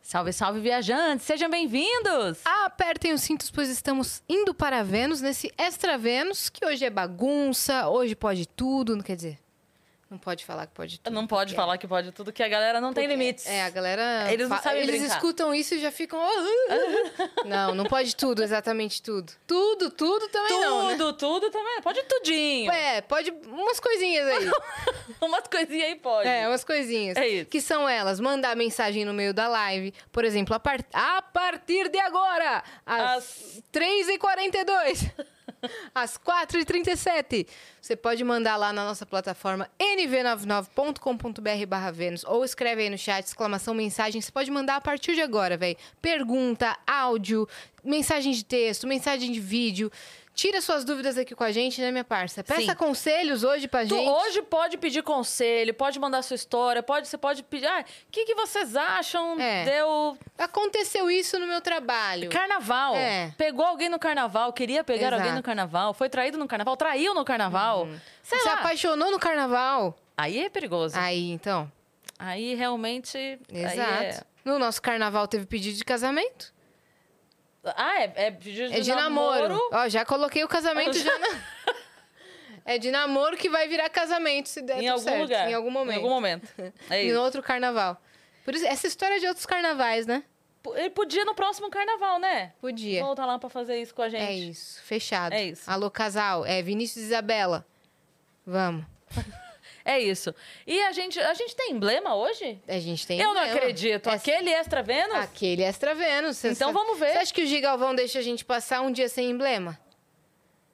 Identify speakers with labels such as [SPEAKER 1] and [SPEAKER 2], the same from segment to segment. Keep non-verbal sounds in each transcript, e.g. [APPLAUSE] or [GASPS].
[SPEAKER 1] Salve, salve, viajantes! Sejam bem-vindos!
[SPEAKER 2] Apertem os cintos, pois estamos indo para Vênus, nesse Extra Vênus, que hoje é bagunça, hoje pode tudo, não quer dizer, não pode falar que pode tudo.
[SPEAKER 1] Não pode
[SPEAKER 2] porque-
[SPEAKER 1] falar que pode tudo, que a galera não tem
[SPEAKER 2] porque-
[SPEAKER 1] limites.
[SPEAKER 2] É, a galera...
[SPEAKER 1] Eles não
[SPEAKER 2] fa-
[SPEAKER 1] sabem
[SPEAKER 2] Eles
[SPEAKER 1] brincar.
[SPEAKER 2] escutam isso e já ficam... "Oh, uh, uh". não, não pode tudo, exatamente tudo. Tudo, tudo também
[SPEAKER 1] tudo,
[SPEAKER 2] não, né?
[SPEAKER 1] tudo também. Pode tudinho.
[SPEAKER 2] É, pode umas coisinhas aí.
[SPEAKER 1] [LAUGHS] Umas coisinhas aí pode.
[SPEAKER 2] É, umas coisinhas.
[SPEAKER 1] É isso.
[SPEAKER 2] Que são elas, mandar mensagem no meio da live. Por exemplo, a, par- a partir de agora, às 3h42, [LAUGHS] às 4h37. Você pode mandar lá na nossa plataforma nv99.com.br barra Vênus ou escreve aí no chat, exclamação, mensagem. Você pode mandar a partir de agora, velho. Pergunta, áudio, mensagem de texto, mensagem de vídeo. Tira suas dúvidas aqui com a gente, né, minha parça? Peça
[SPEAKER 1] Sim.
[SPEAKER 2] conselhos hoje pra
[SPEAKER 1] Tu
[SPEAKER 2] gente.
[SPEAKER 1] hoje pode pedir conselho, pode mandar sua história, pode, você pode pedir. Ah, o que, que vocês acham?
[SPEAKER 2] É.
[SPEAKER 1] Deu
[SPEAKER 2] Aconteceu isso no meu trabalho.
[SPEAKER 1] carnaval.
[SPEAKER 2] É.
[SPEAKER 1] Pegou alguém no carnaval, queria pegar
[SPEAKER 2] Exato. Uhum.
[SPEAKER 1] alguém no carnaval, foi traído no carnaval, traiu no carnaval. Sei
[SPEAKER 2] Você
[SPEAKER 1] lá.
[SPEAKER 2] apaixonou no carnaval?
[SPEAKER 1] Aí é perigoso. Aí,
[SPEAKER 2] Aí, então.
[SPEAKER 1] realmente.
[SPEAKER 2] Exato.
[SPEAKER 1] Aí é...
[SPEAKER 2] No nosso carnaval teve pedido de casamento.
[SPEAKER 1] Ah, é, é de,
[SPEAKER 2] é de namoro. Ó, já coloquei o casamento já na... É de namoro que vai virar casamento, se der
[SPEAKER 1] Em
[SPEAKER 2] tudo
[SPEAKER 1] algum
[SPEAKER 2] certo,
[SPEAKER 1] lugar.
[SPEAKER 2] Em algum momento.
[SPEAKER 1] Em algum momento. [LAUGHS] É
[SPEAKER 2] Em
[SPEAKER 1] isso.
[SPEAKER 2] outro carnaval. Por isso, essa história é de outros carnavais, né?
[SPEAKER 1] Ele podia no próximo carnaval, né?
[SPEAKER 2] Podia.
[SPEAKER 1] Volta lá pra fazer isso com a gente.
[SPEAKER 2] É isso. Fechado.
[SPEAKER 1] É isso.
[SPEAKER 2] Alô, casal. É Vinícius e Isabela. Vamos.
[SPEAKER 1] É isso. E a gente, a gente tem emblema hoje?
[SPEAKER 2] A gente tem. um-
[SPEAKER 1] Eu não
[SPEAKER 2] emblema. É Ah.
[SPEAKER 1] acredito.
[SPEAKER 2] Essa-
[SPEAKER 1] Aquele extra Vênus?
[SPEAKER 2] Aquele extra Vênus. Você
[SPEAKER 1] Então
[SPEAKER 2] sa-
[SPEAKER 1] vamos ver.
[SPEAKER 2] Você acha que o Gigalvão deixa a gente passar um dia sem emblema?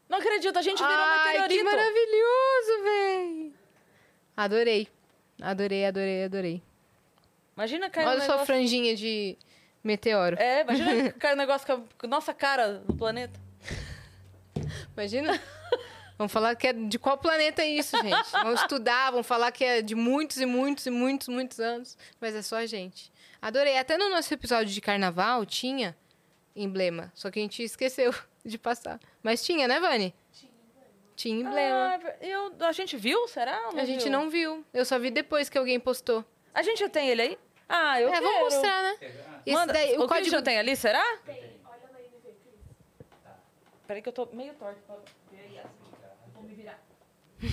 [SPEAKER 1] Não acredito, a gente virou
[SPEAKER 2] Ai, que
[SPEAKER 1] meteorito.
[SPEAKER 2] maravilhoso, véi! Adorei. Adorei, adorei, adorei.
[SPEAKER 1] Imagina cair um
[SPEAKER 2] Olha sua
[SPEAKER 1] negócio...
[SPEAKER 2] franjinha de meteoro.
[SPEAKER 1] É,
[SPEAKER 2] [LAUGHS]
[SPEAKER 1] imagina cair um negócio com a com a nossa cara do planeta.
[SPEAKER 2] Imagina. [LAUGHS] Vamos falar que é de qual planeta é isso, gente? Vão estudar, vão falar que é de muitos e muitos e muitos, muitos anos. Mas é só a gente. Adorei. Até no nosso episódio de carnaval tinha emblema. Só que a gente esqueceu [LAUGHS] de passar. Mas tinha, né, Vani? Tinha emblema. Tinha emblema.
[SPEAKER 1] Ah, eu, a gente viu, será? ou
[SPEAKER 2] a gente
[SPEAKER 1] viu?
[SPEAKER 2] não viu. Eu só vi depois que alguém postou.
[SPEAKER 1] A gente tem ele aí? Ah, eu
[SPEAKER 2] é,
[SPEAKER 1] quero.
[SPEAKER 2] vamos mostrar, né? Esse
[SPEAKER 1] Manda,
[SPEAKER 2] daí,
[SPEAKER 1] o,
[SPEAKER 2] o código
[SPEAKER 1] Christian tem ali, será? Tem. Olha na NV, Peraí que eu tô meio torta pra ver aí. Vou me virar. [LAUGHS]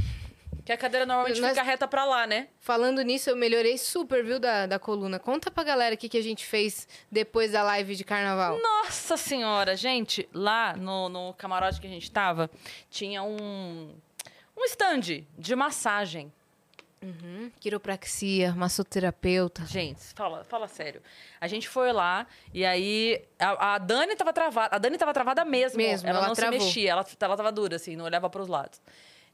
[SPEAKER 1] Que a cadeira normalmente
[SPEAKER 2] Nós-
[SPEAKER 1] fica reta pra lá, né?
[SPEAKER 2] Falando nisso, eu melhorei super, viu, da, da coluna. Conta pra galera o que, que a gente fez depois da live de carnaval.
[SPEAKER 1] Nossa senhora, gente, lá no, no camarote que a gente tava, tinha um, um stand de massagem.
[SPEAKER 2] Hum, quiropraxia, massoterapeuta.
[SPEAKER 1] Gente, fala, fala sério. A gente foi lá e aí a, a Dani tava travada. A Dani tava travada mesmo.
[SPEAKER 2] Mesmo,
[SPEAKER 1] ela,
[SPEAKER 2] ela
[SPEAKER 1] não
[SPEAKER 2] travou.
[SPEAKER 1] se mexia, ela, ela tava dura, assim, não olhava pros lados.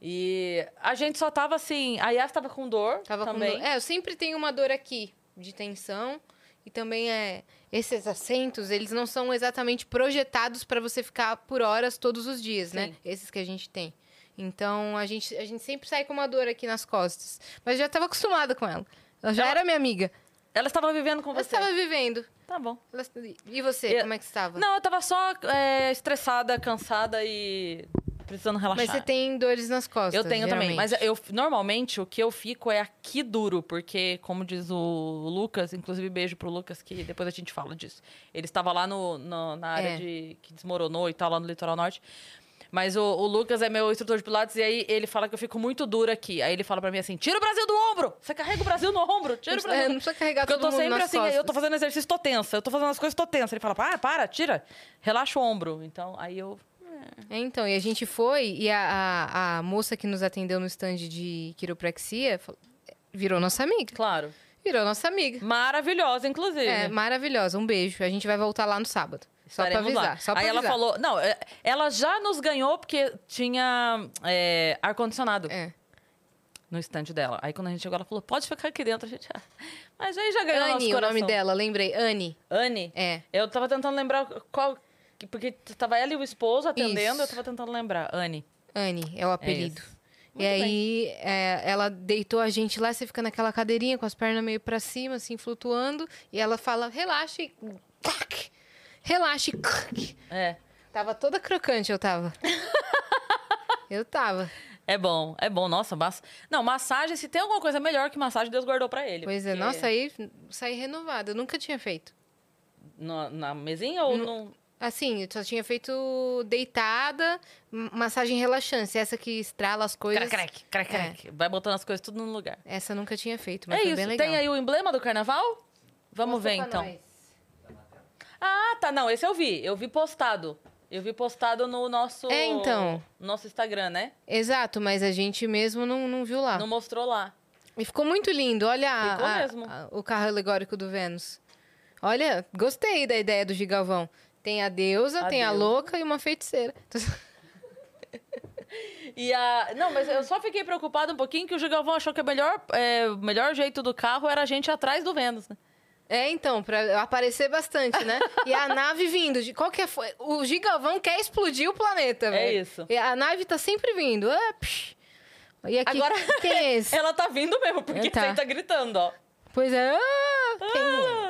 [SPEAKER 1] E a gente só tava assim. A Yas tava com dor
[SPEAKER 2] Tava com
[SPEAKER 1] também.
[SPEAKER 2] dor. É, eu sempre tenho uma dor aqui, de tensão. E também é. Esses assentos, eles não são exatamente projetados pra você ficar por horas todos os dias, né?
[SPEAKER 1] Sim.
[SPEAKER 2] Esses que a gente tem. Então, a gente, a gente sempre sai com uma dor aqui nas costas. Mas eu já tava acostumada com ela. Ela já
[SPEAKER 1] Ela-
[SPEAKER 2] era minha amiga.
[SPEAKER 1] Ela estava vivendo com
[SPEAKER 2] Ela
[SPEAKER 1] você.
[SPEAKER 2] estava vivendo.
[SPEAKER 1] Tá bom.
[SPEAKER 2] Elas- E você,
[SPEAKER 1] Eu-
[SPEAKER 2] como é que estava?
[SPEAKER 1] Não, eu tava só é, estressada, cansada e precisando relaxar.
[SPEAKER 2] Mas você tem dores nas costas.
[SPEAKER 1] Eu tenho também,
[SPEAKER 2] geralmente.
[SPEAKER 1] mas eu normalmente o que eu fico é aqui duro, porque como diz o Lucas, inclusive beijo pro Lucas que depois a gente fala disso. Ele estava lá no, no- na área
[SPEAKER 2] É.
[SPEAKER 1] de que desmoronou e tal lá no litoral norte. Mas o, o Lucas é meu instrutor de pilates e aí ele fala que eu fico muito dura aqui. Aí ele fala pra mim assim: "Tira o Brasil do ombro! Você carrega o Brasil no ombro. Tira
[SPEAKER 2] não
[SPEAKER 1] o Brasil".
[SPEAKER 2] precisa, é, não
[SPEAKER 1] do
[SPEAKER 2] precisa carregar
[SPEAKER 1] porque eu
[SPEAKER 2] todo
[SPEAKER 1] tô
[SPEAKER 2] mundo
[SPEAKER 1] sempre
[SPEAKER 2] nas
[SPEAKER 1] assim,
[SPEAKER 2] costas.
[SPEAKER 1] eu tô fazendo exercício, tô tensa. Eu tô fazendo as coisas, tô tensa. Ele fala, ah, para, tira. Relaxa o ombro. Então, aí eu...
[SPEAKER 2] É, então, e a gente foi e a, a- a moça que nos atendeu no stand de quiropraxia falou- virou nossa amiga.
[SPEAKER 1] Claro.
[SPEAKER 2] Virou nossa amiga.
[SPEAKER 1] Maravilhosa, inclusive.
[SPEAKER 2] É, maravilhosa. Um beijo. A gente vai voltar lá no sábado. Só pra
[SPEAKER 1] Estaremos
[SPEAKER 2] avisar.
[SPEAKER 1] lá.
[SPEAKER 2] Só pra
[SPEAKER 1] Aí ela
[SPEAKER 2] avisar.
[SPEAKER 1] falou, não, é, ela já nos ganhou porque tinha é, ar-condicionado
[SPEAKER 2] É.
[SPEAKER 1] no estande dela. Aí quando a gente chegou, ela falou, pode ficar aqui dentro, a gente já... Mas aí já ganhou nosso
[SPEAKER 2] Anne, o
[SPEAKER 1] coração.
[SPEAKER 2] nome dela, lembrei. Anne.
[SPEAKER 1] Anne?
[SPEAKER 2] É.
[SPEAKER 1] Eu tava tentando lembrar qual... Porque tava ela e o esposo atendendo,
[SPEAKER 2] Isso.
[SPEAKER 1] eu tava tentando lembrar. Anne.
[SPEAKER 2] Anne é o apelido.
[SPEAKER 1] isso.
[SPEAKER 2] e aí, é, ela deitou a gente lá, você fica naquela cadeirinha com as pernas meio pra cima, assim, flutuando. E ela fala, relaxa e... clac, Relaxa e... clac.
[SPEAKER 1] É.
[SPEAKER 2] Tava toda crocante,
[SPEAKER 1] [LAUGHS]
[SPEAKER 2] eu tava. eu tava.
[SPEAKER 1] É bom, é bom. Nossa, mas... Não, massagem, se tem alguma coisa melhor que massagem, Deus guardou pra ele.
[SPEAKER 2] Pois é,
[SPEAKER 1] porque-
[SPEAKER 2] nossa, aí saí renovada. Eu nunca tinha feito.
[SPEAKER 1] na, na mesinha ou no...
[SPEAKER 2] Assim, eu só tinha feito deitada, m- massagem relaxante. Essa que estrala as coisas.
[SPEAKER 1] Crac, crac, crac,
[SPEAKER 2] É.
[SPEAKER 1] crac. Vai botando as coisas tudo no lugar.
[SPEAKER 2] Essa eu nunca tinha feito, mas
[SPEAKER 1] É
[SPEAKER 2] foi
[SPEAKER 1] isso.
[SPEAKER 2] bem legal.
[SPEAKER 1] Tem aí o emblema do carnaval? Vamos ver,
[SPEAKER 2] Mostra pra
[SPEAKER 1] então.
[SPEAKER 2] nós.
[SPEAKER 1] Ah, tá. Não, esse eu vi. Eu vi postado. Eu vi postado no nosso...
[SPEAKER 2] É, então.
[SPEAKER 1] Nosso Instagram, né?
[SPEAKER 2] Exato, mas a gente mesmo não, não viu lá.
[SPEAKER 1] Não mostrou lá.
[SPEAKER 2] E ficou muito lindo, olha a-
[SPEAKER 1] Ficou
[SPEAKER 2] a-
[SPEAKER 1] mesmo.
[SPEAKER 2] a- o carro alegórico do Vênus. Olha, gostei da ideia do Gigalvão. Tem a deusa,
[SPEAKER 1] A
[SPEAKER 2] tem a
[SPEAKER 1] deusa.
[SPEAKER 2] louca e uma feiticeira. [LAUGHS]
[SPEAKER 1] E a... Não, mas eu só fiquei preocupada um pouquinho que o Gigalvão achou que o melhor, é, o melhor jeito do carro era a gente atrás do Vênus, né?
[SPEAKER 2] É, então, pra aparecer bastante, né? E a nave vindo. De qualquer fo... O Gigalvão quer explodir o planeta, velho.
[SPEAKER 1] isso.
[SPEAKER 2] E a nave tá sempre vindo. Ah, psh. E aqui,
[SPEAKER 1] Agora-
[SPEAKER 2] quem é esse?
[SPEAKER 1] Ela tá vindo mesmo, porque
[SPEAKER 2] Tá.
[SPEAKER 1] você tá gritando, ó.
[SPEAKER 2] Pois é. Ah,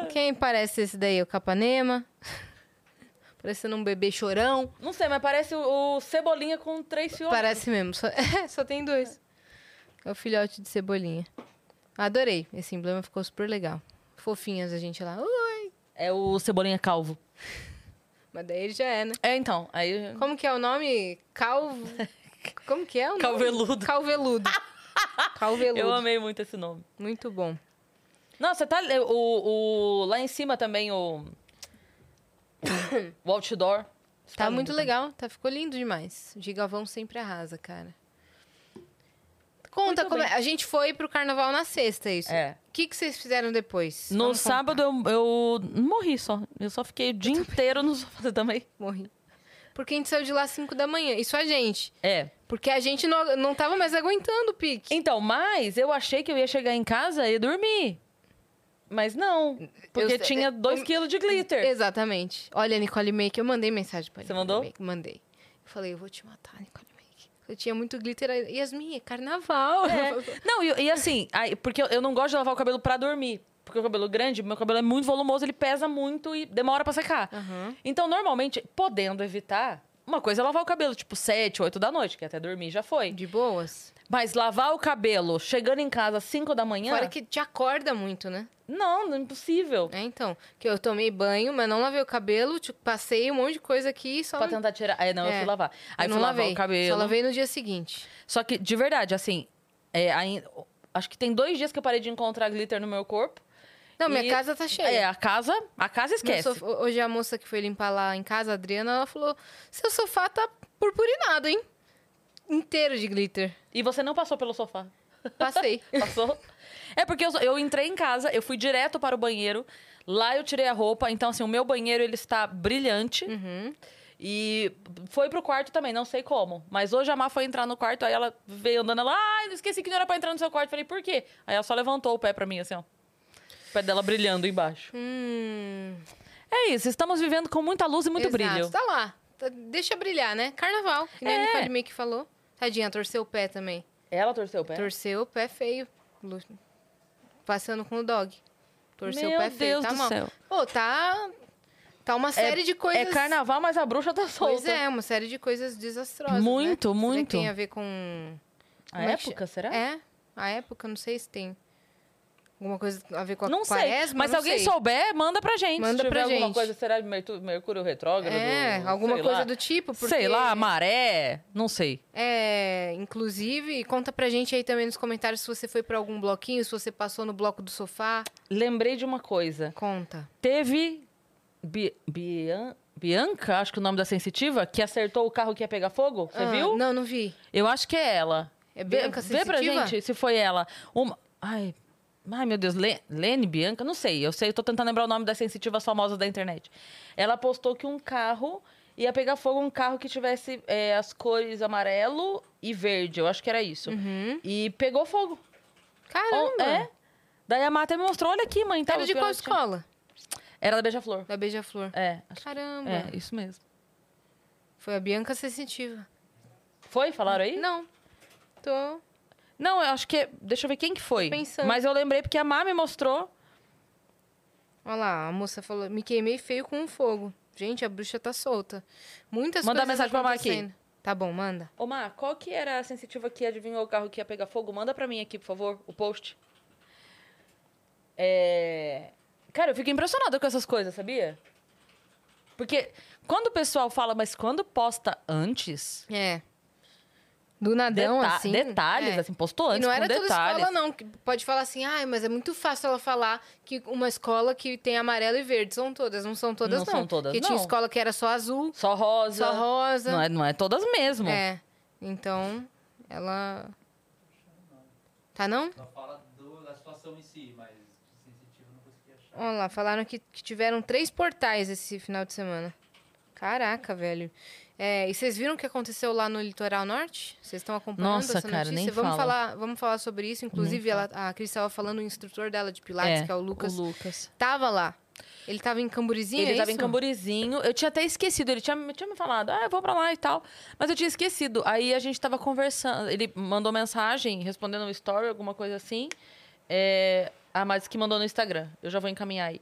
[SPEAKER 2] quem, quem parece esse daí? O Capanema? [LAUGHS] Parecendo um bebê chorão.
[SPEAKER 1] Não sei, mas parece o, o Cebolinha com três fios.
[SPEAKER 2] Parece mesmo. Só, [LAUGHS] só tem dois. É o filhote de cebolinha. Adorei. Esse emblema ficou super legal. Fofinhas a gente lá. Oi.
[SPEAKER 1] É o Cebolinha calvo.
[SPEAKER 2] Mas daí ele já é, né?
[SPEAKER 1] É, então. Aí...
[SPEAKER 2] Como que é o nome?
[SPEAKER 1] [LAUGHS]
[SPEAKER 2] Calvo. Como que é o nome?
[SPEAKER 1] Calveludo. [LAUGHS]
[SPEAKER 2] Calveludo. Calveludo.
[SPEAKER 1] Eu amei muito esse nome.
[SPEAKER 2] Muito bom.
[SPEAKER 1] Não, você tá. O, o- lá em cima também
[SPEAKER 2] [COUGHS]
[SPEAKER 1] o. o outdoor. Isso
[SPEAKER 2] Tá
[SPEAKER 1] lindo
[SPEAKER 2] muito
[SPEAKER 1] também.
[SPEAKER 2] legal, tá, ficou lindo demais. Gigavão sempre arrasa, cara. Conta
[SPEAKER 1] Muito
[SPEAKER 2] como é.
[SPEAKER 1] bem.
[SPEAKER 2] A gente foi pro carnaval na sexta, isso. O
[SPEAKER 1] É.
[SPEAKER 2] que, que vocês fizeram depois?
[SPEAKER 1] No
[SPEAKER 2] Vamos contar.
[SPEAKER 1] sábado eu, eu morri só. Eu só fiquei o dia inteiro no sofá [LAUGHS] também.
[SPEAKER 2] Morri. Porque a gente saiu de lá às 5 da manhã. Isso a gente.
[SPEAKER 1] É.
[SPEAKER 2] Porque a gente não, não tava mais aguentando o pique.
[SPEAKER 1] Então, mas eu achei que eu ia chegar em casa e dormir. Mas não. Porque
[SPEAKER 2] Eu-
[SPEAKER 1] tinha 2 quilos de glitter.
[SPEAKER 2] Exatamente. Olha, Nicole Make, eu mandei mensagem pra
[SPEAKER 1] Você
[SPEAKER 2] Nicole
[SPEAKER 1] mandou?
[SPEAKER 2] Make, Mandei. Eu falei, eu vou te matar, Nicole Make. Eu tinha muito glitter. aí- Yasmin, é carnaval.
[SPEAKER 1] É. Não, e, e assim, aí- porque eu, eu não gosto de lavar o cabelo pra dormir. Porque o cabelo grande, meu cabelo é muito volumoso, ele pesa muito e demora pra secar.
[SPEAKER 2] Aham.
[SPEAKER 1] Então, normalmente, podendo evitar, uma coisa é lavar o cabelo, tipo, 7, 8 da noite, que até dormir já foi.
[SPEAKER 2] [LAUGHS] De boas.
[SPEAKER 1] Mas lavar o cabelo chegando em casa às 5 da manhã.
[SPEAKER 2] Fora que te acorda muito, né?
[SPEAKER 1] Não, não é impossível.
[SPEAKER 2] É, então. Que eu tomei banho, mas não lavei o cabelo, tipo, passei um monte de coisa aqui e só.
[SPEAKER 1] Pra tentar tirar. É, não, eu
[SPEAKER 2] É.
[SPEAKER 1] fui lavar. Aí
[SPEAKER 2] eu
[SPEAKER 1] fui
[SPEAKER 2] não
[SPEAKER 1] lavar
[SPEAKER 2] lavei.
[SPEAKER 1] o cabelo.
[SPEAKER 2] Só lavei no dia seguinte.
[SPEAKER 1] Só que, de verdade, assim, é, aí- acho que tem dois dias que eu parei de encontrar glitter no meu corpo.
[SPEAKER 2] Não, minha
[SPEAKER 1] E-
[SPEAKER 2] casa tá cheia.
[SPEAKER 1] É, a casa, a casa
[SPEAKER 2] Meu
[SPEAKER 1] esquece.
[SPEAKER 2] sof- Hoje a moça que foi limpar lá em casa, a Adriana, ela falou: seu sofá tá purpurinado, hein? Inteiro de glitter.
[SPEAKER 1] E você não passou pelo sofá. [LAUGHS]
[SPEAKER 2] Passei.
[SPEAKER 1] Passou? É porque eu, só- eu entrei em casa, eu fui direto para o banheiro. Lá eu tirei a roupa. Então, assim, o meu banheiro, ele está brilhante. E foi pro quarto também, não sei como. Mas hoje a Má foi entrar no quarto, aí ela veio andando. Ela, ai, não esqueci que não era pra entrar no seu quarto. Falei, por quê? Aí ela só levantou o pé pra mim, assim, ó. O pé dela brilhando embaixo.
[SPEAKER 2] hum.
[SPEAKER 1] É isso, estamos vivendo com muita luz e muito
[SPEAKER 2] exato.
[SPEAKER 1] brilho.
[SPEAKER 2] Tá lá. Tá- Deixa brilhar, né? Carnaval, que nem
[SPEAKER 1] É.
[SPEAKER 2] a Nicole meio que falou. Tadinha, torceu o pé também.
[SPEAKER 1] Ela torceu o pé?
[SPEAKER 2] Torceu o pé feio. Lu- Passando com o dog. Torceu
[SPEAKER 1] Meu
[SPEAKER 2] o pé feio.
[SPEAKER 1] Deus
[SPEAKER 2] tá
[SPEAKER 1] do
[SPEAKER 2] mal.
[SPEAKER 1] céu.
[SPEAKER 2] Pô, tá. Tá uma série de coisas.
[SPEAKER 1] É carnaval, mas a bruxa tá solta.
[SPEAKER 2] Pois é, uma série de coisas desastrosas. né?
[SPEAKER 1] Muito,
[SPEAKER 2] Será que
[SPEAKER 1] muito.
[SPEAKER 2] tem a ver com.
[SPEAKER 1] A
[SPEAKER 2] Como é que
[SPEAKER 1] época, será?
[SPEAKER 2] É, a época, não sei se tem. Alguma coisa a ver com a
[SPEAKER 1] Não sei,
[SPEAKER 2] quaresma,
[SPEAKER 1] mas se
[SPEAKER 2] não
[SPEAKER 1] alguém
[SPEAKER 2] sei.
[SPEAKER 1] souber, manda pra gente.
[SPEAKER 2] Manda
[SPEAKER 1] Se tiver
[SPEAKER 2] pra
[SPEAKER 1] alguma
[SPEAKER 2] gente.
[SPEAKER 1] coisa, será de Mertu- Mercúrio retrógrado?
[SPEAKER 2] É, alguma
[SPEAKER 1] sei
[SPEAKER 2] coisa
[SPEAKER 1] lá.
[SPEAKER 2] do tipo, porque...
[SPEAKER 1] Sei lá, maré, não sei.
[SPEAKER 2] É, inclusive, conta pra gente aí também nos comentários se você foi pra algum bloquinho, se você passou no bloco do sofá.
[SPEAKER 1] Lembrei de uma coisa.
[SPEAKER 2] Conta.
[SPEAKER 1] Teve Bi- Bian- Bianca, acho que é o nome da sensitiva, que acertou o carro que ia pegar fogo. Você
[SPEAKER 2] Ah,
[SPEAKER 1] viu?
[SPEAKER 2] Não, não vi.
[SPEAKER 1] Eu acho que é ela.
[SPEAKER 2] É
[SPEAKER 1] Vê-
[SPEAKER 2] Bianca
[SPEAKER 1] Vê pra
[SPEAKER 2] Sensitiva?
[SPEAKER 1] gente se foi ela. Uma... Ai, ai, meu Deus. Le- Lene, Bianca? Não sei. Eu sei, eu tô tentando lembrar o nome das sensitivas famosas da internet. Ela postou que um carro ia pegar fogo, um carro que tivesse é, as cores amarelo e verde. Eu acho que era isso.
[SPEAKER 2] Uhum.
[SPEAKER 1] E pegou fogo.
[SPEAKER 2] Caramba!
[SPEAKER 1] Oh, é. Daí a Mata me mostrou, olha aqui, mãe. Tá,
[SPEAKER 2] Era de qual escola?
[SPEAKER 1] Era da Beija-Flor.
[SPEAKER 2] Da Beija-Flor.
[SPEAKER 1] É, acho
[SPEAKER 2] Caramba!
[SPEAKER 1] É, isso mesmo.
[SPEAKER 2] Foi a Bianca Sensitiva.
[SPEAKER 1] Foi? Falaram aí?
[SPEAKER 2] Não. Tô...
[SPEAKER 1] Não, eu acho que. é, Deixa eu ver quem que foi.
[SPEAKER 2] pensando.
[SPEAKER 1] Mas eu lembrei porque a Má me mostrou.
[SPEAKER 2] Olha lá, a moça falou, me queimei feio com o fogo. Gente, a bruxa tá solta. Muitas
[SPEAKER 1] Manda
[SPEAKER 2] coisas
[SPEAKER 1] mensagem pra Maqui.
[SPEAKER 2] acontecendo. Tá bom, manda.
[SPEAKER 1] Ô, Má, qual que era a sensitiva que adivinhou o carro que ia pegar fogo? Manda pra mim aqui, por favor, o post. É. Cara, eu fico impressionada com essas coisas, sabia? Porque quando o pessoal fala, mas quando posta antes.
[SPEAKER 2] É. Do nadão,
[SPEAKER 1] deta-
[SPEAKER 2] assim.
[SPEAKER 1] detalhes,
[SPEAKER 2] é.
[SPEAKER 1] assim, postou
[SPEAKER 2] E
[SPEAKER 1] antes com
[SPEAKER 2] não era toda
[SPEAKER 1] detalhes.
[SPEAKER 2] escola, não. que Pode falar assim, ah, mas é muito fácil ela falar que uma escola que tem amarelo e verde. São todas, não são todas,
[SPEAKER 1] Não
[SPEAKER 2] não.
[SPEAKER 1] são todas,
[SPEAKER 2] Porque tinha
[SPEAKER 1] não.
[SPEAKER 2] escola que era só azul,
[SPEAKER 1] Só rosa.
[SPEAKER 2] só rosa.
[SPEAKER 1] Não é, não é todas mesmo.
[SPEAKER 2] É. Então, ela. Tá não?
[SPEAKER 3] Só fala do- da situação em si, mas de sensitivo eu não consegui achar.
[SPEAKER 2] Olha lá, falaram que, que tiveram três portais esse final de semana. Caraca, velho. É, e vocês viram o que aconteceu lá no litoral norte? Vocês estão acompanhando
[SPEAKER 1] Nossa,
[SPEAKER 2] essa
[SPEAKER 1] cara,
[SPEAKER 2] notícia?
[SPEAKER 1] nem
[SPEAKER 2] vamos
[SPEAKER 1] fala.
[SPEAKER 2] falar, vamos falar sobre isso. Inclusive, ela, a Cris estava falando, o instrutor dela de Pilates, que é o Lucas, tava lá. Ele tava em Camburizinho,
[SPEAKER 1] Ele
[SPEAKER 2] é
[SPEAKER 1] tava em
[SPEAKER 2] isso?
[SPEAKER 1] Camburizinho. Eu tinha até esquecido. Ele tinha, tinha me falado, ah, eu vou pra lá e tal. Mas eu tinha esquecido. Aí a gente tava conversando. Ele mandou mensagem, respondendo um story, alguma coisa assim. É... Ah, mas que mandou no Instagram. Eu já vou encaminhar aí.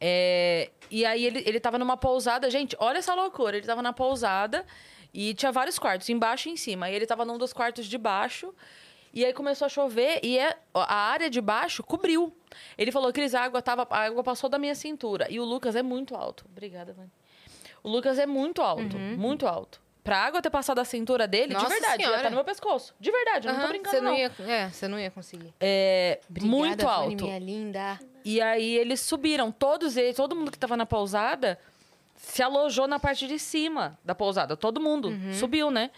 [SPEAKER 1] É, E aí ele, ele tava numa pousada. Gente, olha essa loucura. Ele tava na pousada e tinha vários quartos, embaixo e em cima. E ele tava num dos quartos de baixo. E aí começou a chover e é- ó, a área de baixo cobriu. Ele falou, Cris, a água, tava, a água passou da minha cintura. E o Lucas é muito alto. Obrigada, Vani. O Lucas é muito alto, muito alto. Pra água ter passado a cintura dele,
[SPEAKER 2] Uhum. Nossa
[SPEAKER 1] de verdade, ia
[SPEAKER 2] Senhora.
[SPEAKER 1] tá no meu pescoço. De verdade, eu não
[SPEAKER 2] Aham,
[SPEAKER 1] tô brincando,
[SPEAKER 2] você
[SPEAKER 1] não.
[SPEAKER 2] Ia, é, você não ia conseguir.
[SPEAKER 1] É, muito
[SPEAKER 2] Obrigada, Fanny,
[SPEAKER 1] alto.
[SPEAKER 2] minha linda.
[SPEAKER 1] E aí eles subiram, todos eles, todo mundo que tava na pousada se alojou na parte de cima da pousada. Todo mundo subiu, né?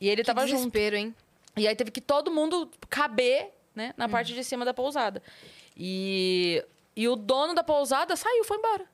[SPEAKER 1] E ele
[SPEAKER 2] Uhum. Que
[SPEAKER 1] tava junto.
[SPEAKER 2] desespero, hein?
[SPEAKER 1] E aí teve que todo mundo caber, né,
[SPEAKER 2] Uhum.
[SPEAKER 1] na parte de cima da pousada. E, e o dono da pousada saiu, foi embora.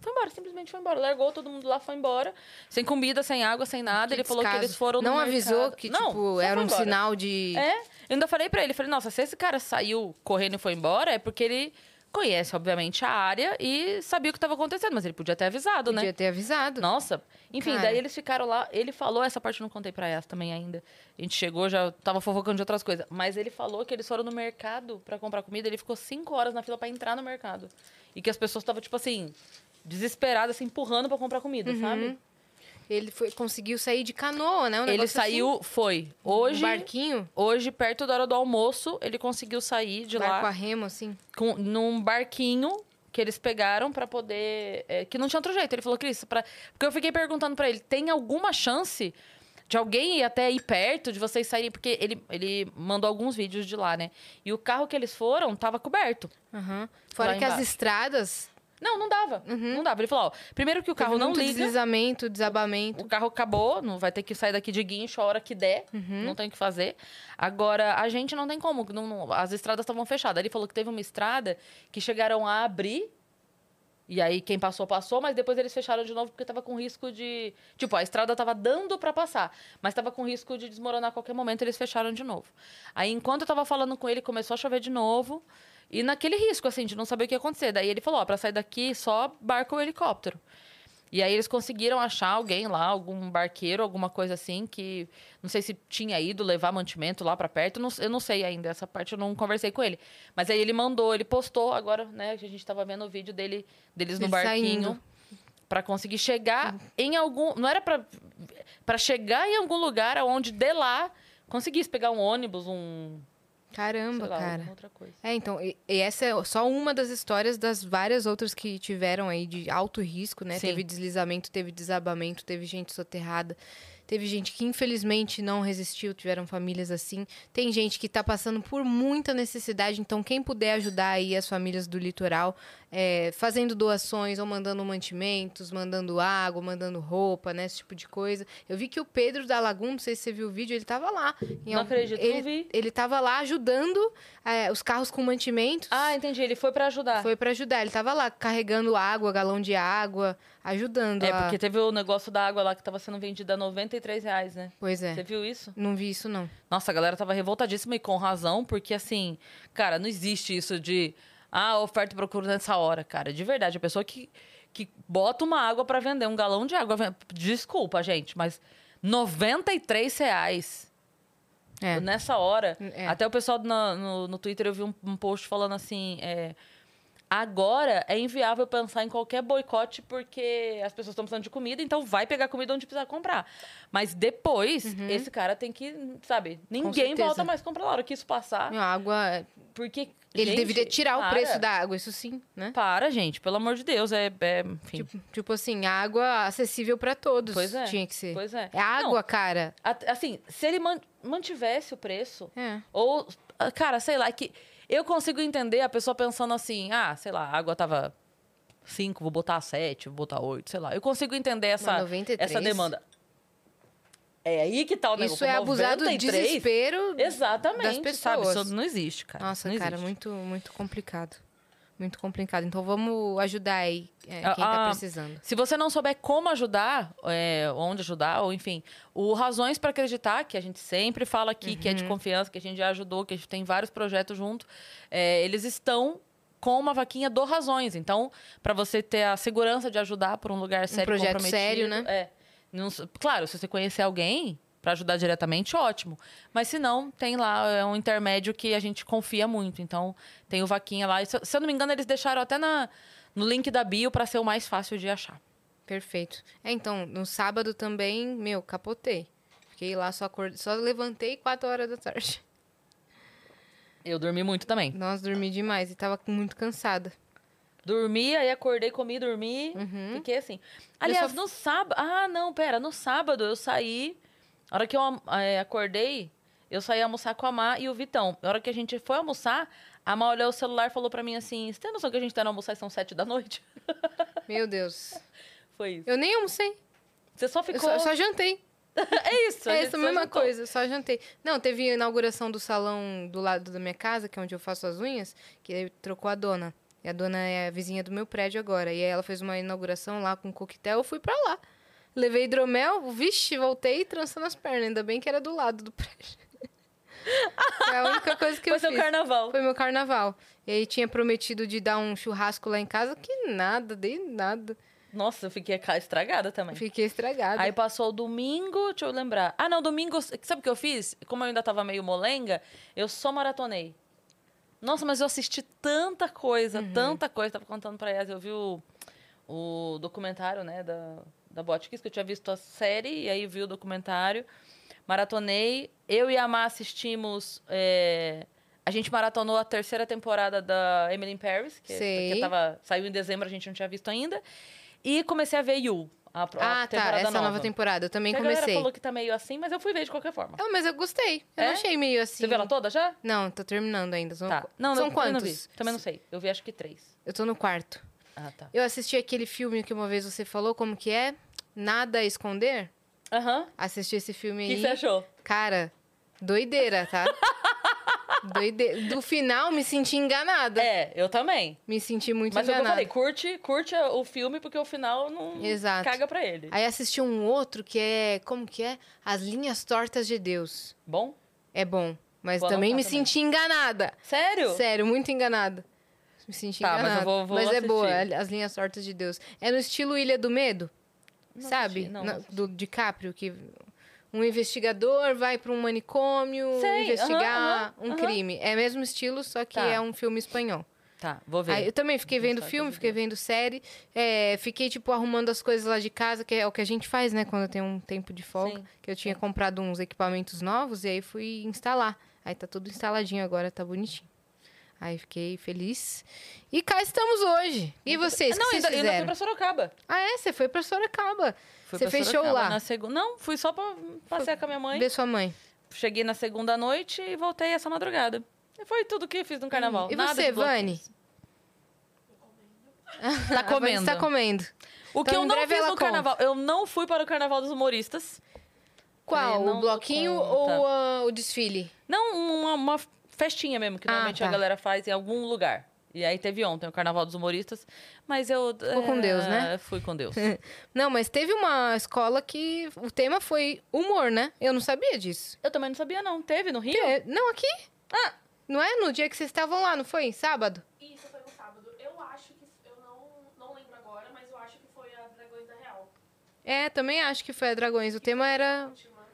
[SPEAKER 1] Foi embora, simplesmente foi embora. Largou todo mundo lá, foi embora. Sem comida, sem água, sem nada.
[SPEAKER 2] Que
[SPEAKER 1] ele falou que
[SPEAKER 2] descaso.
[SPEAKER 1] eles foram no
[SPEAKER 2] Não avisou
[SPEAKER 1] mercado.
[SPEAKER 2] que,
[SPEAKER 1] Não,
[SPEAKER 2] tipo,
[SPEAKER 1] só
[SPEAKER 2] era
[SPEAKER 1] foi
[SPEAKER 2] um
[SPEAKER 1] embora.
[SPEAKER 2] sinal de...
[SPEAKER 1] É, eu ainda falei pra ele, falei, nossa, se esse cara saiu correndo e foi embora, é porque ele conhece, obviamente, a área e sabia o que estava acontecendo, mas ele podia ter avisado, né?
[SPEAKER 2] Podia ter avisado.
[SPEAKER 1] Nossa. Enfim,
[SPEAKER 2] Cara.
[SPEAKER 1] daí eles ficaram lá. Ele falou, essa parte eu não contei pra ela também ainda. A gente chegou, já tava fofocando de outras coisas. Mas ele falou que eles foram no mercado pra comprar comida. Ele ficou cinco horas na fila pra entrar no mercado. E que as pessoas estavam, tipo assim, desesperadas, se empurrando pra comprar comida,
[SPEAKER 2] Uhum.
[SPEAKER 1] sabe?
[SPEAKER 2] Ele foi, conseguiu sair de canoa, né? Um
[SPEAKER 1] ele
[SPEAKER 2] negócio assim.
[SPEAKER 1] saiu, foi.
[SPEAKER 2] Um
[SPEAKER 1] Hoje,
[SPEAKER 2] barquinho,
[SPEAKER 1] hoje, perto da hora do almoço, ele conseguiu sair de
[SPEAKER 2] barco a
[SPEAKER 1] lá
[SPEAKER 2] remo, assim.
[SPEAKER 1] com, num barquinho que eles pegaram pra poder. é, que não tinha outro jeito. Ele falou, Cris, pra... porque eu fiquei perguntando pra ele: tem alguma chance de alguém ir até aí perto, de vocês saírem? Porque ele, ele mandou alguns vídeos de lá, né? E o carro que eles foram tava coberto.
[SPEAKER 2] Aham. Fora
[SPEAKER 1] Lá
[SPEAKER 2] que as
[SPEAKER 1] embaixo.
[SPEAKER 2] estradas,
[SPEAKER 1] Não, não dava. Não dava. Ele falou: ó, primeiro que o carro
[SPEAKER 2] Uhum. teve
[SPEAKER 1] não
[SPEAKER 2] muito
[SPEAKER 1] liga.
[SPEAKER 2] deslizamento, desabamento.
[SPEAKER 1] O carro acabou, não vai ter que sair daqui de guincho a hora que der, não tem o que fazer. Agora, a gente não tem como, não- não- as estradas estavam fechadas. Ele falou que teve uma estrada que chegaram a abrir, e aí quem passou, passou, mas depois eles fecharam de novo porque tava com risco de. Tipo, a estrada tava dando para passar, mas tava com risco de desmoronar a qualquer momento, eles fecharam de novo. Aí, enquanto eu tava falando com ele, começou a chover de novo. E naquele risco, assim, de não saber o que ia acontecer. Daí ele falou, ó, pra sair daqui, só barco ou helicóptero. E aí eles conseguiram achar alguém lá, algum barqueiro, alguma coisa assim, que não sei se tinha ido levar mantimento lá pra perto, não- eu não sei ainda, essa parte eu não conversei com ele. Mas aí ele mandou, ele postou agora, né, que a gente tava vendo o vídeo dele deles no
[SPEAKER 2] Ele
[SPEAKER 1] barquinho
[SPEAKER 2] saindo.
[SPEAKER 1] Pra conseguir chegar em algum, não era pra para chegar em algum lugar aonde de lá conseguisse pegar um ônibus, um, sei
[SPEAKER 2] Caramba,
[SPEAKER 1] lá,
[SPEAKER 2] cara.
[SPEAKER 1] alguma outra coisa.
[SPEAKER 2] É, então, e, e essa é só uma das histórias das várias outras que tiveram aí de alto risco, né?
[SPEAKER 1] Sim.
[SPEAKER 2] Teve deslizamento, teve desabamento, teve gente soterrada, teve gente que infelizmente não resistiu, tiveram famílias assim. Tem gente que tá passando por muita necessidade, então quem puder ajudar aí as famílias do litoral, é, fazendo doações ou mandando mantimentos, mandando água, mandando roupa, né? Esse tipo de coisa. Eu vi que o Pedro da Laguna, não sei se você viu o vídeo, ele tava lá. em
[SPEAKER 1] Não
[SPEAKER 2] algum-
[SPEAKER 1] acredito, não
[SPEAKER 2] ele
[SPEAKER 1] vi.
[SPEAKER 2] ele tava lá ajudando é, os carros com mantimentos.
[SPEAKER 1] Ah, entendi, ele foi pra ajudar.
[SPEAKER 2] Foi pra ajudar. Ele tava lá carregando água, galão de água, ajudando.
[SPEAKER 1] É,
[SPEAKER 2] a-
[SPEAKER 1] porque teve o negócio da água lá que tava sendo vendida a 93 reais, né?
[SPEAKER 2] Pois é.
[SPEAKER 1] Você viu isso?
[SPEAKER 2] Não vi isso, não.
[SPEAKER 1] Nossa, a galera tava revoltadíssima e com razão, porque assim, cara, não existe isso de ah, oferta e procura nessa hora, cara. De verdade, a pessoa que, que bota uma água pra vender, um galão de água. ven- Desculpa, gente, mas 93 reais
[SPEAKER 2] É.
[SPEAKER 1] nessa hora.
[SPEAKER 2] É.
[SPEAKER 1] Até o pessoal na- no, no Twitter eu vi um, um post falando assim. é, Agora é inviável pensar em qualquer boicote porque as pessoas estão precisando de comida, então vai pegar comida onde precisar comprar. Mas depois, esse cara tem que, sabe, ninguém
[SPEAKER 2] Uhum. certeza.
[SPEAKER 1] volta mais a comprar na hora que isso passar.
[SPEAKER 2] Meu, a água.
[SPEAKER 1] Porque,
[SPEAKER 2] Ele
[SPEAKER 1] Ah. Gente,
[SPEAKER 2] deveria tirar o
[SPEAKER 1] para.
[SPEAKER 2] preço da água, isso sim, né?
[SPEAKER 1] Para, gente, pelo amor de Deus. É, é, enfim.
[SPEAKER 2] Tipo, tipo assim, água acessível pra todos.
[SPEAKER 1] Pois é.
[SPEAKER 2] Tinha que ser.
[SPEAKER 1] Pois é.
[SPEAKER 2] É água, cara.
[SPEAKER 1] At- Assim, se ele man- mantivesse o preço,
[SPEAKER 2] É.
[SPEAKER 1] ou. ah, Cara, sei lá, é que eu consigo entender a pessoa pensando assim: ah, sei lá, a água tava 5, vou botar 7, vou botar 8, sei lá. Eu consigo entender essa,
[SPEAKER 2] Mas 93?
[SPEAKER 1] essa demanda. É aí que tá o negócio.
[SPEAKER 2] Isso é abusar do
[SPEAKER 1] 93?
[SPEAKER 2] desespero.
[SPEAKER 1] Exatamente,
[SPEAKER 2] das
[SPEAKER 1] sabe?
[SPEAKER 2] pessoas.
[SPEAKER 1] Isso não existe, cara.
[SPEAKER 2] Nossa,
[SPEAKER 1] Não
[SPEAKER 2] cara,
[SPEAKER 1] existe.
[SPEAKER 2] muito, muito complicado. Muito complicado. Então vamos ajudar aí é, quem
[SPEAKER 1] Ah,
[SPEAKER 2] tá
[SPEAKER 1] ah,
[SPEAKER 2] precisando.
[SPEAKER 1] Se você não souber como ajudar, é, onde ajudar, ou enfim, o Razões para Acreditar, que a gente sempre fala aqui, que é de confiança, que a gente já ajudou, que a gente tem vários projetos junto, é, eles estão com uma vaquinha do Razões. Então, para você ter a segurança de ajudar por um lugar sério,
[SPEAKER 2] projeto
[SPEAKER 1] comprometido,
[SPEAKER 2] sério, né?
[SPEAKER 1] É. Não s- claro, se você conhecer alguém para ajudar diretamente, ótimo. Mas se não, tem lá é um intermédio que a gente confia muito. Então, tem o vaquinha lá. E se, se eu não me engano, eles deixaram até na, no link da bio para ser o mais fácil de achar.
[SPEAKER 2] Perfeito. É, então, no sábado também, meu, capotei. Fiquei lá, só, acorde... só levantei 4 horas da tarde. [LAUGHS]
[SPEAKER 1] Eu dormi muito também.
[SPEAKER 2] Nossa, dormi demais e tava muito cansada.
[SPEAKER 1] Dormi, aí acordei, comi, dormi.
[SPEAKER 2] Uhum.
[SPEAKER 1] Fiquei assim. Aliás, no sábado. Ah, não, pera. No sábado eu saí. A hora que eu am- eh, acordei, eu saí almoçar com a Má e o Vitão. A hora que a gente foi almoçar, a Má olhou o celular e falou pra mim assim: Você tem noção que a gente tá no almoçar e são sete da noite? [LAUGHS]
[SPEAKER 2] Meu Deus.
[SPEAKER 1] Foi isso.
[SPEAKER 2] Eu nem almocei.
[SPEAKER 1] Você só
[SPEAKER 2] Eu
[SPEAKER 1] ficou.
[SPEAKER 2] só, só jantei.
[SPEAKER 1] É isso. a
[SPEAKER 2] É
[SPEAKER 1] gente
[SPEAKER 2] essa
[SPEAKER 1] só
[SPEAKER 2] mesma
[SPEAKER 1] juntou.
[SPEAKER 2] coisa, só jantei. Não, teve a inauguração do salão do lado da minha casa, que é onde eu faço as unhas, que aí trocou a dona. E a dona é a vizinha do meu prédio agora. E aí ela fez uma inauguração lá com coquetel, eu fui pra lá. Levei hidromel, vixe, voltei trançando as pernas. Ainda bem que era do lado do [LAUGHS] prédio. Foi a única coisa que
[SPEAKER 1] Foi
[SPEAKER 2] eu
[SPEAKER 1] seu
[SPEAKER 2] fiz.
[SPEAKER 1] carnaval.
[SPEAKER 2] Foi meu carnaval. E aí tinha prometido de dar um churrasco lá em casa, que nada, dei nada.
[SPEAKER 1] Nossa, eu fiquei ca- estragada também.
[SPEAKER 2] Fiquei estragada.
[SPEAKER 1] Aí passou o domingo, deixa eu lembrar. Ah, não, domingo. Sabe o que eu fiz? Como eu ainda tava meio molenga, eu só maratonei. Nossa, mas eu assisti tanta coisa, tanta coisa. Tava contando pra Yas, eu vi o, o documentário, né, da, da Botkiss, que eu tinha visto a série, e aí vi o documentário. Maratonei. Eu e a Má assistimos. é, a gente maratonou a terceira temporada da Emily in Paris, que,
[SPEAKER 2] Sei.
[SPEAKER 1] porque tava, saiu em dezembro, a gente não tinha visto ainda. E comecei a ver You, a, pro- a
[SPEAKER 2] ah, tá,
[SPEAKER 1] temporada
[SPEAKER 2] essa nova,
[SPEAKER 1] nova
[SPEAKER 2] temporada. Eu também
[SPEAKER 1] que A
[SPEAKER 2] comecei.
[SPEAKER 1] galera falou que tá meio assim, mas eu fui ver de qualquer forma.
[SPEAKER 2] Ah, mas eu gostei. Eu
[SPEAKER 1] É?
[SPEAKER 2] não achei meio assim.
[SPEAKER 1] Você viu ela toda já?
[SPEAKER 2] Não, tô terminando ainda. São,
[SPEAKER 1] Tá. Não,
[SPEAKER 2] São
[SPEAKER 1] eu, também não vi.
[SPEAKER 2] quantos?
[SPEAKER 1] Também não sei. Eu vi acho que três.
[SPEAKER 2] Eu tô no quarto.
[SPEAKER 1] Ah, tá.
[SPEAKER 2] Eu assisti aquele filme que uma vez você falou, como que é? Nada a esconder?
[SPEAKER 1] Aham.
[SPEAKER 2] Assisti esse filme
[SPEAKER 1] O
[SPEAKER 2] aí.
[SPEAKER 1] que você achou?
[SPEAKER 2] Cara, doideira,
[SPEAKER 1] [LAUGHS]
[SPEAKER 2] tá? doideira. Do final, me senti enganada.
[SPEAKER 1] É, eu também.
[SPEAKER 2] Me senti muito
[SPEAKER 1] Mas foi o que eu
[SPEAKER 2] enganada.
[SPEAKER 1] falei, curte, curte o filme, porque o final não
[SPEAKER 2] Exato.
[SPEAKER 1] caga pra ele.
[SPEAKER 2] Aí assisti um outro que é, como que é? As Linhas Tortas de Deus.
[SPEAKER 1] Bom?
[SPEAKER 2] É bom, mas
[SPEAKER 1] Vou
[SPEAKER 2] também me
[SPEAKER 1] anotar também.
[SPEAKER 2] senti enganada.
[SPEAKER 1] Sério?
[SPEAKER 2] Sério, muito enganada. Me senti
[SPEAKER 1] Tá, mas eu
[SPEAKER 2] enganada.
[SPEAKER 1] vou- vou
[SPEAKER 2] Mas é
[SPEAKER 1] assistir.
[SPEAKER 2] boa, as linhas tortas de Deus. É no estilo Ilha do Medo,
[SPEAKER 1] Não
[SPEAKER 2] sabe?
[SPEAKER 1] assisti, não,
[SPEAKER 2] Na-
[SPEAKER 1] não assisti.
[SPEAKER 2] do DiCaprio, que um investigador vai pra um manicômio
[SPEAKER 1] Sei,
[SPEAKER 2] investigar
[SPEAKER 1] aham, aham,
[SPEAKER 2] um
[SPEAKER 1] aham.
[SPEAKER 2] crime. É mesmo estilo, só que
[SPEAKER 1] Tá.
[SPEAKER 2] é um filme espanhol.
[SPEAKER 1] Tá, vou ver.
[SPEAKER 2] Aí eu também fiquei
[SPEAKER 1] Linhas
[SPEAKER 2] vendo
[SPEAKER 1] Tortas
[SPEAKER 2] filme,
[SPEAKER 1] de
[SPEAKER 2] fiquei vendo série. é, fiquei, tipo, arrumando as coisas lá de casa, que é o que a gente faz, né? Quando tem um tempo de folga.
[SPEAKER 1] Sim,
[SPEAKER 2] que eu tinha comprado uns equipamentos novos e aí fui instalar. Aí tá tudo instaladinho agora, tá bonitinho. Aí fiquei feliz. E cá estamos hoje. E vocês, o que
[SPEAKER 1] Ah, não,
[SPEAKER 2] vocês
[SPEAKER 1] ainda, ainda fui
[SPEAKER 2] fizeram?
[SPEAKER 1] pra Sorocaba.
[SPEAKER 2] Ah, é? Você foi pra Sorocaba.
[SPEAKER 1] Fui
[SPEAKER 2] Você
[SPEAKER 1] pra
[SPEAKER 2] fechou
[SPEAKER 1] Sorocaba
[SPEAKER 2] lá?
[SPEAKER 1] Na segu... Não, fui só pra passear com a minha mãe.
[SPEAKER 2] Ver sua mãe.
[SPEAKER 1] Cheguei na segunda noite e voltei essa madrugada. Foi tudo que eu fiz no carnaval.
[SPEAKER 2] Hum, e
[SPEAKER 1] Tá Nada
[SPEAKER 2] você,
[SPEAKER 1] de bloqueios.
[SPEAKER 2] Vani?
[SPEAKER 1] Tá
[SPEAKER 2] A Vani
[SPEAKER 1] comendo.
[SPEAKER 2] Está comendo.
[SPEAKER 1] O
[SPEAKER 2] Então,
[SPEAKER 1] que eu
[SPEAKER 2] em
[SPEAKER 1] não
[SPEAKER 2] breve
[SPEAKER 1] fiz
[SPEAKER 2] ela
[SPEAKER 1] no carnaval, eu não fui para o carnaval dos humoristas. não
[SPEAKER 2] Qual? o
[SPEAKER 1] dou
[SPEAKER 2] bloquinho
[SPEAKER 1] conta.
[SPEAKER 2] ou ah, o desfile?
[SPEAKER 1] Não uma, uma festinha mesmo, que
[SPEAKER 2] Ah,
[SPEAKER 1] normalmente
[SPEAKER 2] tá.
[SPEAKER 1] a galera faz em algum lugar. E aí teve ontem o carnaval dos humoristas, mas eu. Fui
[SPEAKER 2] com Deus, né?
[SPEAKER 1] Fui com
[SPEAKER 2] [LAUGHS]
[SPEAKER 1] Deus.
[SPEAKER 2] Não, mas teve uma escola que o tema foi humor, né? Eu não sabia disso.
[SPEAKER 1] eu também não sabia, não. Teve no Rio?
[SPEAKER 2] É, Não, aqui?
[SPEAKER 1] Ah.
[SPEAKER 2] Não é no dia que vocês estavam lá, não foi? Sábado?
[SPEAKER 4] Isso foi no sábado. Eu acho que. Eu não, não lembro agora, mas eu acho que foi a Dragões da Real.
[SPEAKER 2] É, também acho que foi a Dragões. O tema era,
[SPEAKER 4] Última.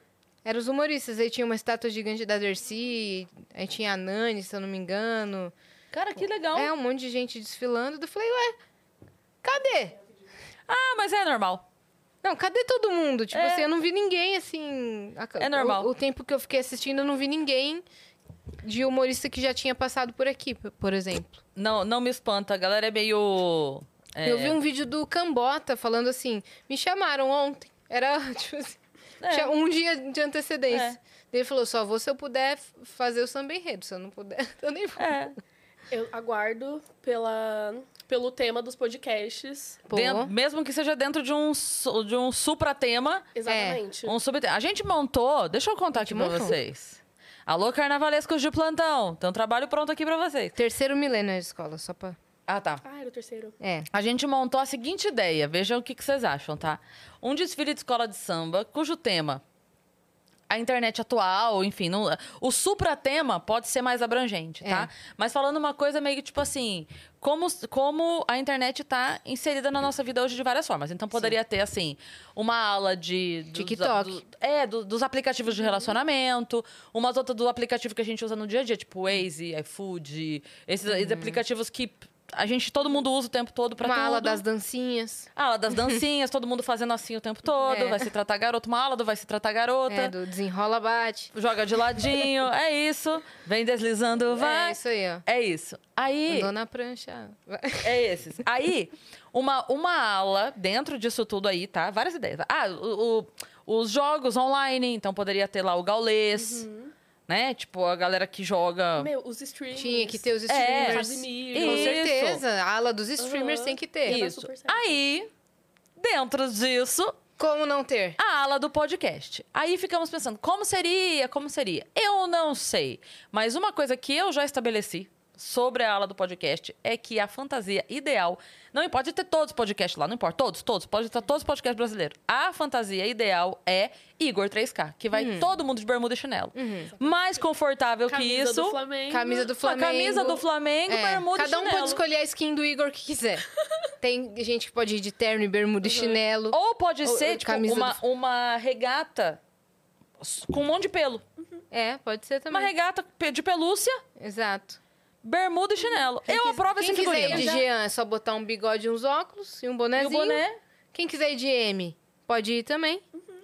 [SPEAKER 2] era os humoristas. Aí tinha uma estátua gigante da Dercy, aí tinha a Nani, se eu não me engano.
[SPEAKER 1] Cara, que legal.
[SPEAKER 2] É, um monte de gente desfilando. Eu falei, ué, cadê?
[SPEAKER 1] Ah, mas é normal.
[SPEAKER 2] Não, cadê todo mundo? Tipo
[SPEAKER 1] É.
[SPEAKER 2] assim, eu não vi ninguém, assim... a-
[SPEAKER 1] É normal.
[SPEAKER 2] O, o tempo que eu fiquei assistindo, eu não vi ninguém de humorista que já tinha passado por aqui, p- por exemplo.
[SPEAKER 1] Não, não me espanta, a galera é meio. é,
[SPEAKER 2] Eu vi um vídeo do Cambota falando assim: me chamaram ontem. Era [LAUGHS] tipo assim,
[SPEAKER 1] É.
[SPEAKER 2] tinha um dia de antecedência.
[SPEAKER 1] É.
[SPEAKER 2] Daí Ele falou: só vou se eu puder f- fazer o samba enredo. Se eu não puder, [LAUGHS] eu nem vou.
[SPEAKER 1] É.
[SPEAKER 5] Eu aguardo pela, pelo tema dos podcasts.
[SPEAKER 2] Pô,
[SPEAKER 1] Den- mesmo que seja dentro de um, su- de um supra-tema,
[SPEAKER 2] É,
[SPEAKER 5] Exatamente.
[SPEAKER 1] um sub A gente montou, deixa eu contar aqui pra
[SPEAKER 2] montou.
[SPEAKER 1] vocês. Alô, carnavalescos de plantão, tem um trabalho pronto aqui pra vocês.
[SPEAKER 2] Terceiro milênio na escola, só pra.
[SPEAKER 1] Ah, tá.
[SPEAKER 5] Ah, era o terceiro.
[SPEAKER 2] É.
[SPEAKER 1] A gente montou a seguinte ideia, vejam o que, que vocês acham, tá? Um desfile de escola de samba, cujo tema a internet atual, enfim, não- o supra-tema pode ser mais abrangente, tá? Mas falando uma coisa meio que tipo assim, como, como a internet tá inserida na nossa vida hoje de várias formas. Então poderia ter, assim, uma aula de. do-
[SPEAKER 2] TikTok.
[SPEAKER 1] do- é, do- dos aplicativos de relacionamento, umas outras do aplicativo que a gente usa no dia a dia, tipo Waze, iFood, esses, esses aplicativos que a gente, todo mundo usa o tempo todo pra
[SPEAKER 2] Uhum. Uma
[SPEAKER 1] tudo.
[SPEAKER 2] ala das dancinhas.
[SPEAKER 1] A aula das dancinhas, todo mundo fazendo assim o tempo todo,
[SPEAKER 2] É.
[SPEAKER 1] vai se tratar garoto, uma aula do vai se tratar garota.
[SPEAKER 2] É, do desenrola bate.
[SPEAKER 1] Joga de
[SPEAKER 2] [LAUGHS]
[SPEAKER 1] ladinho, é isso. Vem deslizando,
[SPEAKER 2] É
[SPEAKER 1] vai.
[SPEAKER 2] isso aí, ó.
[SPEAKER 1] É isso. Aí,
[SPEAKER 2] Andou na prancha. Vai.
[SPEAKER 1] é esses. Aí, uma, uma aula dentro disso tudo aí, tá? Várias ideias. Ah, o- o- os jogos online, então poderia ter lá o gaulês, né? Tipo, a galera que joga...
[SPEAKER 5] Meu, os streams.
[SPEAKER 2] Então. Tinha que ter os
[SPEAKER 1] É.
[SPEAKER 2] streamers.
[SPEAKER 5] Casimiro.
[SPEAKER 2] Com
[SPEAKER 1] Isso.
[SPEAKER 2] certeza. A ala dos streamers
[SPEAKER 5] Aham.
[SPEAKER 2] tem que ter.
[SPEAKER 5] Ia dar
[SPEAKER 1] Isso.
[SPEAKER 5] super certo.
[SPEAKER 1] Aí, dentro disso,
[SPEAKER 2] Como não ter?
[SPEAKER 1] a ala do podcast. Aí ficamos pensando, como seria? Como seria? Eu não sei. Mas uma coisa que eu já estabeleci sobre a ala do podcast é que a fantasia ideal. Não importa pode ter todos os podcasts lá, não importa. Todos, todos. Pode estar todos os podcasts brasileiros. A fantasia ideal é Igor 3K, que vai
[SPEAKER 2] Uhum.
[SPEAKER 1] todo mundo de bermuda e chinelo. Mais confortável que
[SPEAKER 5] Camisa
[SPEAKER 1] isso.
[SPEAKER 5] do Flamengo.
[SPEAKER 2] Camisa do Flamengo.
[SPEAKER 1] A camisa do Flamengo,
[SPEAKER 2] É,
[SPEAKER 1] bermuda e
[SPEAKER 2] Cada um
[SPEAKER 1] chinelo.
[SPEAKER 2] pode escolher a skin do Igor
[SPEAKER 1] [LAUGHS]
[SPEAKER 2] que quiser. Tem gente que pode ir de terno e bermuda e chinelo.
[SPEAKER 1] Ou pode
[SPEAKER 2] Ou-
[SPEAKER 1] ser,
[SPEAKER 2] ou
[SPEAKER 1] tipo,
[SPEAKER 2] camisa
[SPEAKER 1] uma,
[SPEAKER 2] do-
[SPEAKER 1] uma regata com um monte de pelo.
[SPEAKER 2] É, pode ser
[SPEAKER 1] Uma
[SPEAKER 2] também.
[SPEAKER 1] regata pe- de pelúcia,
[SPEAKER 2] Exato.
[SPEAKER 1] bermuda e chinelo. eu aprovo
[SPEAKER 2] Quem
[SPEAKER 1] esse
[SPEAKER 2] quiser ir
[SPEAKER 1] figurino.
[SPEAKER 2] de Jean, é só botar um bigode e uns óculos e um
[SPEAKER 1] né? E o
[SPEAKER 2] bonézinho.
[SPEAKER 1] boné.
[SPEAKER 2] Quem quiser ir de M, pode ir também.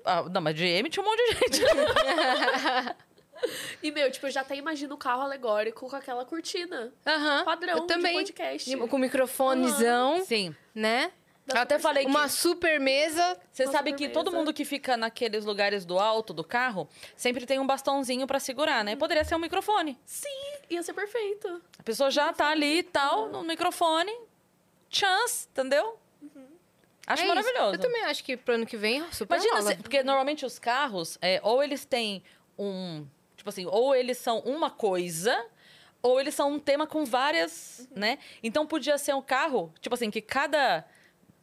[SPEAKER 1] Ah, não, mas de M tinha um monte de [LAUGHS] gente.
[SPEAKER 5] E, meu, tipo, eu já até imagino o carro alegórico com aquela cortina.
[SPEAKER 2] Aham.
[SPEAKER 5] Padrão
[SPEAKER 2] eu também.
[SPEAKER 5] de podcast.
[SPEAKER 2] De- Com microfonezão,
[SPEAKER 1] Sim.
[SPEAKER 2] né?
[SPEAKER 1] Eu até falei que.
[SPEAKER 2] Uma super mesa.
[SPEAKER 1] Você
[SPEAKER 5] Nossa,
[SPEAKER 1] sabe que todo
[SPEAKER 5] beleza.
[SPEAKER 1] mundo que fica naqueles lugares do alto do carro sempre tem um bastãozinho pra segurar, né? Poderia ser um microfone.
[SPEAKER 5] Ia ser perfeito.
[SPEAKER 1] A pessoa já tá ali e tal, no microfone. Chance, entendeu? Acho
[SPEAKER 2] É isso.
[SPEAKER 1] maravilhoso.
[SPEAKER 2] Eu também acho que pro ano que vem, super
[SPEAKER 1] Imagina,
[SPEAKER 2] rola.
[SPEAKER 1] se- porque normalmente os carros, é, ou eles têm um. Tipo assim, ou eles são uma coisa, ou eles são um tema com várias,
[SPEAKER 2] Uhum.
[SPEAKER 1] né? Então podia ser um carro, tipo assim, que cada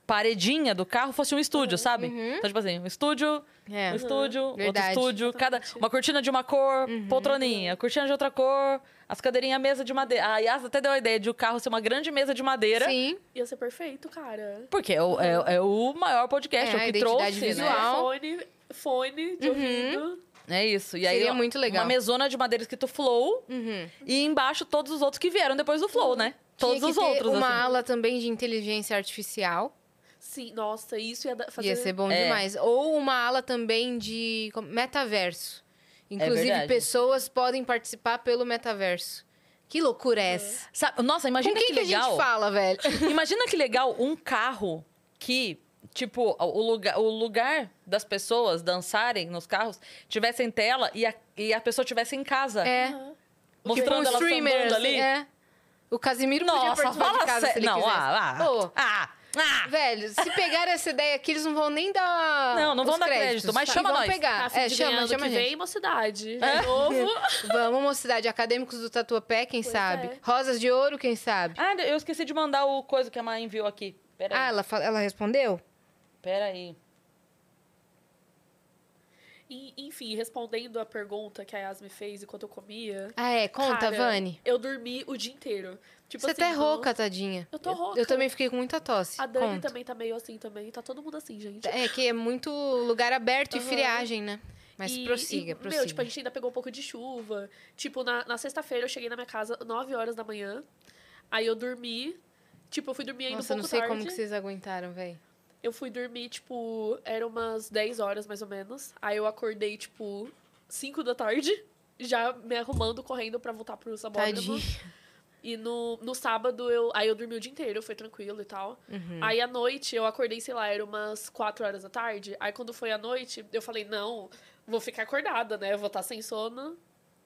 [SPEAKER 1] paredinha do carro fosse um estúdio, sabe? Então, tipo assim, um estúdio,
[SPEAKER 2] Uhum. É.
[SPEAKER 1] um estúdio,
[SPEAKER 2] Verdade. Uhum.
[SPEAKER 1] outro estúdio, cada, uma cortina de uma cor, poltroninha, cortina de outra cor, as cadeirinhas, mesa de madeira. A Yas até deu a ideia de o carro ser uma grande mesa de madeira.
[SPEAKER 2] Sim.
[SPEAKER 5] Ia ser perfeito, cara.
[SPEAKER 1] Porque é o, é- é o maior podcast,
[SPEAKER 2] É,
[SPEAKER 1] é
[SPEAKER 2] a
[SPEAKER 1] o que trouxe.
[SPEAKER 2] identidade
[SPEAKER 1] né?
[SPEAKER 2] visual.
[SPEAKER 5] Fone, fone
[SPEAKER 2] Uhum.
[SPEAKER 5] de ouvido.
[SPEAKER 1] É isso. E aí,
[SPEAKER 2] Seria
[SPEAKER 1] ó,
[SPEAKER 2] muito legal.
[SPEAKER 1] Uma mesona de madeira escrito Flow. E embaixo todos os outros que vieram depois do Flow, né? Uhum. Todos
[SPEAKER 2] Tinha que
[SPEAKER 1] os
[SPEAKER 2] ter
[SPEAKER 1] outros.
[SPEAKER 2] Uma
[SPEAKER 1] assim.
[SPEAKER 2] ala também de inteligência artificial.
[SPEAKER 5] Sim, nossa, isso ia da- fazer...
[SPEAKER 2] Ia ser bom
[SPEAKER 1] É.
[SPEAKER 2] demais. Ou uma ala também de como- metaverso. Inclusive,
[SPEAKER 1] verdade.
[SPEAKER 2] pessoas podem participar pelo metaverso. Que loucura é essa?
[SPEAKER 1] Sabe- Nossa, Uhum. imagina
[SPEAKER 2] Com quem
[SPEAKER 1] que
[SPEAKER 2] que a
[SPEAKER 1] legal.
[SPEAKER 2] gente
[SPEAKER 1] [LAUGHS]
[SPEAKER 2] fala, [LAUGHS] velho?
[SPEAKER 1] imagina que legal um carro que, tipo, o lugar, o lugar das pessoas dançarem nos carros tivesse em tela e a, e a pessoa tivesse em casa.
[SPEAKER 2] É.
[SPEAKER 1] Mostrando
[SPEAKER 2] tipo,
[SPEAKER 1] ela
[SPEAKER 2] streamer,
[SPEAKER 1] sambando
[SPEAKER 2] assim,
[SPEAKER 1] ali.
[SPEAKER 2] é. O Casimiro podia
[SPEAKER 1] Nossa,
[SPEAKER 2] participar
[SPEAKER 1] fala
[SPEAKER 2] de casa se
[SPEAKER 1] sério.
[SPEAKER 2] ele
[SPEAKER 1] Não,
[SPEAKER 2] quisesse.
[SPEAKER 1] ah, ah,
[SPEAKER 2] Ô,
[SPEAKER 1] ah, ah.
[SPEAKER 2] Velho, se pegar essa ideia aqui, eles não vão nem dar.
[SPEAKER 1] Não, não
[SPEAKER 2] os
[SPEAKER 1] vão dar
[SPEAKER 2] créditos.
[SPEAKER 1] crédito, mas
[SPEAKER 2] E
[SPEAKER 1] chama
[SPEAKER 2] vão
[SPEAKER 1] nós.
[SPEAKER 5] A
[SPEAKER 2] pegar.
[SPEAKER 5] fim
[SPEAKER 2] É,
[SPEAKER 5] Tá de ganhar
[SPEAKER 2] chama,
[SPEAKER 5] ano
[SPEAKER 2] chama a
[SPEAKER 5] que
[SPEAKER 2] gente. É.
[SPEAKER 5] vem, mocidade. De
[SPEAKER 2] [LAUGHS]
[SPEAKER 5] novo.
[SPEAKER 2] Vamos, mocidade. Acadêmicos do Tatuapé, quem
[SPEAKER 5] Pois
[SPEAKER 2] sabe?
[SPEAKER 5] é.
[SPEAKER 2] Rosas de ouro, quem sabe?
[SPEAKER 1] Ah, eu esqueci de mandar o coisa que a mãe enviou aqui. Peraí.
[SPEAKER 2] Ah, ela, fala- ela respondeu?
[SPEAKER 1] Peraí.
[SPEAKER 5] E, enfim, respondendo a pergunta que a Yas me fez enquanto eu comia...
[SPEAKER 2] Ah, é. Conta,
[SPEAKER 5] cara,
[SPEAKER 2] Vani.
[SPEAKER 5] Eu dormi o dia inteiro. Tipo
[SPEAKER 2] Você
[SPEAKER 5] assim,
[SPEAKER 2] tá
[SPEAKER 5] do-
[SPEAKER 2] rouca, tadinha.
[SPEAKER 5] Eu tô rouca.
[SPEAKER 2] Eu também fiquei com muita tosse.
[SPEAKER 5] A Dani
[SPEAKER 2] Conta.
[SPEAKER 5] também tá meio assim também. Tá todo mundo assim, gente.
[SPEAKER 2] É que é muito lugar aberto e
[SPEAKER 5] Aham.
[SPEAKER 2] friagem, né? Mas
[SPEAKER 5] E-
[SPEAKER 2] prossiga,
[SPEAKER 5] e,
[SPEAKER 2] prossiga.
[SPEAKER 5] Meu, tipo, a gente ainda pegou um pouco de chuva. Tipo, na, na sexta-feira eu cheguei na minha casa 9 horas da manhã. Aí eu dormi. Tipo, eu fui dormir ainda um
[SPEAKER 2] Nossa, eu
[SPEAKER 5] pouco
[SPEAKER 2] não sei
[SPEAKER 5] tarde.
[SPEAKER 2] como que vocês aguentaram, velho.
[SPEAKER 5] Eu fui dormir, tipo, era umas 10 horas mais ou menos. Aí eu acordei, tipo, 5 da tarde. [LAUGHS] já me arrumando, correndo pra voltar pro
[SPEAKER 2] Tadinho.
[SPEAKER 5] sabódromo. E no, no sábado, eu, aí eu dormi o dia inteiro, foi tranquilo e tal. Aí à noite, eu acordei, sei lá, era umas 4 horas da tarde. Aí quando foi à noite, eu falei, não, vou ficar acordada, né? Eu vou estar sem sono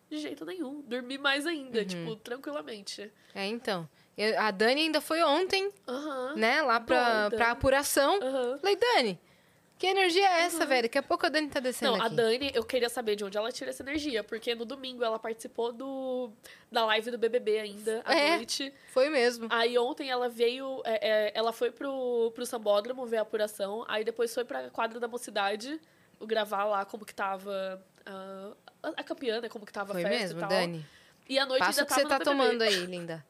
[SPEAKER 5] de jeito nenhum. Dormi mais ainda, tipo, tranquilamente.
[SPEAKER 2] É, então. Eu- a Dani ainda foi ontem,
[SPEAKER 5] Aham,
[SPEAKER 2] né? Lá pra,
[SPEAKER 5] doida.
[SPEAKER 2] pra apuração.
[SPEAKER 5] aham.
[SPEAKER 2] Falei, Dani, que energia é essa, velho? Daqui a pouco a Dani tá descendo
[SPEAKER 5] Uhum. Não, a
[SPEAKER 2] aqui.
[SPEAKER 5] Dani, eu queria saber de onde ela tira essa energia, porque no domingo ela participou do da live do BBB ainda, à
[SPEAKER 2] É.
[SPEAKER 5] noite.
[SPEAKER 2] Foi mesmo.
[SPEAKER 5] Aí ontem ela veio, é, é, ela foi pro, pro sambódromo ver a apuração, aí depois foi pra quadra da mocidade o gravar lá como que tava ah, a, a campeã, né, como que tava
[SPEAKER 2] Foi
[SPEAKER 5] a festa
[SPEAKER 2] mesmo,
[SPEAKER 5] e tal.
[SPEAKER 2] Dani.
[SPEAKER 5] E à noite
[SPEAKER 2] Passa o
[SPEAKER 5] ainda
[SPEAKER 2] que você
[SPEAKER 5] tava
[SPEAKER 2] tá
[SPEAKER 5] no BBB.
[SPEAKER 2] tomando aí, linda.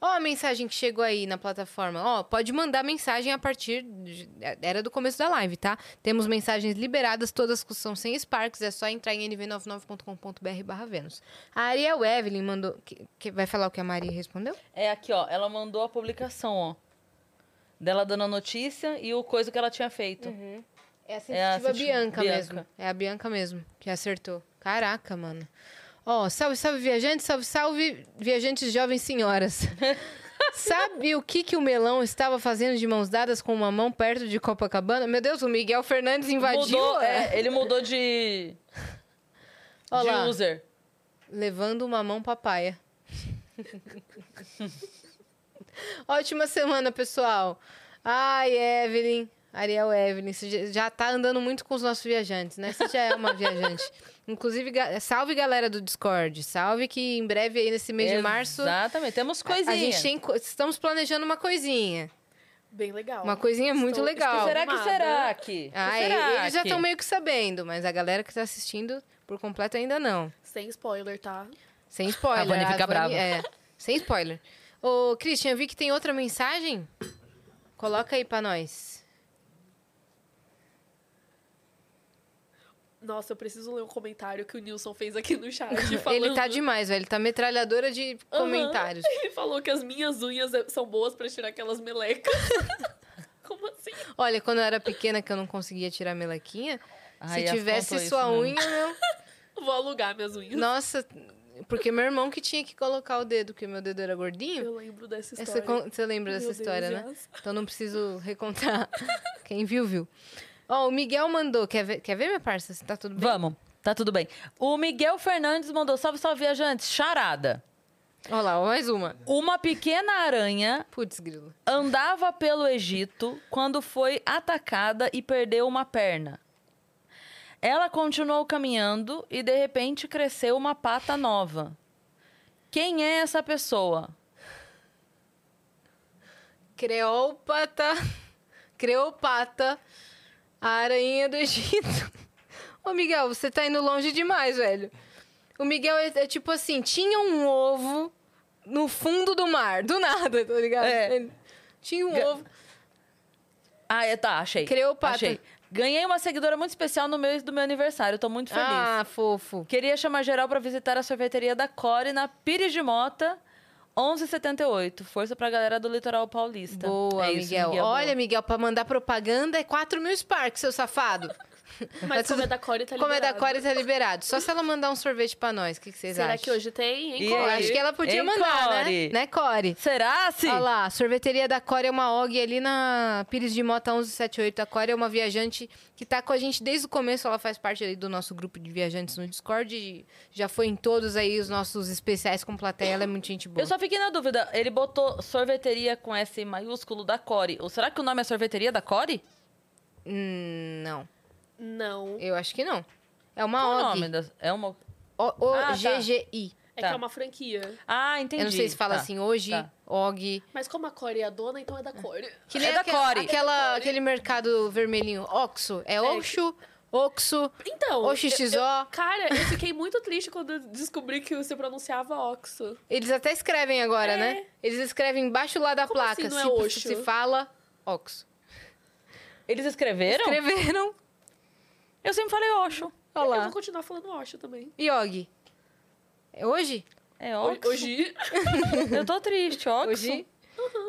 [SPEAKER 2] Ó a mensagem que chegou aí na plataforma. Ó, pode mandar mensagem a partir... de- Era do começo da live, tá? Temos mensagens liberadas, todas que são sem Sparks. É só entrar em nv99.com.br barra Vênus. A Ariel Evelyn mandou... que- que- vai falar o que a Maria respondeu?
[SPEAKER 1] É aqui, ó. Ela mandou a publicação, ó. Dela dando a notícia e o coisa que ela tinha feito.
[SPEAKER 2] É
[SPEAKER 1] É
[SPEAKER 2] a
[SPEAKER 1] a
[SPEAKER 2] sensitiva
[SPEAKER 1] sensitiva
[SPEAKER 2] Bianca,
[SPEAKER 1] Bianca.
[SPEAKER 2] mesmo. É a Bianca mesmo, que acertou. Caraca, mano. Ó, salve, salve, viajantes, salve, salve, viajantes jovens senhoras. Sabe o que, que o melão estava fazendo de mãos dadas com uma mão perto de Copacabana? Meu Deus, o Miguel Fernandes invadiu.
[SPEAKER 1] Mudou,
[SPEAKER 2] a-
[SPEAKER 1] é, ele mudou
[SPEAKER 2] [LAUGHS]
[SPEAKER 1] de.
[SPEAKER 2] Ó
[SPEAKER 1] de
[SPEAKER 2] lá.
[SPEAKER 1] user.
[SPEAKER 2] Levando uma mão papaya. [LAUGHS] Ótima semana, pessoal. Ai, Evelyn. Ariel Evelyn, você já- já tá andando muito com os nossos viajantes, né? Você já é uma viajante. [LAUGHS] Inclusive, ga- salve galera do Discord. Salve que em breve aí nesse mês de março a-
[SPEAKER 1] Exatamente. Temos
[SPEAKER 2] a gente
[SPEAKER 1] coisinhas.
[SPEAKER 2] tem co- estamos planejando uma coisinha.
[SPEAKER 5] Bem legal.
[SPEAKER 2] Uma coisinha muito
[SPEAKER 5] Estou-
[SPEAKER 2] legal.
[SPEAKER 5] estou
[SPEAKER 1] Será que
[SPEAKER 5] arrumada.
[SPEAKER 1] será que?
[SPEAKER 2] Ah,
[SPEAKER 1] será
[SPEAKER 2] eles já
[SPEAKER 1] que?
[SPEAKER 2] estão meio que sabendo, mas a galera que tá assistindo por completo ainda não.
[SPEAKER 5] Sem spoiler, tá?
[SPEAKER 2] Sem spoiler.
[SPEAKER 1] A Vani fica brava.
[SPEAKER 2] É, sem spoiler. Ô, Christian, eu vi que tem outra mensagem. Coloca aí pra nós.
[SPEAKER 5] Nossa, eu preciso ler um comentário que o Nilson fez aqui no
[SPEAKER 2] [LAUGHS]
[SPEAKER 5] chat
[SPEAKER 2] Ele tá
[SPEAKER 5] falando-
[SPEAKER 2] demais, velho. Ele tá metralhadora de
[SPEAKER 5] Aham.
[SPEAKER 2] comentários.
[SPEAKER 5] [LAUGHS] Ele falou que as minhas unhas é, são boas pra tirar aquelas melecas. [LAUGHS] Como assim?
[SPEAKER 2] Olha, quando eu era pequena que eu não conseguia tirar a melequinha,
[SPEAKER 1] Ai,
[SPEAKER 2] se
[SPEAKER 1] ela
[SPEAKER 2] tivesse
[SPEAKER 1] contou
[SPEAKER 2] sua
[SPEAKER 1] isso, né?
[SPEAKER 2] unha,
[SPEAKER 5] [LAUGHS]
[SPEAKER 2] meu...
[SPEAKER 5] Vou alugar minhas unhas.
[SPEAKER 2] Nossa, porque meu irmão que tinha que colocar o dedo, porque meu dedo era gordinho.
[SPEAKER 5] Eu lembro dessa
[SPEAKER 2] Essa
[SPEAKER 5] história.
[SPEAKER 2] con- você lembra
[SPEAKER 5] Meu
[SPEAKER 2] dessa
[SPEAKER 5] Deus, é.
[SPEAKER 2] história, né?
[SPEAKER 5] yes.
[SPEAKER 2] Então não preciso recontar. Quem viu, viu. Ó, o Miguel mandou. Quer ver, quer ver minha parça? Se tá tudo bem?
[SPEAKER 1] Vamos. Tá tudo bem. O Miguel Fernandes mandou salve, salve, viajantes. Charada.
[SPEAKER 2] Ó lá, ó, mais uma.
[SPEAKER 1] Uma pequena aranha
[SPEAKER 2] Putz, grilo.
[SPEAKER 1] andava pelo Egito quando foi atacada e perdeu uma perna. Ela continuou caminhando e de repente cresceu uma pata nova. Quem é essa pessoa?
[SPEAKER 2] Creópata. [LAUGHS] Creopata. A aranha do Egito. [LAUGHS] Ô, Miguel, você tá indo longe demais, velho. O Miguel é, é tipo assim: tinha um ovo no fundo do mar, do nada, tá ligado?
[SPEAKER 1] É.
[SPEAKER 2] Ele- Tinha um
[SPEAKER 1] Ga-
[SPEAKER 2] ovo.
[SPEAKER 1] Ah, é, tá, achei.
[SPEAKER 2] Creopatra.
[SPEAKER 1] Achei. Ganhei uma seguidora muito especial no mês do meu aniversário, tô muito feliz.
[SPEAKER 2] Ah, fofo.
[SPEAKER 1] Queria chamar geral pra visitar a sorveteria da Core na Pires de Mota, 1178. Força pra galera do litoral paulista.
[SPEAKER 2] Boa,
[SPEAKER 1] É isso,
[SPEAKER 2] Miguel. Olha,
[SPEAKER 1] boa.
[SPEAKER 2] Miguel, pra mandar propaganda é 4 mil Sparks, seu safado.
[SPEAKER 5] Mas
[SPEAKER 2] tudo-
[SPEAKER 5] como é da Core, tá
[SPEAKER 2] Como é da
[SPEAKER 5] liberado.
[SPEAKER 2] Core, tá liberado. Só se ela mandar um sorvete pra nós. O que, que vocês
[SPEAKER 5] Será
[SPEAKER 2] acham?
[SPEAKER 5] que hoje tem, hein,
[SPEAKER 1] E
[SPEAKER 5] Core?
[SPEAKER 2] Eu acho que é ela podia
[SPEAKER 1] Hein,
[SPEAKER 2] mandar,
[SPEAKER 1] Core?
[SPEAKER 2] né? Né, Core?
[SPEAKER 1] Será, sim?
[SPEAKER 2] Olha lá, a sorveteria da Core é uma OG ali na Pires de Mota 1178. A Core é uma viajante que tá com a gente desde o começo. Ela faz parte ali do nosso grupo de viajantes no Discord. e Já foi em todos aí os nossos especiais com plateia. Ela é muito gente boa.
[SPEAKER 1] Eu só fiquei na dúvida. Ele botou sorveteria com S maiúsculo da Core. Ou será que o nome é sorveteria da Core?
[SPEAKER 2] Hum, não,
[SPEAKER 5] Não.
[SPEAKER 2] eu acho que não. É uma
[SPEAKER 1] Qual o
[SPEAKER 2] OG.
[SPEAKER 1] nome? Da... É uma...
[SPEAKER 2] O, o
[SPEAKER 1] Ah, tá.
[SPEAKER 2] GGI.
[SPEAKER 5] É
[SPEAKER 1] Tá.
[SPEAKER 5] que é uma franquia.
[SPEAKER 1] Ah, entendi.
[SPEAKER 2] Eu não sei se fala
[SPEAKER 1] Tá.
[SPEAKER 2] assim hoje,
[SPEAKER 1] Tá.
[SPEAKER 2] OG.
[SPEAKER 5] Mas como a Core é a dona, então é da Core.
[SPEAKER 2] Que
[SPEAKER 1] É
[SPEAKER 2] nem
[SPEAKER 1] da
[SPEAKER 2] aquela-
[SPEAKER 1] Core.
[SPEAKER 2] aquela- aquele mercado vermelhinho, Oxo. É Oxo, Oxo,
[SPEAKER 5] Então...
[SPEAKER 2] OXXO.
[SPEAKER 5] eu- eu- Cara, eu fiquei muito triste quando eu descobri que você pronunciava Oxo.
[SPEAKER 2] Eles até escrevem agora,
[SPEAKER 5] É.
[SPEAKER 2] né? Eles escrevem embaixo lá da
[SPEAKER 5] Como
[SPEAKER 2] placa.
[SPEAKER 5] assim não é
[SPEAKER 2] se,
[SPEAKER 5] Oxo?
[SPEAKER 2] se fala Oxo.
[SPEAKER 1] Eles escreveram?
[SPEAKER 2] Escreveram
[SPEAKER 1] Eu sempre falei Oxo.
[SPEAKER 2] Olha
[SPEAKER 5] Eu
[SPEAKER 2] lá.
[SPEAKER 5] vou continuar falando Oxo também.
[SPEAKER 2] Yogi. É hoje?
[SPEAKER 1] É Oxo.
[SPEAKER 5] Hoje...
[SPEAKER 1] Eu tô triste, Oxo.
[SPEAKER 2] Hoje?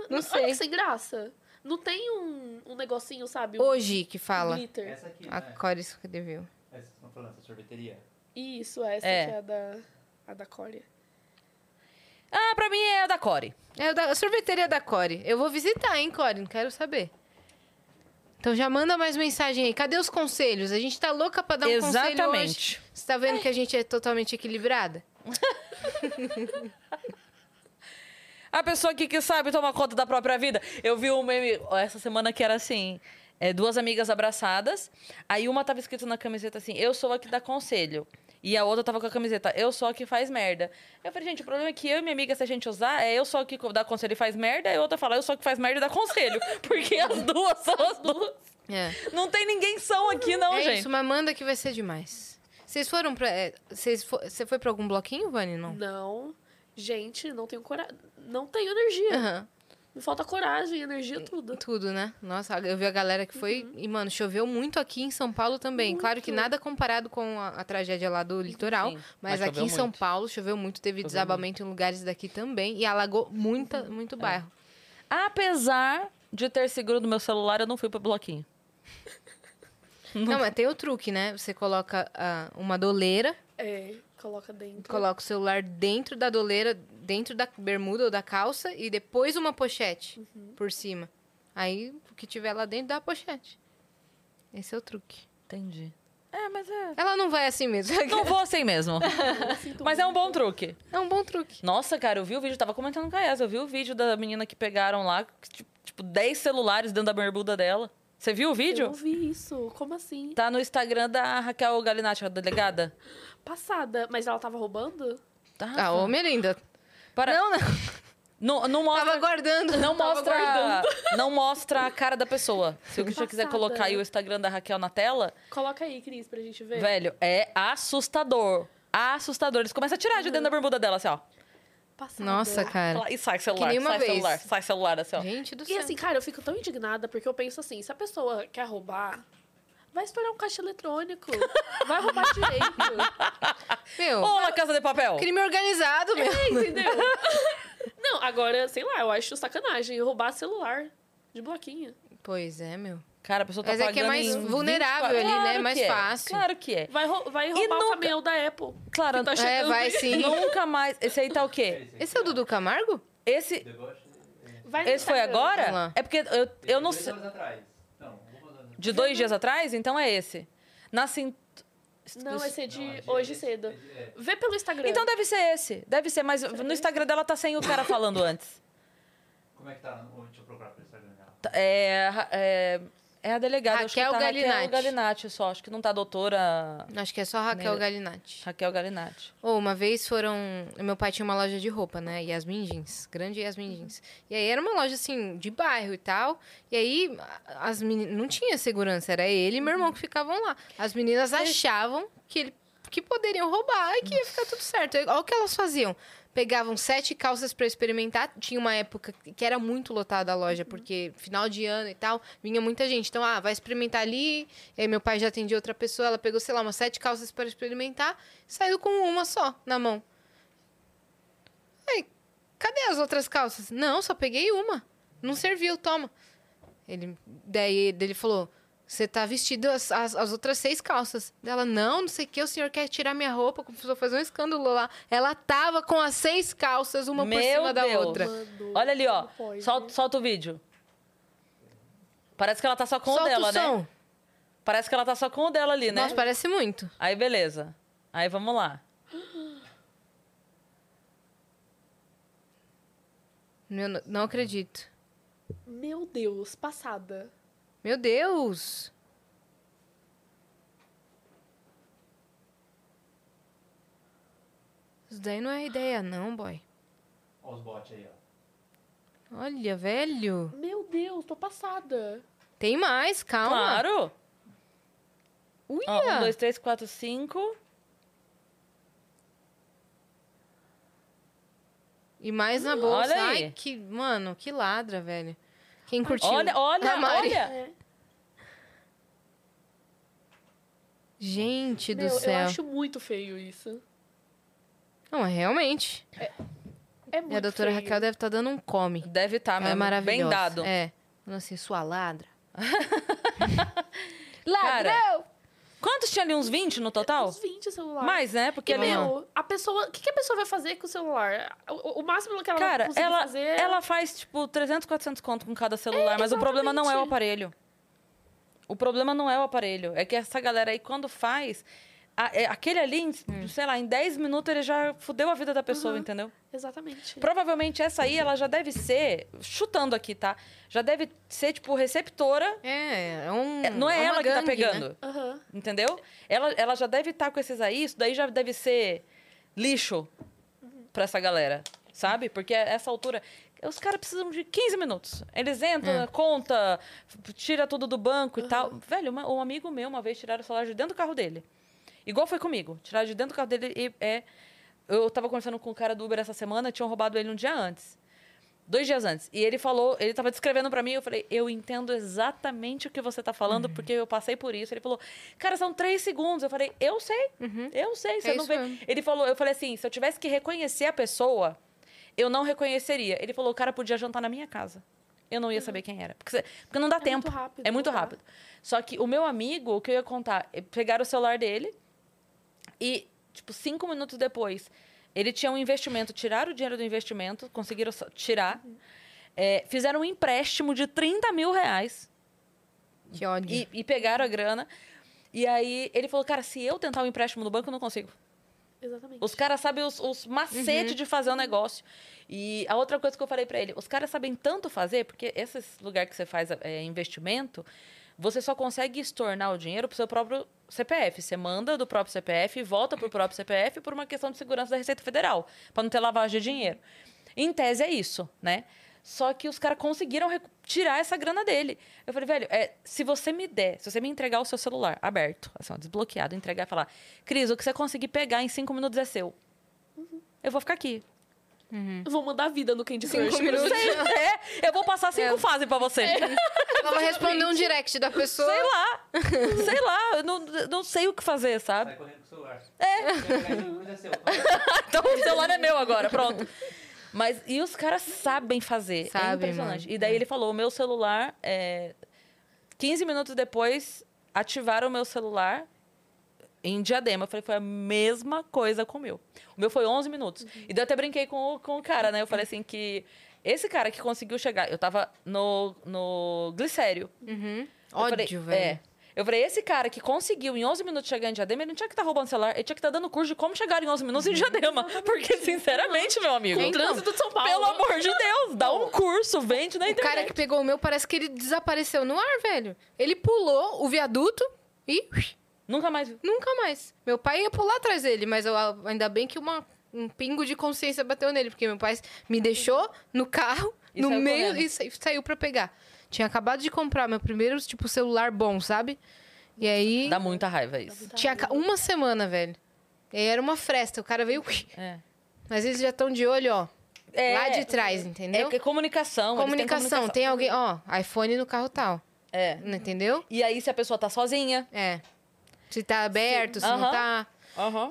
[SPEAKER 2] Não
[SPEAKER 5] [LAUGHS] Olha
[SPEAKER 2] sei.
[SPEAKER 5] que sem graça. Não tem um, um negocinho, sabe? Um
[SPEAKER 2] Hoje que fala.
[SPEAKER 5] Glitter.
[SPEAKER 3] Essa aqui,
[SPEAKER 2] A
[SPEAKER 3] né?
[SPEAKER 2] Core escreveu.
[SPEAKER 3] Essa que vocês estão falando, essa sorveteria.
[SPEAKER 5] Isso, essa
[SPEAKER 1] É.
[SPEAKER 5] que é a da... A da Coreia.
[SPEAKER 1] Ah, pra mim é a da Core.
[SPEAKER 2] É o da a sorveteria da Core. Eu vou visitar, hein, Core? Não quero saber. Então já manda mais mensagem aí. Cadê os conselhos? A gente tá louca pra dar um conselho hoje.
[SPEAKER 1] Exatamente.
[SPEAKER 2] Você tá vendo que a gente é totalmente equilibrada?
[SPEAKER 1] A pessoa que, que sabe tomar conta da própria vida. Eu vi um meme essa semana que era assim: é, duas amigas abraçadas. Aí uma tava escrito na camiseta assim: Eu sou a que dá conselho. E a outra tava com a camiseta, eu sou a que faz merda. Eu falei, gente, o problema é que eu e minha amiga, se a gente usar, é eu sou a que dá conselho e faz merda, e a outra fala, eu sou a que faz merda e dá conselho. [LAUGHS] Porque as duas são as duas.
[SPEAKER 2] É.
[SPEAKER 1] Não tem ninguém são aqui, não,
[SPEAKER 2] é
[SPEAKER 1] gente.
[SPEAKER 2] isso, mas manda que vai ser demais. Vocês foram pra. é, Vocês fo- Você foi pra algum bloquinho, Vani? Não.
[SPEAKER 5] Não. Gente, não tenho coragem. Não tenho energia.
[SPEAKER 2] Aham.
[SPEAKER 5] Me falta coragem, energia, tudo.
[SPEAKER 2] Tudo, né? Nossa, eu vi a galera que
[SPEAKER 1] Uhum.
[SPEAKER 2] foi. E, mano, choveu muito aqui em São Paulo também. Claro que nada comparado com a, a tragédia lá do litoral.
[SPEAKER 1] Sim,
[SPEAKER 2] mas
[SPEAKER 1] mas
[SPEAKER 2] aqui em
[SPEAKER 1] choveu
[SPEAKER 2] São
[SPEAKER 1] muito.
[SPEAKER 2] Paulo choveu muito, teve desabamento em lugares daqui também. E alagou muita,
[SPEAKER 1] Uhum. É.
[SPEAKER 2] muito
[SPEAKER 1] [LAUGHS]
[SPEAKER 2] bairro.
[SPEAKER 1] Apesar de ter seguro no meu celular, eu não fui pro bloquinho.
[SPEAKER 2] Não, mas tem o truque, né? Você coloca ah, uma doleira,
[SPEAKER 5] É, coloca
[SPEAKER 1] Uhum.
[SPEAKER 5] dentro.
[SPEAKER 2] coloca o celular dentro da doleira, dentro da bermuda ou da calça, e depois uma pochete
[SPEAKER 1] Uhum.
[SPEAKER 2] por cima. Aí o que tiver lá dentro dá a pochete. Esse é o truque.
[SPEAKER 1] Entendi. É, mas é.
[SPEAKER 2] Ela não vai assim mesmo. [LAUGHS]
[SPEAKER 1] Não vou assim mesmo. Mas é um bom truque.
[SPEAKER 2] É um bom truque.
[SPEAKER 1] Nossa, cara, eu vi o vídeo, tava comentando com a Yas, eu vi o vídeo da menina que pegaram lá, que, tipo- tipo, 10 celulares dentro da bermuda dela. Você viu o
[SPEAKER 5] Eu
[SPEAKER 1] vídeo?
[SPEAKER 5] não vi isso. Como assim?
[SPEAKER 1] Tá no Instagram da Raquel Galinatti, a delegada.
[SPEAKER 5] Passada. Mas ela tava roubando?
[SPEAKER 1] Tá.
[SPEAKER 2] A homem linda.
[SPEAKER 1] Para-
[SPEAKER 2] Ah, Não, não.
[SPEAKER 1] Não, não
[SPEAKER 2] Tava
[SPEAKER 1] mostra,
[SPEAKER 2] guardando.
[SPEAKER 1] não,
[SPEAKER 5] tava
[SPEAKER 1] mostra
[SPEAKER 5] guardando.
[SPEAKER 1] [LAUGHS] não mostra a cara da pessoa. Se o Christian quiser
[SPEAKER 5] Passada.
[SPEAKER 1] colocar aí o Instagram da Raquel na tela,
[SPEAKER 5] Coloca aí, Cris, pra gente ver.
[SPEAKER 1] velho, é assustador. Assustador. Eles começam a tirar de dentro da bermuda dela, assim, ó.
[SPEAKER 5] Passada.
[SPEAKER 2] Nossa, cara.
[SPEAKER 1] E sai celular,
[SPEAKER 2] Que nem uma
[SPEAKER 1] sai
[SPEAKER 2] vez.
[SPEAKER 1] celular, sai celular, assim, ó.
[SPEAKER 2] Gente do
[SPEAKER 5] E
[SPEAKER 2] céu.
[SPEAKER 5] assim, cara, eu fico tão indignada porque eu penso assim: se a pessoa quer roubar, vai estourar um caixa eletrônico. Vai roubar direito.
[SPEAKER 2] meu,
[SPEAKER 1] Ô, La Casa de Papel!
[SPEAKER 2] crime
[SPEAKER 1] [LAUGHS]
[SPEAKER 2] organizado, meu.
[SPEAKER 5] É, Entendeu? Não, agora, sei lá, eu acho sacanagem roubar celular de bloquinho.
[SPEAKER 2] Pois é, meu.
[SPEAKER 1] Cara, a pessoa tá
[SPEAKER 2] Mas é que é
[SPEAKER 1] pagando
[SPEAKER 2] mais
[SPEAKER 1] em 24
[SPEAKER 2] vulnerável ali, né?
[SPEAKER 1] Claro
[SPEAKER 2] Mais
[SPEAKER 1] que é,
[SPEAKER 2] fácil.
[SPEAKER 1] Claro que é.
[SPEAKER 5] Vai, rou- vai roubar o
[SPEAKER 1] nunca-
[SPEAKER 5] caminhão da Apple.
[SPEAKER 1] Claro,
[SPEAKER 5] que tá
[SPEAKER 2] É,
[SPEAKER 5] chegando.
[SPEAKER 2] vai sim.
[SPEAKER 1] [LAUGHS] nunca mais. Esse aí tá o quê?
[SPEAKER 2] Esse é o Dudu Camargo?
[SPEAKER 1] Esse,
[SPEAKER 3] Deboche. é,
[SPEAKER 5] Vai no
[SPEAKER 1] esse foi
[SPEAKER 5] Instagram.
[SPEAKER 1] agora?
[SPEAKER 2] Vamos lá.
[SPEAKER 1] É porque eu, eu não
[SPEAKER 3] dois
[SPEAKER 1] sei.
[SPEAKER 3] anos atrás. Não, algumas anos
[SPEAKER 1] De dois dias atrás? Então é esse. Na cintura.
[SPEAKER 5] Não, esse é de
[SPEAKER 3] Não, é de-
[SPEAKER 5] hoje
[SPEAKER 3] é de-
[SPEAKER 5] cedo.
[SPEAKER 3] é de- é.
[SPEAKER 5] Vê pelo Instagram.
[SPEAKER 1] Então deve ser esse. Deve ser, mas no Instagram dela tá sem o cara falando antes.
[SPEAKER 3] Como é que tá? no- Deixa eu procurar pelo Instagram dela.
[SPEAKER 1] Tá- É, ra- é, é a delegada. acho que
[SPEAKER 2] Raquel
[SPEAKER 1] tá
[SPEAKER 2] Galinatti.
[SPEAKER 1] Raquel Galinatti só. Acho que não tá a doutora
[SPEAKER 2] Acho que é só Raquel
[SPEAKER 1] Meu-
[SPEAKER 2] Galinatti.
[SPEAKER 1] Raquel Galinatti.
[SPEAKER 2] Ou uma vez foram. Meu pai tinha uma loja de roupa, né? Yasmin Jeans. Grande
[SPEAKER 1] Uhum.
[SPEAKER 2] Yasmin Jeans. E aí era uma loja, assim, de bairro e tal. E aí as meninas. Não tinha segurança, era ele e meu
[SPEAKER 1] Uhum.
[SPEAKER 2] irmão que ficavam lá. As meninas achavam que ele. Que poderiam roubar e que ia ficar tudo certo. Olha o que elas faziam. Pegavam sete calças pra experimentar. Tinha uma época que era muito lotada a loja,
[SPEAKER 1] Uhum.
[SPEAKER 2] porque final de ano e tal, vinha muita gente. Então, ah, vai experimentar ali. E aí meu pai já atendia outra pessoa, ela pegou, sei lá, umas sete calças pra experimentar saiu com uma só na mão. Aí, cadê as outras calças? Não, só peguei uma. Não serviu, toma. Ele, daí ele falou: Você tá vestido as, as, as outras seis calças. Dela, não, não sei o que, o senhor quer tirar minha roupa, começou a fazer um escândalo lá. Ela tava com as seis calças, uma por
[SPEAKER 1] Meu
[SPEAKER 2] cima da
[SPEAKER 1] Deus.
[SPEAKER 2] outra.
[SPEAKER 5] Mano,
[SPEAKER 1] Olha ali, ó.
[SPEAKER 5] não pode.
[SPEAKER 2] né?
[SPEAKER 1] Solta, solta o vídeo. Parece que ela tá só com o
[SPEAKER 2] Solta
[SPEAKER 1] dela,
[SPEAKER 2] o som.
[SPEAKER 1] né? Parece que ela tá só com o dela ali, né?
[SPEAKER 2] Nossa, parece muito.
[SPEAKER 1] Aí, beleza. Aí, vamos lá.
[SPEAKER 2] Meu, não acredito.
[SPEAKER 5] Meu Deus, passada.
[SPEAKER 2] Meu Deus! Isso daí não é ideia, não, boy.
[SPEAKER 3] Olha os bots aí, ó.
[SPEAKER 2] Olha, velho.
[SPEAKER 5] Meu Deus, tô passada.
[SPEAKER 2] Tem mais, calma.
[SPEAKER 1] Claro.
[SPEAKER 2] Uia.
[SPEAKER 1] Ó, um, dois, três, quatro, cinco.
[SPEAKER 2] E mais na bolsa.
[SPEAKER 1] Olha aí.
[SPEAKER 2] Ai, que. Mano, que ladra, velho. Quem curtiu?
[SPEAKER 1] Olha,
[SPEAKER 2] A
[SPEAKER 1] olha,
[SPEAKER 2] Mari.
[SPEAKER 1] olha.
[SPEAKER 5] É.
[SPEAKER 2] Gente do
[SPEAKER 5] Meu,
[SPEAKER 2] céu.
[SPEAKER 5] Eu acho muito feio isso.
[SPEAKER 2] Não, realmente.
[SPEAKER 5] É muito
[SPEAKER 2] e a doutora
[SPEAKER 5] feio.
[SPEAKER 2] Raquel deve estar dando um come.
[SPEAKER 1] Deve estar, tá,
[SPEAKER 2] Ela é
[SPEAKER 1] mesmo.
[SPEAKER 2] maravilhosa.
[SPEAKER 1] Bem dado.
[SPEAKER 2] É. Falando assim, sua ladra.
[SPEAKER 1] Cara,
[SPEAKER 2] Ladrão!
[SPEAKER 1] Quantos tinha ali? Uns 20 no total?
[SPEAKER 5] Uns 20 celular.
[SPEAKER 1] Mais, né? Porque
[SPEAKER 5] e,
[SPEAKER 1] ali.
[SPEAKER 5] meu, a pessoa. O que, que a pessoa vai fazer com o celular? O, o máximo que ela
[SPEAKER 1] Cara,
[SPEAKER 5] vai conseguir
[SPEAKER 1] ela,
[SPEAKER 5] fazer. é
[SPEAKER 1] ela faz, tipo, 300, 400 conto com cada celular. mas o problema não é o
[SPEAKER 5] exatamente.
[SPEAKER 1] aparelho. O problema não é o aparelho. É que essa galera aí, quando faz... a- é- aquele ali, em, sei lá, em 10 minutos ele já fudeu a vida da pessoa,
[SPEAKER 5] Uhum.
[SPEAKER 1] entendeu?
[SPEAKER 5] Exatamente.
[SPEAKER 1] Provavelmente essa aí, ela já deve ser... Chutando aqui, tá? Já deve ser, tipo, receptora.
[SPEAKER 2] É, é um.
[SPEAKER 1] É, não é,
[SPEAKER 2] uma
[SPEAKER 1] ela que tá
[SPEAKER 2] gangue, né?
[SPEAKER 1] pegando.
[SPEAKER 5] Aham.
[SPEAKER 1] Entendeu? Ela, ela já deve estar com esses aí, isso daí já deve ser lixo pra essa galera, sabe? Porque a essa altura, os caras precisam de 15 minutos. Eles entram, conta, f- tira tudo do banco e tal. Velho, uma- um amigo meu uma vez tiraram o celular de dentro do carro dele. Igual foi comigo. Tiraram de dentro do carro dele e é. Eu tava conversando com o cara do Uber essa semana, tinham roubado ele um dia antes. Dois dias antes. E ele falou, ele tava descrevendo pra mim, eu falei, eu entendo exatamente o que você tá
[SPEAKER 2] Uhum.
[SPEAKER 1] falando, porque eu passei por isso. Ele falou, cara, são três segundos. Eu falei, eu sei, eu sei, você
[SPEAKER 2] É
[SPEAKER 1] não
[SPEAKER 2] isso
[SPEAKER 1] vê.
[SPEAKER 2] mesmo.
[SPEAKER 1] Ele falou, eu falei assim, se eu tivesse que reconhecer a pessoa, eu não reconheceria. Ele falou, o cara podia jantar na minha casa. Eu não ia saber quem era. Porque, você- porque não dá tempo.
[SPEAKER 5] muito rápido,
[SPEAKER 1] é muito
[SPEAKER 5] não dá.
[SPEAKER 1] rápido. Só que o meu amigo, o que eu ia contar, eh, pegaram o celular dele e, tipo, cinco minutos depois, ele tinha um investimento, tiraram o dinheiro do investimento, conseguiram só- tirar, eh, fizeram um empréstimo de 30 mil reais
[SPEAKER 2] Que ódio.
[SPEAKER 1] e, e pegaram a grana. E aí ele falou, cara, se eu tentar o empréstimo no banco, eu não consigo.
[SPEAKER 5] Exatamente.
[SPEAKER 1] Os caras sabem os, os macetes de fazer um negócio. E a outra coisa que eu falei pra ele, os caras sabem tanto fazer, porque esses lugar que você faz é, investimento, você só consegue estornar o dinheiro pro seu próprio CPF. Você manda do próprio CPF e volta pro próprio CPF por uma questão de segurança da Receita Federal, pra não ter lavagem de dinheiro. Em tese é isso, né? Só que os caras conseguiram recu- tirar essa grana dele. Eu falei, velho, é, se você me der, se você me entregar o seu celular aberto, assim, ó, desbloqueado, entregar e falar, Cris, o que você conseguir pegar em cinco minutos é seu. Eu vou ficar aqui.
[SPEAKER 5] Vou mandar a vida [LAUGHS] no Candy Crush.
[SPEAKER 2] Cinco
[SPEAKER 5] pra
[SPEAKER 2] minutos.
[SPEAKER 5] você.
[SPEAKER 1] É, eu vou passar cinco fases pra você.
[SPEAKER 2] Ela vai responder um direct da pessoa.
[SPEAKER 1] Sei lá. sei lá, eu não, não sei o que fazer, sabe?
[SPEAKER 3] Sai correndo com o celular. É.
[SPEAKER 1] Então o celular é meu agora, pronto. Mas, e os caras sabem fazer. é
[SPEAKER 2] Sabem,
[SPEAKER 1] impressionante.
[SPEAKER 2] mano.
[SPEAKER 1] E daí ele falou: o meu celular, é... 15 minutos depois, ativaram o meu celular em diadema. Eu falei: foi a mesma coisa com o meu. O meu foi 11 minutos. E daí eu até brinquei com o, com o cara, né? Eu falei assim: que esse cara que conseguiu chegar, eu tava no, no glicério.
[SPEAKER 2] Uhum.
[SPEAKER 1] Eu falei,
[SPEAKER 2] Ódio, velho.
[SPEAKER 1] É. Eu falei, esse cara que conseguiu em 11 minutos chegar em Diadema, ele não tinha que estar roubando celular, ele tinha que estar dando curso de como chegar em 11 minutos em
[SPEAKER 2] Uhum.
[SPEAKER 1] Diadema. Porque, sinceramente, meu amigo,
[SPEAKER 5] Com o
[SPEAKER 2] Então,
[SPEAKER 5] trânsito de São Paulo.
[SPEAKER 1] pelo amor de Deus, dá um curso, vende na
[SPEAKER 2] O cara
[SPEAKER 1] internet.
[SPEAKER 2] que pegou o meu parece que ele desapareceu no ar, velho. Ele pulou o viaduto e ui,
[SPEAKER 1] Nunca mais viu.
[SPEAKER 2] nunca mais. Meu pai ia pular atrás dele, mas eu- ainda bem que uma- um pingo de consciência bateu nele, porque meu pai me deixou no carro,
[SPEAKER 1] E
[SPEAKER 2] no
[SPEAKER 1] saiu
[SPEAKER 2] meio
[SPEAKER 1] correndo.
[SPEAKER 2] e sa- saiu pra pegar. Tinha acabado de comprar meu primeiro tipo celular bom, sabe? E aí
[SPEAKER 1] Dá muita raiva isso.
[SPEAKER 2] tinha ca- uma semana, velho. E aí era uma fresta, o cara veio, ui,
[SPEAKER 1] É.
[SPEAKER 2] mas eles já estão de olho, ó,
[SPEAKER 1] É,
[SPEAKER 2] lá de trás,
[SPEAKER 1] é
[SPEAKER 2] entendeu?
[SPEAKER 1] porque comunicação. eles têm
[SPEAKER 2] comunicação, tem alguém, ó, iPhone no carro tal.
[SPEAKER 1] É.
[SPEAKER 2] Não Entendeu?
[SPEAKER 1] E aí, se a pessoa tá sozinha.
[SPEAKER 2] É. Se tá aberto, se
[SPEAKER 1] Aham.
[SPEAKER 2] não tá.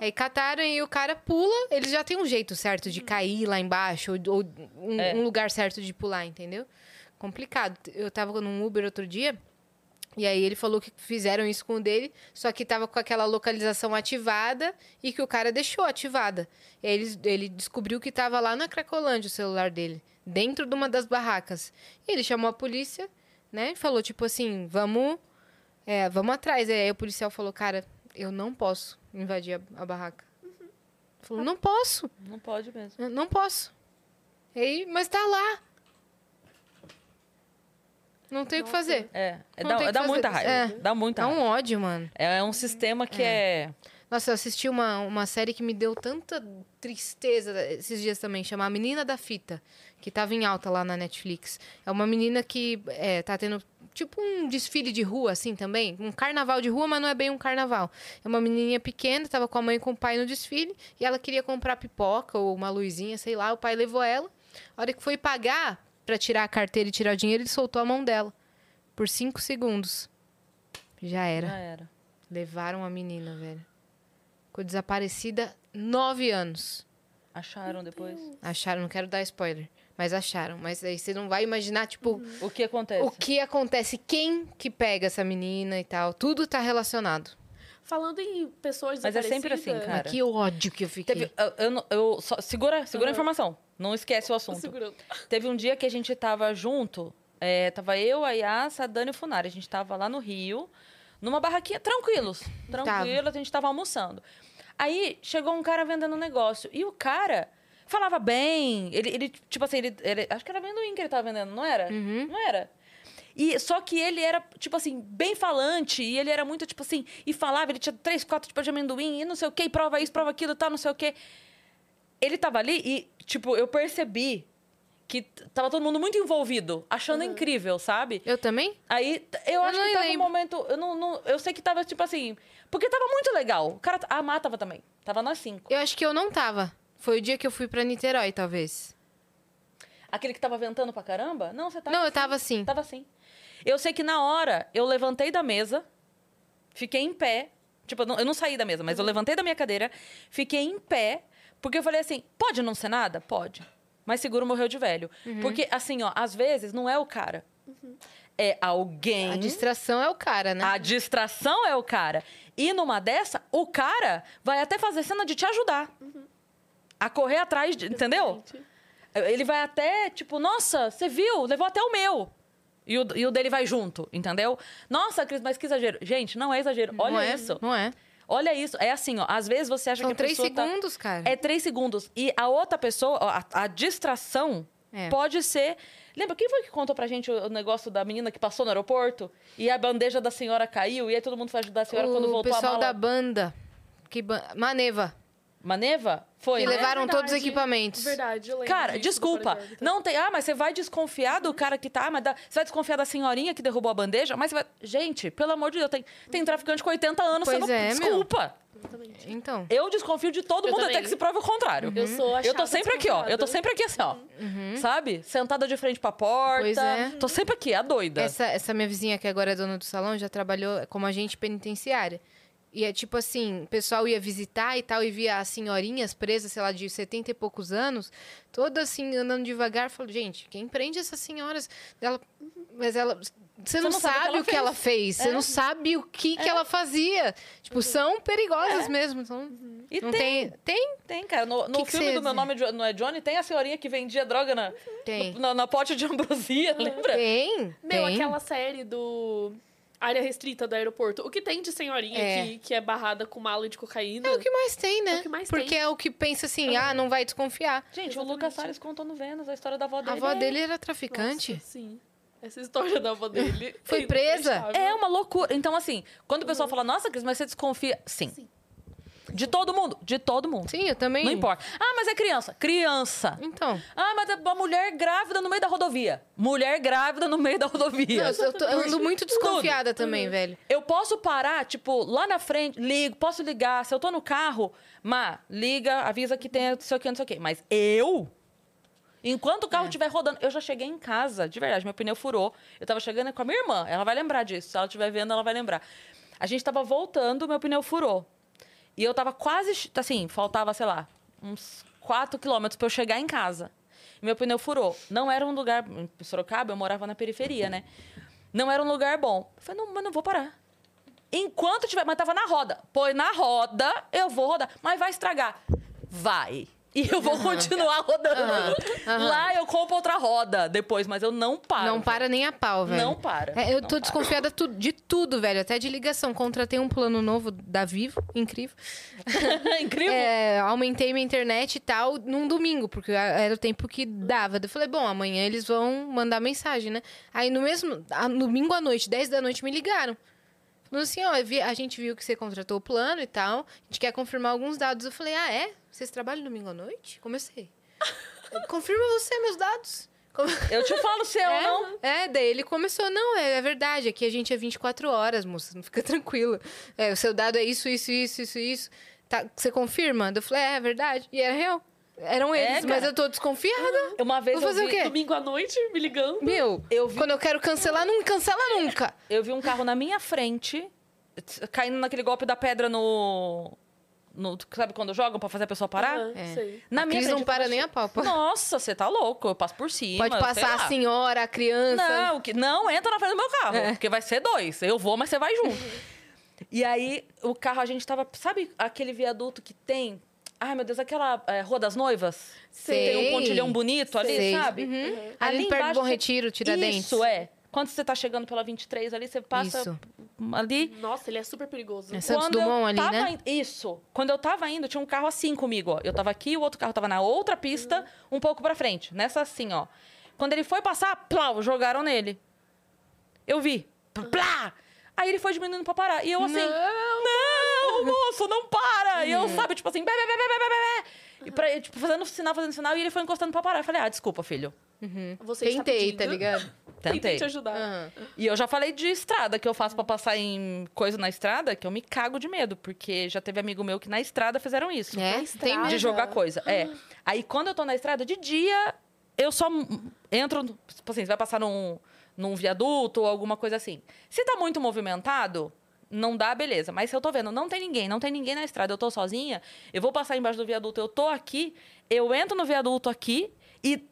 [SPEAKER 2] Aí cataram e o cara pula, ele já tem um jeito certo de cair lá embaixo, ou, ou um,
[SPEAKER 1] É.
[SPEAKER 2] um lugar certo de pular, entendeu? Complicado. Eu tava num Uber outro dia, e aí ele falou que fizeram isso com o dele, só que tava com aquela localização ativada e que o cara deixou ativada. E aí ele, ele descobriu que tava lá na Cracolândia o celular dele, dentro de uma das barracas. E ele chamou a polícia, né? e Falou tipo assim, vamos, é, vamos atrás. E aí o policial falou, cara, eu não posso invadir a, a barraca. Falou, não posso,
[SPEAKER 1] é, Não pode mesmo.
[SPEAKER 2] eu não posso. E aí, mas tá lá. Não tem o que fazer.
[SPEAKER 1] É. é
[SPEAKER 2] Não
[SPEAKER 1] dá
[SPEAKER 2] tem que
[SPEAKER 1] dá
[SPEAKER 2] fazer
[SPEAKER 1] muita
[SPEAKER 2] isso.
[SPEAKER 1] raiva.
[SPEAKER 2] É.
[SPEAKER 1] Dá muita
[SPEAKER 2] Dá um
[SPEAKER 1] raiva.
[SPEAKER 2] ódio, mano.
[SPEAKER 1] É um sistema que é.
[SPEAKER 2] Nossa, eu assisti uma, uma série que me deu tanta tristeza esses dias também, chama A Menina da Fita, que tava em alta lá na Netflix. É uma menina que é, tá tendo tipo um desfile de rua, assim também. Um carnaval de rua, mas não é bem um carnaval. É uma menininha pequena, tava com a mãe e com o pai no desfile, e ela queria comprar pipoca ou uma luzinha, sei lá. O pai levou ela. A hora que foi pagar pra tirar a carteira e tirar o dinheiro, ele soltou a mão dela. Por cinco segundos. Já era.
[SPEAKER 1] Já era.
[SPEAKER 2] Levaram a menina, velho. Ficou desaparecida nove anos.
[SPEAKER 1] Acharam depois.
[SPEAKER 2] Acharam, não quero dar spoiler, mas acharam. Mas aí você não vai imaginar, tipo,
[SPEAKER 1] O que acontece?
[SPEAKER 2] o que acontece, quem que pega essa menina e tal. Tudo tá relacionado.
[SPEAKER 5] Falando em pessoas
[SPEAKER 1] Mas é sempre
[SPEAKER 5] desaparecidas- né?
[SPEAKER 1] assim,
[SPEAKER 2] Mas
[SPEAKER 1] cara.
[SPEAKER 2] que ódio que eu fiquei.
[SPEAKER 1] Teve, eu, eu não- eu só- segura segura a
[SPEAKER 5] Aham.
[SPEAKER 1] informação. Não esquece o assunto.
[SPEAKER 5] Segurando.
[SPEAKER 1] Teve um dia que a gente tava junto, é, tava eu, a Yassa, a Dani e o Funari. A gente tava lá no Rio, numa barraquinha, tranquilos. Tranquilos, a gente tava almoçando. Aí chegou um cara vendendo um negócio. E o cara falava bem. Ele, ele, tipo assim, ele, ele- Acho que era amendoim que ele tava vendendo, não era? Não era? E, só que ele era, tipo assim, bem falante, e ele era muito, tipo assim, e falava, ele tinha três, quatro tipos de amendoim, e não sei o quê, e prova isso, prova aquilo, tal, não sei o quê. Ele tava ali e, tipo, eu percebi que t- tava todo mundo muito envolvido, achando incrível, sabe?
[SPEAKER 2] Eu também?
[SPEAKER 1] Aí t- eu, acho
[SPEAKER 2] Uhum. nem
[SPEAKER 1] que tava um
[SPEAKER 2] lembro.
[SPEAKER 1] momento. Eu, não, não- eu sei que tava, tipo assim. Porque tava muito legal. O cara, a Má tava também. Tava nós cinco.
[SPEAKER 2] Eu acho que eu não tava. Foi o dia que eu fui pra Niterói, talvez.
[SPEAKER 1] Aquele que tava ventando pra caramba? Não, você tava.
[SPEAKER 2] não, eu tava assim.
[SPEAKER 1] Tava assim. Eu sei que na hora eu levantei da mesa, fiquei em pé. Tipo, eu não, eu não saí da mesa, mas
[SPEAKER 2] Uhum.
[SPEAKER 1] eu levantei da minha cadeira, fiquei em pé, porque eu falei assim: pode não ser nada? Pode. Mas seguro morreu de velho.
[SPEAKER 2] Uhum.
[SPEAKER 1] Porque, assim, ó, às vezes não é o cara. É alguém.
[SPEAKER 2] A distração é o cara, né?
[SPEAKER 1] A distração é o cara. E numa dessa, o cara vai até fazer cena de te ajudar.
[SPEAKER 2] Uhum.
[SPEAKER 1] A correr atrás, de, entendeu?
[SPEAKER 5] Exatamente.
[SPEAKER 1] Ele vai até, tipo, nossa, você viu? Levou até o meu. E o, e o dele vai junto, entendeu? Nossa, Cris, mas que exagero. Gente, não é exagero. Olha
[SPEAKER 2] não é,
[SPEAKER 1] isso.
[SPEAKER 2] Não é?
[SPEAKER 1] Olha isso. É assim, ó. Às vezes você acha
[SPEAKER 2] São
[SPEAKER 1] que a
[SPEAKER 2] três
[SPEAKER 1] pessoa tá-
[SPEAKER 2] segundos, cara.
[SPEAKER 1] É três segundos. E a outra pessoa, ó, a, a distração
[SPEAKER 2] É.
[SPEAKER 1] pode ser... Lembra, quem foi que contou pra gente o, o negócio da menina que passou no aeroporto? E a bandeja da senhora caiu, e aí todo mundo foi ajudar a senhora quando
[SPEAKER 2] o
[SPEAKER 1] voltou a
[SPEAKER 2] pessoal
[SPEAKER 1] mala.
[SPEAKER 2] da banda. Que ban- Maneva.
[SPEAKER 1] Maneva? Foi,
[SPEAKER 2] Que
[SPEAKER 1] né?
[SPEAKER 2] levaram
[SPEAKER 5] verdade.
[SPEAKER 2] todos os equipamentos.
[SPEAKER 5] Verdade, eu lembro
[SPEAKER 1] Cara,
[SPEAKER 5] disso,
[SPEAKER 1] desculpa.
[SPEAKER 5] do Paragordo.
[SPEAKER 1] Não tem. Ah, mas você vai desconfiar do cara que tá. ah, Mas da- você vai desconfiar da senhorinha que derrubou a bandeja? Mas você vai. Gente, pelo amor de Deus, tem, tem traficante com 80 anos
[SPEAKER 2] Pois
[SPEAKER 1] sendo.
[SPEAKER 2] é, meu.
[SPEAKER 1] desculpa.
[SPEAKER 5] Exatamente.
[SPEAKER 2] Então.
[SPEAKER 1] Eu desconfio de todo
[SPEAKER 5] Eu
[SPEAKER 1] mundo até
[SPEAKER 5] também.
[SPEAKER 1] que se prove o contrário.
[SPEAKER 5] Eu sou a
[SPEAKER 1] Eu tô
[SPEAKER 5] chata
[SPEAKER 1] sempre aqui, ó. Eu tô
[SPEAKER 5] desconfiada.
[SPEAKER 1] sempre aqui assim, ó. Sabe? Sentada de frente pra porta.
[SPEAKER 2] Uhum. Pois é.
[SPEAKER 1] Tô sempre aqui, a doida.
[SPEAKER 2] Essa, essa minha vizinha, que agora é dona do salão, já trabalhou como agente penitenciária. E é tipo assim, o pessoal ia visitar e tal, e via as senhorinhas presas, sei lá, de 70 e poucos anos, todas assim, andando devagar. Falou, gente, quem prende essas senhoras? Ela, mas ela... Você não, sabe o que ela fez, É. você não sabe o que, que ela fazia. Tipo, são perigosas mesmo. Então,
[SPEAKER 1] E
[SPEAKER 2] não
[SPEAKER 1] tem,
[SPEAKER 2] tem... Tem?
[SPEAKER 1] tem, cara. No, no
[SPEAKER 2] que
[SPEAKER 1] filme
[SPEAKER 2] você ia
[SPEAKER 1] do meu
[SPEAKER 2] dizer?
[SPEAKER 1] nome não é Johnny, tem a senhorinha que vendia droga na,
[SPEAKER 2] Tem.
[SPEAKER 1] no- na, na pote de ambrosia, [LAUGHS] lembra?
[SPEAKER 2] Tem?
[SPEAKER 5] Meu,
[SPEAKER 2] tem.
[SPEAKER 5] aquela série do Área Restrita do Aeroporto. O que tem de senhorinha
[SPEAKER 2] É.
[SPEAKER 5] que, que é barrada com mala de cocaína?
[SPEAKER 2] É o que mais tem, né?
[SPEAKER 5] o que mais
[SPEAKER 2] Porque
[SPEAKER 5] tem.
[SPEAKER 2] é o que pensa assim, ah, não vai desconfiar.
[SPEAKER 1] Gente,
[SPEAKER 5] Exatamente.
[SPEAKER 1] o Lucas Salles contou no Vênus a história da avó dele.
[SPEAKER 2] A avó
[SPEAKER 1] É.
[SPEAKER 2] dele era
[SPEAKER 5] Nossa,
[SPEAKER 2] traficante.
[SPEAKER 5] sim. Essa história da avó dele.
[SPEAKER 2] [LAUGHS] Foi
[SPEAKER 5] é
[SPEAKER 2] presa?
[SPEAKER 5] inacreditável.
[SPEAKER 1] É uma loucura. Então, assim, quando o
[SPEAKER 2] Uhum.
[SPEAKER 1] pessoal fala, nossa, Cris, mas você desconfia. Sim.
[SPEAKER 5] Sim.
[SPEAKER 1] De todo mundo? De todo mundo.
[SPEAKER 2] Sim, eu também.
[SPEAKER 1] Não importa. Ah, mas é criança. Criança.
[SPEAKER 2] Então.
[SPEAKER 1] Ah, mas é uma mulher grávida no meio da rodovia. Mulher grávida no meio da rodovia.
[SPEAKER 2] Não, eu, tô- eu ando muito
[SPEAKER 1] Tudo.
[SPEAKER 2] desconfiada também, velho.
[SPEAKER 1] Eu posso parar, tipo, lá na frente, ligo, posso ligar. Se eu tô no carro, Má, liga, avisa que tem não sei o que, não sei o que. Mas eu, enquanto o carro estiver rodando, eu já cheguei em casa, de verdade, meu pneu furou. Eu tava chegando com a minha irmã, ela vai lembrar disso. Se ela estiver vendo, ela vai lembrar. A gente tava voltando, meu pneu furou. E eu tava quase, assim, faltava, sei lá, uns 4 quilômetros pra eu chegar em casa. E meu pneu furou. Não era um lugar. Em Sorocaba, eu morava na periferia, né? Não era um lugar bom. Eu falei, não, mas não vou parar. Enquanto tiver. Mas tava na roda. Põe na roda, eu vou rodar. Mas vai estragar. Vai. E eu vou continuar rodando.
[SPEAKER 2] Aham, aham.
[SPEAKER 1] Lá eu compro outra roda depois, mas eu não paro.
[SPEAKER 2] Não para nem a pau, velho.
[SPEAKER 1] Não para.
[SPEAKER 2] É, eu
[SPEAKER 1] Não
[SPEAKER 2] tô
[SPEAKER 1] para.
[SPEAKER 2] desconfiada tu- de tudo, velho. Até de ligação. Contratei um plano novo da Vivo, incrível.
[SPEAKER 1] [LAUGHS] Incrível.
[SPEAKER 2] É, aumentei minha internet e tal num domingo, porque a- era o tempo que dava. Eu falei, bom, amanhã eles vão mandar mensagem, né? Aí no mesmo. a- domingo à noite, 10 da noite, me ligaram. Falando assim, ó, eu vi- a gente viu que você contratou o plano e tal. A gente quer confirmar alguns dados. Eu falei, ah, é? Vocês trabalham domingo à noite? [LAUGHS] Comecei. Confirma você meus dados. Come-
[SPEAKER 1] Eu te falo se eu
[SPEAKER 2] é,
[SPEAKER 1] não.
[SPEAKER 2] É, daí ele começou, não, é, é verdade, aqui a gente é 24 horas, moça, não fica [LAUGHS] tranquila. É, o seu dado é isso, isso, isso, isso, isso. Tá, você confirma? Daí Eu falei, é, é verdade. E era real. Eram
[SPEAKER 1] É,
[SPEAKER 2] eles, mas
[SPEAKER 1] cara.
[SPEAKER 2] eu tô desconfiada.
[SPEAKER 1] Uma vez
[SPEAKER 2] Vou
[SPEAKER 1] eu
[SPEAKER 2] fazer
[SPEAKER 1] vi,
[SPEAKER 2] o quê?
[SPEAKER 5] Domingo à noite, me ligando.
[SPEAKER 2] Meu,
[SPEAKER 1] Eu vi-
[SPEAKER 2] quando eu quero cancelar, não cancela nunca.
[SPEAKER 1] Eu vi um carro na minha frente, t- caindo naquele golpe da pedra no. no- sabe quando jogam pra fazer a pessoa parar?
[SPEAKER 5] Aham,
[SPEAKER 2] É.
[SPEAKER 5] Ah, sei.
[SPEAKER 1] Na minha
[SPEAKER 2] Cris
[SPEAKER 1] frente,
[SPEAKER 2] não
[SPEAKER 1] eu
[SPEAKER 2] para
[SPEAKER 1] falei,
[SPEAKER 2] nem a pau. pô.
[SPEAKER 1] Nossa, você tá louco, eu passo por cima.
[SPEAKER 2] [LAUGHS] Pode
[SPEAKER 1] sei
[SPEAKER 2] passar
[SPEAKER 1] lá."
[SPEAKER 2] a senhora, a criança. É.
[SPEAKER 1] Não, que, não entra na frente do meu carro, porque vai ser dois. Eu vou, mas você vai junto. E aí, o carro, a gente tava. Sabe aquele viaduto que tem? Ai, meu Deus, aquela é, Rua das Noivas?
[SPEAKER 2] Sei.
[SPEAKER 1] Tem um pontilhão bonito ali,
[SPEAKER 2] Sei.
[SPEAKER 1] sabe?
[SPEAKER 2] Uhum. Ali, perto do
[SPEAKER 1] embaixo
[SPEAKER 2] Bom
[SPEAKER 1] você-
[SPEAKER 2] Retiro, Tiradentes.
[SPEAKER 1] Isso, é. Quando você tá chegando pela 23 ali, você passa
[SPEAKER 2] Isso.
[SPEAKER 1] ali.
[SPEAKER 5] Nossa, ele é super perigoso.
[SPEAKER 2] É Santos
[SPEAKER 1] Quando
[SPEAKER 2] Dumont
[SPEAKER 1] eu
[SPEAKER 2] ali,
[SPEAKER 1] tava
[SPEAKER 2] né?
[SPEAKER 1] in- Isso. Quando eu tava indo, tinha um carro assim comigo, ó. Eu tava aqui, o outro carro tava na outra pista, um pouco pra frente. Nessa assim, ó. Quando ele foi passar, plau, jogaram nele. Eu vi. Plá! Aí ele foi diminuindo pra parar. E eu assim... Não, moço, não para! E
[SPEAKER 2] É.
[SPEAKER 1] eu, sabe, tipo assim... Bé, bé, bé, bé, bé, bé, bé, bé. E pra, tipo, fazendo sinal, fazendo sinal. E ele foi encostando pra parar. Eu falei, ah, desculpa, filho.
[SPEAKER 5] Você está
[SPEAKER 2] Tentei,
[SPEAKER 5] pedindo.
[SPEAKER 2] tá ligado? Ah.
[SPEAKER 5] Tentei
[SPEAKER 1] Tentei.
[SPEAKER 5] te ajudar.
[SPEAKER 2] Aham.
[SPEAKER 1] E eu já falei de estrada, que eu faço pra passar em coisa na estrada, que eu me cago de medo, porque já teve amigo meu que na estrada fizeram isso.
[SPEAKER 2] É, tem
[SPEAKER 5] estrada.
[SPEAKER 1] De
[SPEAKER 2] mesmo.
[SPEAKER 1] jogar coisa. É.
[SPEAKER 2] Ah.
[SPEAKER 1] Aí quando eu tô na estrada, de dia, eu só m- entro. no- Tipo assim, você vai passar num, num viaduto ou alguma coisa assim. Se tá muito movimentado, não dá, beleza. Mas se eu tô vendo, não tem ninguém, não tem ninguém na estrada, eu tô sozinha, eu vou passar embaixo do viaduto, eu tô aqui, eu entro no viaduto aqui e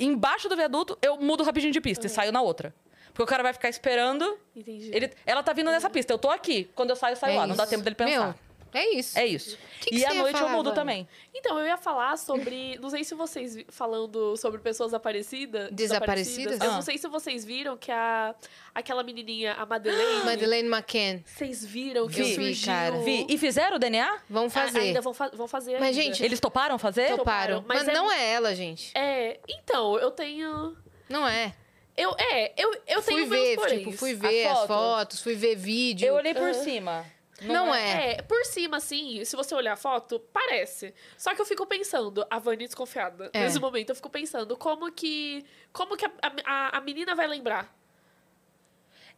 [SPEAKER 1] embaixo do viaduto eu mudo rapidinho de
[SPEAKER 2] Uhum.
[SPEAKER 1] pista e saio na outra. Porque o cara vai ficar esperando.
[SPEAKER 5] Entendi.
[SPEAKER 1] Ele, ela tá vindo nessa pista, eu tô aqui. Quando eu saio, eu saio
[SPEAKER 2] É
[SPEAKER 1] Tá lá. Não dá
[SPEAKER 2] Uhum. isso.
[SPEAKER 1] tempo dele pensar.
[SPEAKER 2] Meu, é isso.
[SPEAKER 1] É isso.
[SPEAKER 2] Que que
[SPEAKER 1] e à
[SPEAKER 2] você ia
[SPEAKER 1] noite eu
[SPEAKER 2] falar
[SPEAKER 1] mudo
[SPEAKER 2] agora?
[SPEAKER 1] também.
[SPEAKER 5] Então, eu ia falar sobre. [LAUGHS] Não sei se vocês vi- falando sobre pessoas aparecidas.
[SPEAKER 2] Desaparecidas?
[SPEAKER 5] Eu
[SPEAKER 1] Ah.
[SPEAKER 5] não sei se vocês viram que a, aquela menininha,
[SPEAKER 2] [GASPS]
[SPEAKER 5] a Madeleine.
[SPEAKER 2] Madeleine McCann,
[SPEAKER 5] Vocês viram que
[SPEAKER 1] Vi,
[SPEAKER 5] surgiu.
[SPEAKER 2] cara.
[SPEAKER 1] Vi. E fizeram o DNA?
[SPEAKER 2] vamos
[SPEAKER 5] A-
[SPEAKER 2] fazer.
[SPEAKER 5] Ainda vão, fa- vão fazer.
[SPEAKER 2] Mas,
[SPEAKER 5] ainda.
[SPEAKER 2] gente,
[SPEAKER 1] Eles toparam fazer?
[SPEAKER 5] Top-
[SPEAKER 2] Toparam.
[SPEAKER 5] toparam,
[SPEAKER 2] Mas,
[SPEAKER 5] mas é
[SPEAKER 2] não
[SPEAKER 5] mu-
[SPEAKER 2] é ela, gente.
[SPEAKER 5] É, então, eu tenho.
[SPEAKER 2] Não é.
[SPEAKER 5] Eu, é, eu, eu
[SPEAKER 2] fui
[SPEAKER 5] tenho
[SPEAKER 2] ver,
[SPEAKER 5] meus poréns.
[SPEAKER 2] tipo, fui ver as,
[SPEAKER 1] As
[SPEAKER 2] fotos.
[SPEAKER 1] fotos?
[SPEAKER 2] fui ver vídeo.
[SPEAKER 1] Eu olhei por cima.
[SPEAKER 2] Não, é.
[SPEAKER 5] É, por cima, assim, se você olhar a foto, parece. Só que eu fico pensando, a Vani desconfiada.
[SPEAKER 2] É.
[SPEAKER 5] Nesse momento, eu fico pensando como que. Como que a, a, a menina vai lembrar?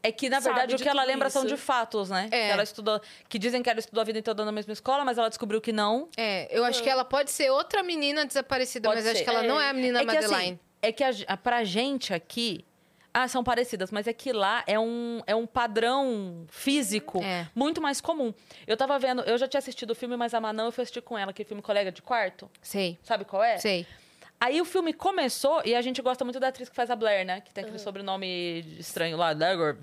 [SPEAKER 1] É que, na
[SPEAKER 5] Sabe
[SPEAKER 1] verdade, o
[SPEAKER 5] de
[SPEAKER 1] que ela
[SPEAKER 5] tudo
[SPEAKER 1] lembra são
[SPEAKER 5] isso.
[SPEAKER 1] de fatos, né?
[SPEAKER 2] É.
[SPEAKER 1] Que ela estudou. Que dizem que ela estudou a vida inteira na mesma escola, mas ela descobriu que não.
[SPEAKER 2] É, eu acho que ela pode ser outra menina desaparecida,
[SPEAKER 1] Pode
[SPEAKER 2] mas acho
[SPEAKER 1] ser.
[SPEAKER 2] que ela não é a menina
[SPEAKER 1] é que
[SPEAKER 2] Madeline.
[SPEAKER 1] assim, é que a, ge- a- pra gente aqui. Ah, são parecidas, mas é que lá é um, é um padrão físico
[SPEAKER 2] É.
[SPEAKER 1] muito mais comum. Eu tava vendo, eu já tinha assistido o filme, mas a Manão eu fui assistir com ela, aquele filme Colega de Quarto.
[SPEAKER 2] Sei,
[SPEAKER 1] Sabe qual é?
[SPEAKER 2] sei.
[SPEAKER 1] Aí o filme começou e a gente gosta muito da atriz que faz a Blair, né? Que tem
[SPEAKER 2] Uhum.
[SPEAKER 1] aquele sobrenome estranho lá. Lager-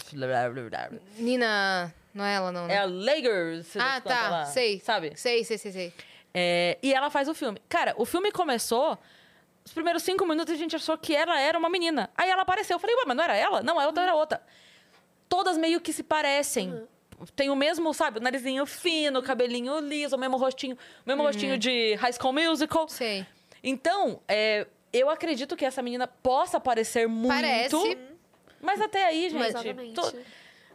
[SPEAKER 2] Nina. Não é ela, não. né?
[SPEAKER 1] É a Lager. sei lá
[SPEAKER 2] Uhum. Ah,
[SPEAKER 1] das quantas
[SPEAKER 2] tá.
[SPEAKER 1] lá,
[SPEAKER 2] Sei.
[SPEAKER 1] Sabe?
[SPEAKER 2] Sei, sei, sei, sei.
[SPEAKER 1] É, e ela faz o filme. Cara, o filme começou. Os primeiros cinco minutos a gente achou que ela era uma menina. Aí ela apareceu. Eu falei, ué, mas não era ela? Não, a outra era outra. Todas meio que se parecem.
[SPEAKER 2] Uhum.
[SPEAKER 1] Tem o mesmo, sabe, o narizinho fino, o cabelinho liso, o mesmo rostinho, o
[SPEAKER 2] Uhum.
[SPEAKER 1] mesmo rostinho de High School Musical.
[SPEAKER 2] Sei.
[SPEAKER 1] Então, é, eu acredito que essa menina possa parecer muito.
[SPEAKER 2] Parece.
[SPEAKER 1] Mas até aí,
[SPEAKER 2] é,
[SPEAKER 1] gente.
[SPEAKER 2] tipo,
[SPEAKER 5] Exatamente.
[SPEAKER 1] tô-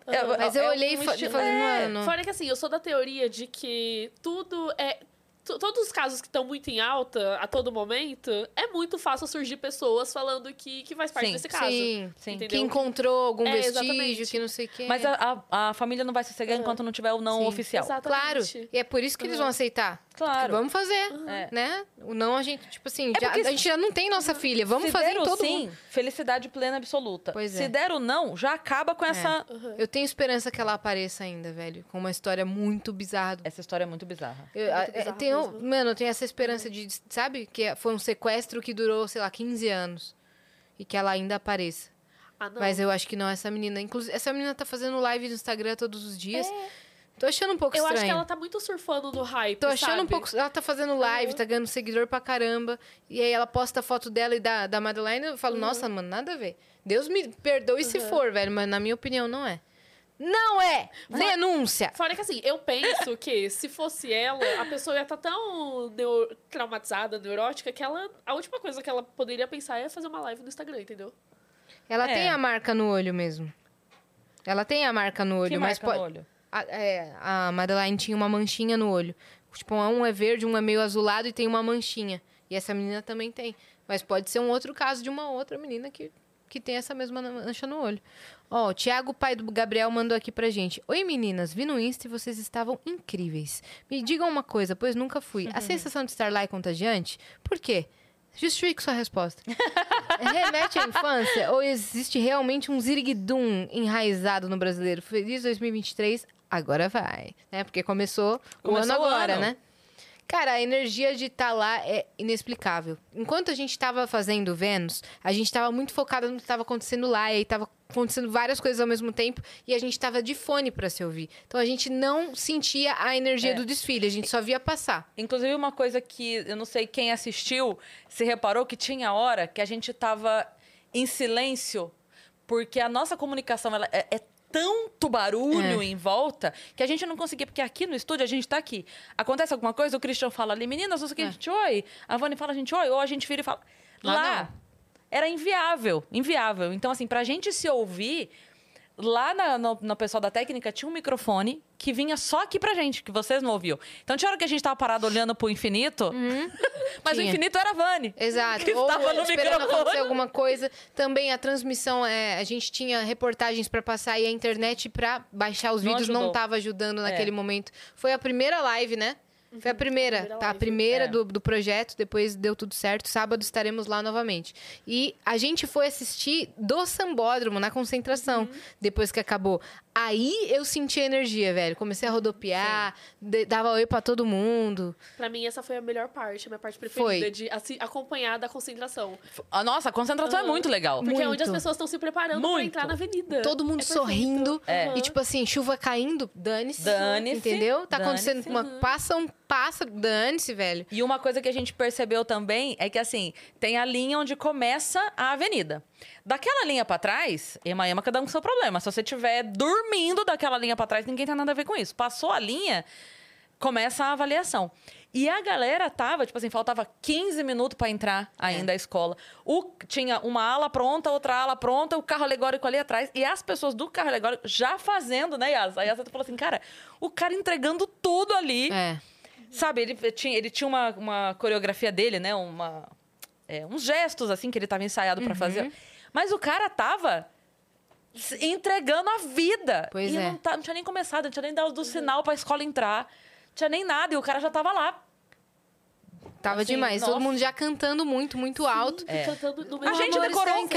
[SPEAKER 5] Ah,
[SPEAKER 2] Mas eu
[SPEAKER 1] é
[SPEAKER 2] olhei
[SPEAKER 1] um
[SPEAKER 2] e fa-
[SPEAKER 1] estilo-
[SPEAKER 2] falei, não é, não.
[SPEAKER 5] Fora que assim, eu sou da teoria de que tudo é. to- Todos os casos que estão muito em alta a todo momento, é muito fácil surgir pessoas falando que, que faz parte
[SPEAKER 1] Sim,
[SPEAKER 5] desse caso.
[SPEAKER 2] sim,
[SPEAKER 1] sim.
[SPEAKER 5] Entendeu?
[SPEAKER 2] Que encontrou algum
[SPEAKER 5] É,
[SPEAKER 2] vestígio,
[SPEAKER 5] exatamente.
[SPEAKER 2] que não sei o quê.
[SPEAKER 1] Mas a, a- a família não vai sossegar enquanto não tiver o não
[SPEAKER 2] Sim.
[SPEAKER 1] oficial.
[SPEAKER 2] Claro.
[SPEAKER 5] Exatamente.
[SPEAKER 2] E é por isso que eles vão aceitar.
[SPEAKER 1] Uhum.
[SPEAKER 2] Tipo,
[SPEAKER 1] Claro.
[SPEAKER 2] Vamos fazer,
[SPEAKER 1] É.
[SPEAKER 2] né? O não a gente, tipo assim,
[SPEAKER 1] É
[SPEAKER 2] já-
[SPEAKER 1] porque
[SPEAKER 2] a gente já não tem nossa filha. Vamos
[SPEAKER 1] Se
[SPEAKER 2] fazer
[SPEAKER 1] der
[SPEAKER 2] em
[SPEAKER 1] o
[SPEAKER 2] todo
[SPEAKER 1] sim,
[SPEAKER 2] mundo.
[SPEAKER 1] felicidade plena absoluta.
[SPEAKER 2] Pois é.
[SPEAKER 1] Se der o não, já acaba com essa.
[SPEAKER 2] Eu tenho esperança que ela apareça ainda, velho. Com uma história muito bizarra.
[SPEAKER 1] Essa história é muito bizarra.
[SPEAKER 2] Eu, a-
[SPEAKER 5] muito bizarro
[SPEAKER 2] eu tenho-
[SPEAKER 5] mesmo.
[SPEAKER 2] mano, eu tenho essa esperança de, sabe? Que foi um sequestro que durou, sei lá, 15 anos. E que ela ainda apareça.
[SPEAKER 5] Ah, não.
[SPEAKER 2] Mas é um eu acho que não essa menina. Inclusive, essa menina tá fazendo live no Instagram todos os dias. Tô achando um pouco
[SPEAKER 5] É. eu
[SPEAKER 2] estranho.
[SPEAKER 5] acho que ela tá muito surfando no hype.
[SPEAKER 2] Tô achando um
[SPEAKER 5] sabe?
[SPEAKER 2] pouco. Ela tá fazendo live,
[SPEAKER 5] Uhum.
[SPEAKER 2] tá ganhando seguidor pra caramba. E aí ela posta a foto dela e da, da Madeline. Eu
[SPEAKER 5] Uhum.
[SPEAKER 2] falo, nossa, mano, nada a ver. Deus me perdoe se for, velho. Mas na minha opinião, não é. Não é! Denúncia!
[SPEAKER 5] Fora que assim, eu penso que se fosse ela, a pessoa ia estar tão neu- traumatizada, neurótica, que ela. A última coisa que ela poderia pensar é fazer uma live no Instagram, entendeu?
[SPEAKER 2] Ela
[SPEAKER 1] É.
[SPEAKER 2] tem a marca no olho mesmo. Ela tem a marca no olho,
[SPEAKER 1] que
[SPEAKER 2] mas
[SPEAKER 1] marca
[SPEAKER 2] pode.
[SPEAKER 1] no olho.
[SPEAKER 2] A, é, a Madeline tinha uma manchinha no olho. Tipo, um é verde, um é meio azulado e tem uma manchinha. E essa menina também tem. Mas pode ser um outro caso de uma outra menina que, que tem essa mesma mancha no olho. Ó, o Thiago, pai do Gabriel, mandou aqui pra gente. Oi, meninas. Vi no Insta e vocês estavam incríveis. Me digam uma coisa, pois nunca fui.
[SPEAKER 1] [LAUGHS]
[SPEAKER 2] A sensação de estar lá é contagiante? Por quê? Justifique sua resposta. Remete à infância ou existe realmente um ziriguidum enraizado no brasileiro? Feliz 2023, agora vai. Né? Porque começou, o
[SPEAKER 1] Começou
[SPEAKER 2] ano
[SPEAKER 1] o
[SPEAKER 2] agora,
[SPEAKER 1] ano.
[SPEAKER 2] né? Cara, a energia de estar lá é inexplicável. Enquanto a gente tava fazendo Vênus, a gente tava muito focada no que tava acontecendo lá e aí tava acontecendo várias coisas ao mesmo tempo e a gente tava de fone pra se ouvir. Então a gente não sentia a energia
[SPEAKER 1] É.
[SPEAKER 2] do desfile, a gente só via passar.
[SPEAKER 1] Inclusive, uma coisa que eu não sei quem assistiu se reparou que tinha hora que a gente tava em silêncio, porque a nossa comunicação ela é, é tanto barulho em volta que a gente não conseguia, porque aqui no estúdio a gente tá aqui. Acontece alguma coisa, o Christian fala ali, meninas, não sei o que, a gente oi. A Vani fala, a gente oi, ou a gente vira e fala.
[SPEAKER 2] Lá
[SPEAKER 1] Lá,
[SPEAKER 2] não.
[SPEAKER 1] era inviável, inviável. Então, assim, pra gente se ouvir. Lá na, no, no pessoal da técnica tinha um microfone que vinha só aqui pra gente, que vocês não ouviam. Então tinha hora que a gente tava parado olhando pro infinito, [LAUGHS] mas
[SPEAKER 2] tinha.
[SPEAKER 1] o infinito era a Vani.
[SPEAKER 2] [LAUGHS] Exato.
[SPEAKER 1] Que
[SPEAKER 2] Ou
[SPEAKER 1] estava no
[SPEAKER 2] esperando
[SPEAKER 1] microfone.
[SPEAKER 2] acontecer alguma coisa. Também a transmissão, é, a gente tinha reportagens pra passar e a internet pra baixar os
[SPEAKER 1] Não
[SPEAKER 2] vídeos não
[SPEAKER 1] ajudou. É.
[SPEAKER 2] tava ajudando naquele momento. Foi a primeira live, né? Foi a primeira,
[SPEAKER 5] Uhum. primeira
[SPEAKER 2] tá? A
[SPEAKER 5] live.
[SPEAKER 2] primeira
[SPEAKER 1] É.
[SPEAKER 2] do, do projeto, depois deu tudo certo. Sábado estaremos lá novamente. E a gente foi assistir do sambódromo, na
[SPEAKER 5] Uhum.
[SPEAKER 2] concentração, depois que acabou. Aí eu senti a energia, velho. Comecei a rodopiar, de- dava oi pra todo mundo.
[SPEAKER 5] Pra mim, essa foi a melhor parte, a minha parte preferida,
[SPEAKER 2] Foi.
[SPEAKER 5] de assim, acompanhar da concentração.
[SPEAKER 1] A nossa, a concentração é
[SPEAKER 5] Aham.
[SPEAKER 1] muito legal.
[SPEAKER 5] Porque é
[SPEAKER 2] Muito.
[SPEAKER 5] onde as pessoas estão se preparando pra
[SPEAKER 1] Muito.
[SPEAKER 5] entrar na avenida.
[SPEAKER 2] Todo mundo
[SPEAKER 5] É perfeito. É.
[SPEAKER 2] sorrindo.
[SPEAKER 5] Aham.
[SPEAKER 2] E tipo assim, chuva caindo, dane-se.
[SPEAKER 1] Dane-se,
[SPEAKER 2] Entendeu? Tá acontecendo
[SPEAKER 1] dane-se.
[SPEAKER 2] uma. Passa um pássaro, dane-se, velho.
[SPEAKER 1] E uma coisa que a gente percebeu também é que, assim, tem a linha onde começa a avenida. Daquela linha pra trás, ema, ema, cada um com seu problema. Se você estiver dormindo daquela linha pra trás, ninguém tem nada a ver com isso. Passou a linha, começa a avaliação. E a galera tava, tipo assim, faltava 15 minutos pra entrar ainda a escola. O, tinha uma ala pronta, outra ala pronta, o carro alegórico ali atrás. E as pessoas do carro alegórico já fazendo, né, Yas? A Yas até falou assim, cara, o cara entregando tudo ali.
[SPEAKER 2] É.
[SPEAKER 1] Sabe, ele tinha, ele tinha uma, uma coreografia dele, né? Uma, é, uns gestos, assim, que ele tava ensaiado
[SPEAKER 2] Uhum.
[SPEAKER 1] pra fazer. Mas o cara tava se entregando a vida.
[SPEAKER 2] Pois
[SPEAKER 1] e
[SPEAKER 2] é.
[SPEAKER 1] não, tá- não tinha nem começado, não tinha nem dado o sinal pra escola entrar. Não tinha nem nada, e o cara já tava lá.
[SPEAKER 2] Tava
[SPEAKER 1] Assim,
[SPEAKER 2] demais. Todo
[SPEAKER 1] nossa.
[SPEAKER 2] mundo já cantando muito, muito alto.
[SPEAKER 5] É. Cantando no
[SPEAKER 1] A
[SPEAKER 5] mesmo
[SPEAKER 1] gente
[SPEAKER 2] Amor
[SPEAKER 5] amor.
[SPEAKER 1] decorou
[SPEAKER 2] está em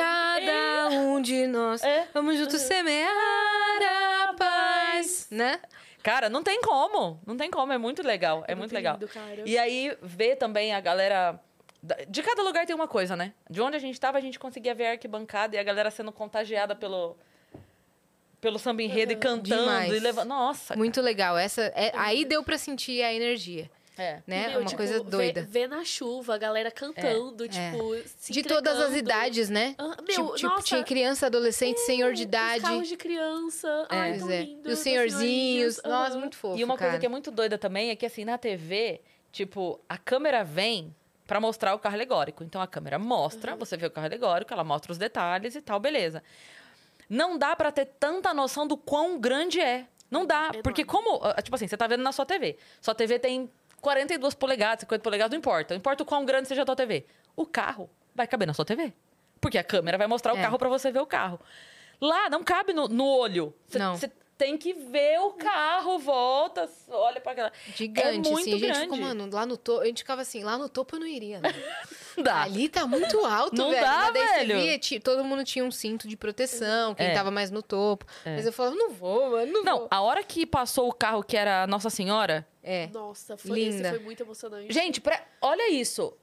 [SPEAKER 2] cada um de nós.
[SPEAKER 1] É.
[SPEAKER 2] Vamos juntos
[SPEAKER 5] Uhum.
[SPEAKER 2] semear a paz. Né?
[SPEAKER 1] Cara, não tem como. Não tem como, é muito legal. É,
[SPEAKER 5] É
[SPEAKER 1] muito
[SPEAKER 5] muito
[SPEAKER 1] legal.
[SPEAKER 5] lindo, cara.
[SPEAKER 1] E aí, ver também a galera. da- De cada lugar tem uma coisa, né? De onde a gente tava, a gente conseguia ver a arquibancada e a galera sendo contagiada pelo. Pelo samba enredo e cantando
[SPEAKER 2] Demais.
[SPEAKER 1] e levando.
[SPEAKER 5] Tá.
[SPEAKER 1] Nossa!
[SPEAKER 2] Muito legal. Essa é- aí deu pra sentir a energia,
[SPEAKER 1] É.
[SPEAKER 2] né?
[SPEAKER 5] Meu,
[SPEAKER 2] uma
[SPEAKER 5] tipo,
[SPEAKER 2] coisa
[SPEAKER 5] vê-
[SPEAKER 2] doida. É,
[SPEAKER 5] Vê, na chuva, a galera cantando, tipo, se
[SPEAKER 2] De todas as
[SPEAKER 5] entregando.
[SPEAKER 2] idades, né?
[SPEAKER 5] Ah, meu,
[SPEAKER 2] tipo, tipo,
[SPEAKER 5] nossa. Hum,
[SPEAKER 2] tinha criança, adolescente, senhor de
[SPEAKER 5] Os
[SPEAKER 2] idade.
[SPEAKER 5] carros de criança.
[SPEAKER 1] É.
[SPEAKER 5] Ai,
[SPEAKER 2] Pois
[SPEAKER 5] tão
[SPEAKER 2] é.
[SPEAKER 5] lindo.
[SPEAKER 2] E os senhorzinhos. Nossa,
[SPEAKER 5] aham.
[SPEAKER 2] muito fofo.
[SPEAKER 1] E uma coisa
[SPEAKER 2] cara.
[SPEAKER 1] que é muito doida também é que, assim, na TV, tipo, a câmera vem pra mostrar o carro alegórico. Então a câmera mostra,
[SPEAKER 2] Uhum.
[SPEAKER 1] você vê o carro alegórico, ela mostra os detalhes e tal, beleza. Não dá pra ter tanta noção do quão grande é. Não dá,
[SPEAKER 5] Enorme.
[SPEAKER 1] porque como, ah, tipo assim, você tá vendo na sua TV. Sua TV tem 42 polegadas, 50 polegadas, não importa. Não importa o quão grande seja a tua TV. O carro vai caber na sua TV. Porque a câmera vai mostrar
[SPEAKER 2] É.
[SPEAKER 1] o carro pra você ver o carro. Lá não cabe no, no olho. Cê-
[SPEAKER 2] Não.
[SPEAKER 1] cê tem que ver o carro, volta, olha pra aquela.
[SPEAKER 2] Gigante,
[SPEAKER 1] é muito
[SPEAKER 2] assim. A gente
[SPEAKER 1] grande.
[SPEAKER 2] ficou, mano, lá no topo. A gente ficava assim, lá no topo eu não iria. né?
[SPEAKER 1] Dá.
[SPEAKER 2] Ali tá muito alto,
[SPEAKER 1] Não
[SPEAKER 2] velho.
[SPEAKER 1] dá,
[SPEAKER 2] Mas daí
[SPEAKER 1] velho.
[SPEAKER 2] Você via, ti- todo mundo tinha um cinto de proteção, quem
[SPEAKER 1] É.
[SPEAKER 2] tava mais no topo.
[SPEAKER 1] É.
[SPEAKER 2] Mas eu falava, não vou, mano, não,
[SPEAKER 1] Não,
[SPEAKER 2] vou.
[SPEAKER 1] a hora que passou o carro que era a Nossa Senhora.
[SPEAKER 2] É.
[SPEAKER 5] Nossa, foi, esse
[SPEAKER 2] Linda.
[SPEAKER 5] foi muito emocionante.
[SPEAKER 1] Gente, pra- olha isso.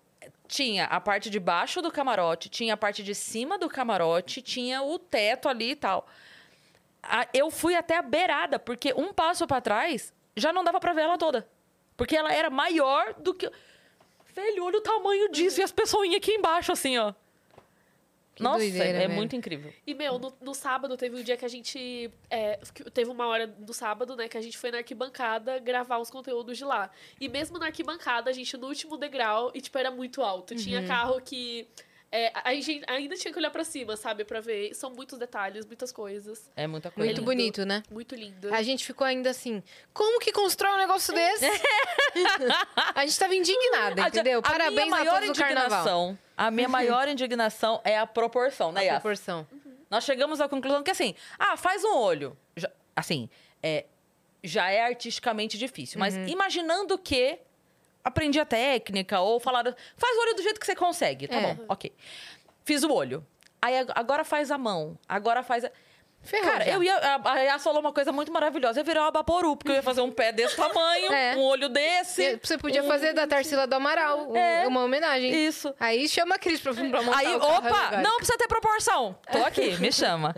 [SPEAKER 1] Tinha a parte de baixo do camarote, tinha a parte de cima do camarote, tinha o teto ali e tal. A- Eu fui até a beirada, porque um passo pra trás já não dava pra ver ela toda. Porque ela era maior do que. Velho, olha o tamanho disso e as pessoinhas aqui embaixo, assim, ó.
[SPEAKER 2] Que
[SPEAKER 1] Nossa,
[SPEAKER 2] doideira,
[SPEAKER 1] é
[SPEAKER 2] velho.
[SPEAKER 1] muito incrível.
[SPEAKER 5] E, meu, no, no sábado teve um dia que a gente. é, que teve uma hora no sábado, né, que a gente foi na arquibancada gravar os conteúdos de lá. E mesmo na arquibancada, a gente no último degrau, e, tipo, era muito alto.
[SPEAKER 1] Uhum.
[SPEAKER 5] Tinha carro que. é, a a gente ainda tinha que olhar pra cima, sabe? Pra ver. São muitos detalhes, muitas coisas.
[SPEAKER 1] É muita coisa.
[SPEAKER 2] Muito
[SPEAKER 5] lindo.
[SPEAKER 2] bonito, né?
[SPEAKER 5] Muito lindo.
[SPEAKER 2] A gente ficou ainda assim, como que constrói um
[SPEAKER 1] [LAUGHS]
[SPEAKER 2] negócio desse? a gente tava indignada,
[SPEAKER 1] Ah, A-
[SPEAKER 2] entendeu?
[SPEAKER 1] a minha
[SPEAKER 2] Parabéns a
[SPEAKER 1] maior
[SPEAKER 2] todos do carnaval. Uhum.
[SPEAKER 1] indignação. A minha maior indignação é a proporção, né,
[SPEAKER 2] A
[SPEAKER 1] Yas?
[SPEAKER 2] proporção.
[SPEAKER 1] Nós chegamos à conclusão que, assim, ah, faz um olho. Já- assim, é, já é artisticamente difícil. Mas
[SPEAKER 2] Uhum.
[SPEAKER 1] imaginando que aprendi a técnica ou falaram, faz o olho do jeito que você consegue. Tá
[SPEAKER 2] É.
[SPEAKER 1] bom, ok. Fiz o olho. Aí ag- agora faz a mão. Agora faz a...
[SPEAKER 2] Ferrou
[SPEAKER 1] Cara,
[SPEAKER 2] É, já.
[SPEAKER 1] eu ia. A, a Yas falou uma coisa muito maravilhosa. Eu ia virar uma Baporu, porque eu ia fazer um pé desse tamanho,
[SPEAKER 2] [LAUGHS] É.
[SPEAKER 1] um olho desse.
[SPEAKER 2] Você você podia
[SPEAKER 1] um-
[SPEAKER 2] fazer da Tarsila do Amaral um-
[SPEAKER 1] É.
[SPEAKER 2] uma homenagem.
[SPEAKER 1] Isso.
[SPEAKER 2] Aí chama a Cris pra, pra montar
[SPEAKER 1] Aí,
[SPEAKER 2] o carro é
[SPEAKER 1] opa,
[SPEAKER 2] agora.
[SPEAKER 1] não precisa ter proporção. Tô aqui, me
[SPEAKER 2] [LAUGHS]
[SPEAKER 1] chama.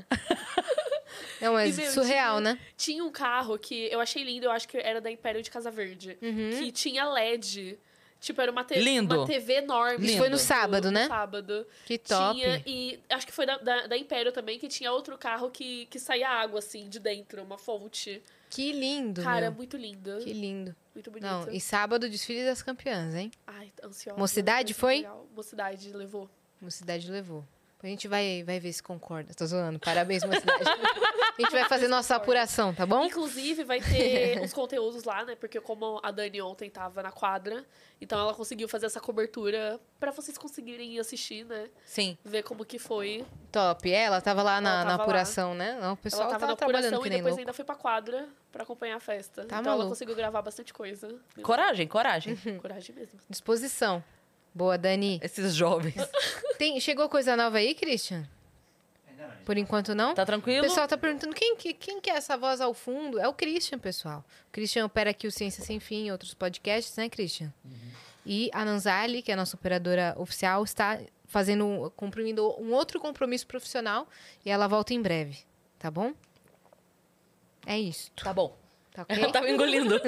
[SPEAKER 2] Não, mas
[SPEAKER 5] E, meu,
[SPEAKER 2] É um surreal, né?
[SPEAKER 5] Tinha um carro que eu achei lindo, eu acho que era da Império de Casa Verde, que tinha LED. Tipo, era uma, te-
[SPEAKER 1] Uhum. Lindo.
[SPEAKER 5] uma TV enorme. Tipo,
[SPEAKER 1] Isso foi no
[SPEAKER 2] sábado, né?
[SPEAKER 5] No sábado.
[SPEAKER 2] Que top.
[SPEAKER 5] Tinha, e acho que foi da, da, da Império também, que tinha outro carro que, que saía água, assim, de dentro, uma fonte.
[SPEAKER 2] Que lindo,
[SPEAKER 5] Cara,
[SPEAKER 2] meu.
[SPEAKER 5] muito lindo.
[SPEAKER 2] Que lindo.
[SPEAKER 5] Muito bonito.
[SPEAKER 2] Não, e sábado, desfile das campeãs, hein?
[SPEAKER 5] Ai, tô ansiosa.
[SPEAKER 2] Mocidade
[SPEAKER 5] Vai ser
[SPEAKER 2] foi?
[SPEAKER 5] legal. Mocidade levou.
[SPEAKER 2] Mocidade levou. A gente vai, vai ver se concorda. Tô zoando. Parabéns,
[SPEAKER 5] [LAUGHS]
[SPEAKER 2] Mocidade. a gente vai fazer nossa apuração, tá bom?
[SPEAKER 5] Inclusive, vai
[SPEAKER 2] [LAUGHS]
[SPEAKER 5] ter uns conteúdos lá, né? Porque como a Dani ontem tava na quadra, então ela conseguiu fazer essa cobertura pra vocês conseguirem assistir, né?
[SPEAKER 1] Sim.
[SPEAKER 5] Ver como que foi.
[SPEAKER 2] Top. Ela tava lá na,
[SPEAKER 5] Ela
[SPEAKER 2] na
[SPEAKER 5] tava
[SPEAKER 2] apuração, né? O pessoal
[SPEAKER 5] ela
[SPEAKER 2] tava,
[SPEAKER 5] tava na
[SPEAKER 2] trabalhando
[SPEAKER 5] apuração
[SPEAKER 2] que
[SPEAKER 5] e
[SPEAKER 2] nem
[SPEAKER 5] depois
[SPEAKER 2] louco. Tá
[SPEAKER 5] ainda foi pra quadra pra acompanhar a festa. então
[SPEAKER 2] maluco.
[SPEAKER 5] ela conseguiu gravar bastante coisa.
[SPEAKER 1] Coragem, coragem.
[SPEAKER 5] Coragem mesmo.
[SPEAKER 2] Disposição. Boa, Dani.
[SPEAKER 1] Esses jovens.
[SPEAKER 2] Tem, chegou coisa nova aí, Christian?
[SPEAKER 3] Ainda não.
[SPEAKER 2] Por enquanto não?
[SPEAKER 1] Tá
[SPEAKER 2] O
[SPEAKER 1] tranquilo?
[SPEAKER 2] pessoal tá perguntando quem, que- quem que é essa voz ao fundo? É o Christian, pessoal. O Christian opera aqui o Ciência Sem Fim e outros podcasts, né, Christian?
[SPEAKER 1] Uhum.
[SPEAKER 2] E a Nanzali, que é a nossa operadora oficial, está fazendo, cumprindo um outro compromisso profissional e ela volta em breve, tá bom? É isso,
[SPEAKER 1] Tá
[SPEAKER 2] [LAUGHS]
[SPEAKER 1] bom.
[SPEAKER 2] tá ok?
[SPEAKER 1] [LAUGHS] Eu tava
[SPEAKER 2] [LAUGHS]
[SPEAKER 1] engolindo.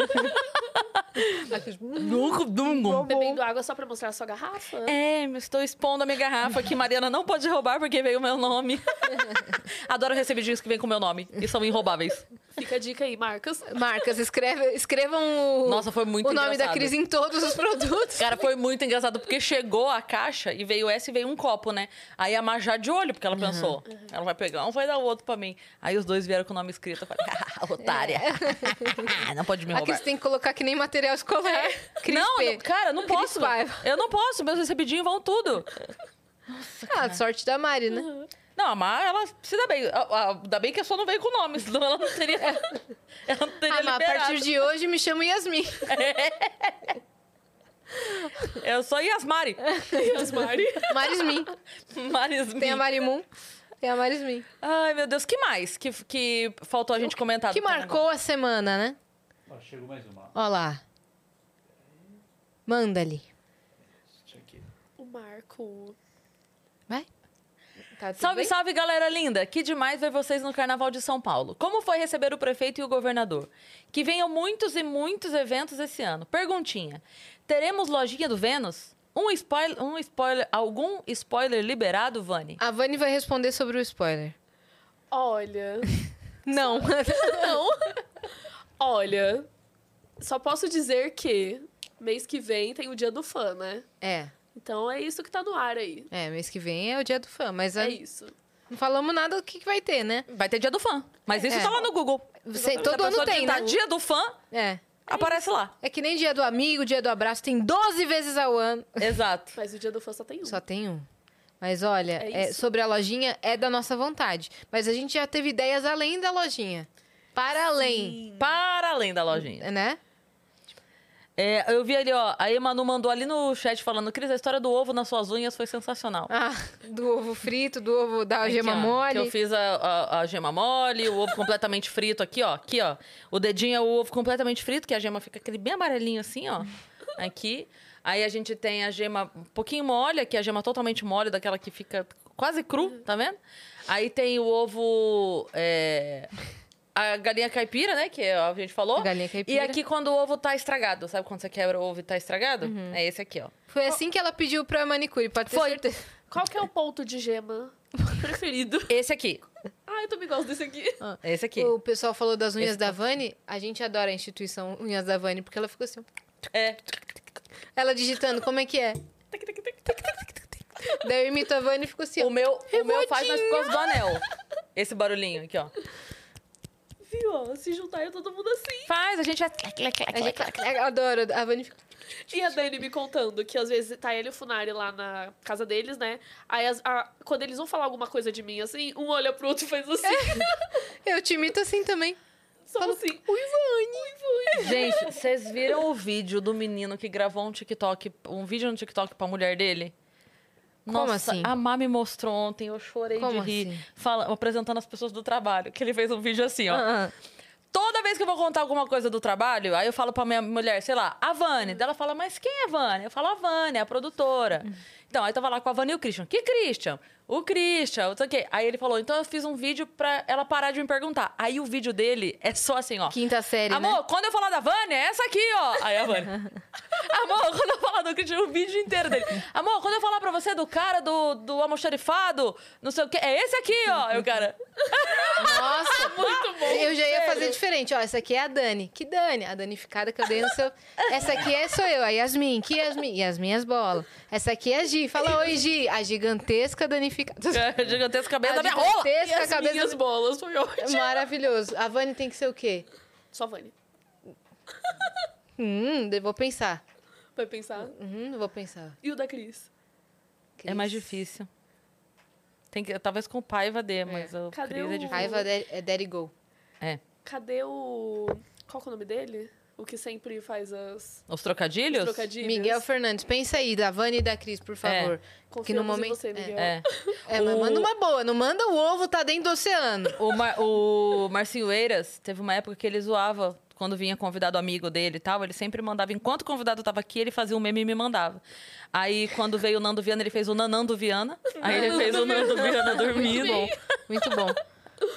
[SPEAKER 1] Nunca, nunca.
[SPEAKER 5] Bebendo água só pra mostrar a sua garrafa?
[SPEAKER 1] É, eu estou expondo a minha garrafa que Mariana não pode roubar porque veio o meu nome. [LAUGHS] Adoro receber dias que vem com meu nome e são inroubáveis.
[SPEAKER 5] Fica a dica aí, Marcos.
[SPEAKER 2] Marcas, escreve, escrevam o,
[SPEAKER 1] Nossa, foi muito
[SPEAKER 2] o nome da
[SPEAKER 1] engraçado.
[SPEAKER 2] Cris em todos os produtos.
[SPEAKER 1] Cara, foi muito engraçado porque chegou a caixa e veio essa e veio um copo, né? Aí a Mar já de olho, porque ela
[SPEAKER 2] Uhum.
[SPEAKER 1] pensou, ela vai pegar um, vai dar o outro pra mim. Aí os dois vieram com o nome escrito. Eu falei, [LAUGHS] ah, otária.
[SPEAKER 2] É.
[SPEAKER 1] [LAUGHS] não pode me
[SPEAKER 2] A
[SPEAKER 1] roubar.
[SPEAKER 2] Cris tem que colocar que nem material escolar. Cris
[SPEAKER 1] É. Não,
[SPEAKER 2] P.
[SPEAKER 1] não, cara, não
[SPEAKER 2] Cris
[SPEAKER 1] posso.
[SPEAKER 2] Paiva.
[SPEAKER 1] Eu não posso, meus recebidinhos vão tudo.
[SPEAKER 2] Ah, sorte da Mari, né?
[SPEAKER 1] Não, a Mar, ela se dá bem. A- a- Ainda bem que a sua não veio com o nome, senão ela não teria. Ela não teria
[SPEAKER 2] É. Ah, mas a
[SPEAKER 1] liberado.
[SPEAKER 2] partir de hoje me chamo [LAUGHS] Yasmin.
[SPEAKER 1] Eu sou
[SPEAKER 2] [LAUGHS]
[SPEAKER 1] Yasmari.
[SPEAKER 5] Yasmari.
[SPEAKER 2] Marismin.
[SPEAKER 1] Marismin.
[SPEAKER 2] Tem a Marimun, tem a Marismin.
[SPEAKER 1] Ai, meu Deus, que mais que, que faltou a gente comentar? do
[SPEAKER 2] Que
[SPEAKER 1] carnaval?
[SPEAKER 2] marcou a semana, né?
[SPEAKER 3] Ó, chegou mais uma.
[SPEAKER 2] Ó lá. Manda-lhe.
[SPEAKER 3] Deixa eu aqui.
[SPEAKER 5] O Marco.
[SPEAKER 2] Vai. Tá tudo
[SPEAKER 1] Salve,
[SPEAKER 2] bem?
[SPEAKER 1] salve, galera linda! Que demais ver vocês no Carnaval de São Paulo. Como foi receber o prefeito e o governador? Que venham muitos e muitos eventos esse ano. Perguntinha: teremos lojinha do Vênus? Um spoiler, um spoiler, algum spoiler liberado, Vani?
[SPEAKER 2] A Vani vai responder sobre o spoiler.
[SPEAKER 5] Olha.
[SPEAKER 2] Não.
[SPEAKER 5] [LAUGHS] Não. Olha, só posso dizer que mês que vem tem o dia do fã, né?
[SPEAKER 2] [LAUGHS] é,
[SPEAKER 5] Então é isso que tá no ar aí.
[SPEAKER 2] é, mês que vem é o dia do fã, mas a-
[SPEAKER 5] É isso.
[SPEAKER 2] não falamos nada do que, que vai ter, né?
[SPEAKER 1] Vai ter dia do fã, mas isso
[SPEAKER 2] É.
[SPEAKER 1] tá lá no Google.
[SPEAKER 2] Você-
[SPEAKER 1] Se a
[SPEAKER 2] É, todo ano
[SPEAKER 1] pessoa
[SPEAKER 2] tem,
[SPEAKER 1] digitar
[SPEAKER 2] né?
[SPEAKER 1] dia do fã,
[SPEAKER 2] É.
[SPEAKER 1] aparece lá.
[SPEAKER 2] É que nem dia do amigo, dia do abraço, tem 12 vezes ao ano.
[SPEAKER 1] Exato.
[SPEAKER 5] Mas o dia do fã só tem um.
[SPEAKER 2] Só tem um. Mas olha,
[SPEAKER 5] É
[SPEAKER 2] é,
[SPEAKER 5] isso.
[SPEAKER 2] sobre a lojinha, é da nossa vontade. Mas a gente já teve ideias além da lojinha. Para além,
[SPEAKER 1] Para além da lojinha.
[SPEAKER 2] né?
[SPEAKER 1] É, eu vi ali, ó, a Emanu mandou ali no chat falando: Cris, a história do ovo nas suas unhas foi sensacional.
[SPEAKER 2] Ah, do ovo frito, do ovo da
[SPEAKER 1] Aqui,
[SPEAKER 2] gema
[SPEAKER 1] ó, que
[SPEAKER 2] mole.
[SPEAKER 1] eu fiz a, a- a gema mole, o ovo [LAUGHS] completamente frito aqui, ó. Aqui, ó. O dedinho é o ovo completamente frito, que a gema fica aquele bem amarelinho assim,
[SPEAKER 2] [LAUGHS]
[SPEAKER 1] ó. Aqui. Aí a gente tem a gema um pouquinho mole, que é a gema totalmente mole, daquela que fica quase cru, tá vendo? Aí tem o ovo. é, a galinha caipira, né? Que a gente falou.
[SPEAKER 2] Galinha
[SPEAKER 1] E
[SPEAKER 2] caipira.
[SPEAKER 1] aqui quando o ovo tá estragado, sabe quando você quebra o ovo e tá estragado?
[SPEAKER 2] Uhum.
[SPEAKER 1] É esse aqui, ó.
[SPEAKER 2] Foi assim que ela pediu pra manicure, pode ter
[SPEAKER 1] Foi.
[SPEAKER 2] certeza.
[SPEAKER 5] Qual que é o ponto de gema preferido?
[SPEAKER 1] Esse aqui.
[SPEAKER 5] Ah, eu também gosto desse aqui.
[SPEAKER 1] Esse aqui.
[SPEAKER 2] Ah. O pessoal falou das unhas
[SPEAKER 1] Esse
[SPEAKER 2] da Vani. A gente adora a instituição Unhas da Vani, porque ela ficou assim.
[SPEAKER 1] É.
[SPEAKER 2] Ela digitando, como é que é? Daí eu imito a Vani e fico assim. ó.
[SPEAKER 1] O meu, o meu faz, mas por
[SPEAKER 2] Revoltinho.
[SPEAKER 1] causa do anel. Esse barulhinho aqui, ó.
[SPEAKER 5] Viu? ó? Se juntar eu todo mundo assim.
[SPEAKER 1] Faz, a gente
[SPEAKER 2] é
[SPEAKER 1] vai.
[SPEAKER 2] A gente- eu adoro, a Vani fica.
[SPEAKER 5] E a Dani me contando que às vezes tá ele e o Funari lá na casa deles, né? Aí as- a- quando eles vão falar alguma coisa de mim, assim, um olha pro outro e faz assim.
[SPEAKER 2] Eu te imito assim também.
[SPEAKER 5] Só assim. Ui, Vani. Ui, Vani.
[SPEAKER 1] Gente, vocês viram o vídeo do menino que gravou um TikTok, um vídeo no TikTok pra mulher dele?
[SPEAKER 2] Como
[SPEAKER 1] Nossa,
[SPEAKER 2] assim?
[SPEAKER 1] a Má me mostrou ontem, eu chorei
[SPEAKER 2] Como
[SPEAKER 1] de rir,
[SPEAKER 2] assim?
[SPEAKER 1] fala- apresentando as pessoas do trabalho, que ele fez um vídeo assim, ó.
[SPEAKER 2] Ah, ah.
[SPEAKER 1] Toda vez que eu vou contar alguma coisa do trabalho, aí eu falo pra minha mulher, sei lá, a Vane. Daí Ela fala, mas quem é a Vane? Eu falo, a Vane, é a produtora. Então, aí eu tava lá com a Vane e o Christian. Que Christian? O Christian, não sei o quê. Aí ele falou, então eu fiz um vídeo pra ela parar de me perguntar. Aí o vídeo dele é só assim, ó.
[SPEAKER 2] Quinta série, né?
[SPEAKER 1] Amor, quando eu falar da Vânia, é essa aqui, ó. Aí a Vânia. [LAUGHS]
[SPEAKER 3] É
[SPEAKER 1] Amor, quando eu falar do Christian, é o vídeo inteiro [LAUGHS] dele. Amor, quando eu falar pra você do cara do, do almoxarifado, não sei o quê, é esse aqui, ó. Aí o cara. [LAUGHS]
[SPEAKER 2] né? Nossa,
[SPEAKER 5] [LAUGHS] Muito bom.
[SPEAKER 2] Eu já ia fazer diferente. Ó, essa aqui é a Dani. Que Dani? A danificada que eu dei no seu. Essa aqui é sou eu, a Yasmin. Que Yasmin? Yasmin as bolas. Essa aqui é a Gi. Fala oi, Gi. A gigantesca danificada.
[SPEAKER 1] Gigantesca cabeça
[SPEAKER 2] A
[SPEAKER 1] da É, minha é rola.
[SPEAKER 5] E
[SPEAKER 2] gigantesca
[SPEAKER 5] as minhas
[SPEAKER 2] cabeça.
[SPEAKER 5] bolas, foi ótimo.
[SPEAKER 2] Maravilhoso. A Vani tem que ser o quê?
[SPEAKER 5] Só Vani.
[SPEAKER 2] Hum, eu vou pensar.
[SPEAKER 5] Vai pensar.
[SPEAKER 2] Hum, vou pensar.
[SPEAKER 5] E o da Cris?
[SPEAKER 1] É mais difícil. Tem que, talvez com o Paiva dê, mas o
[SPEAKER 5] Cadê
[SPEAKER 1] Cris é
[SPEAKER 5] o-
[SPEAKER 1] difícil.
[SPEAKER 2] Raiva de- é Daddy Go.
[SPEAKER 1] É.
[SPEAKER 5] Cadê o. Qual que é o nome dele? O que sempre faz as
[SPEAKER 1] Os trocadilhos?
[SPEAKER 5] os trocadilhos.
[SPEAKER 2] Miguel Fernandes, pensa aí, da Vani e da Cris, por favor. que no
[SPEAKER 5] Confiamos em
[SPEAKER 2] momento.
[SPEAKER 5] você, Miguel.
[SPEAKER 1] É.
[SPEAKER 2] É, mas
[SPEAKER 1] O-
[SPEAKER 2] manda uma boa, não manda o ovo, tá dentro do oceano.
[SPEAKER 1] O, Mar o Marcinho Eiras teve uma época que ele zoava quando vinha convidado amigo dele e tal. Ele sempre mandava, enquanto o convidado tava aqui, ele fazia um meme e me mandava. Aí, quando veio o Nando Viana, ele fez o Nanando Viana. Aí ele fez o Nando Viana dormindo.
[SPEAKER 2] Muito bom.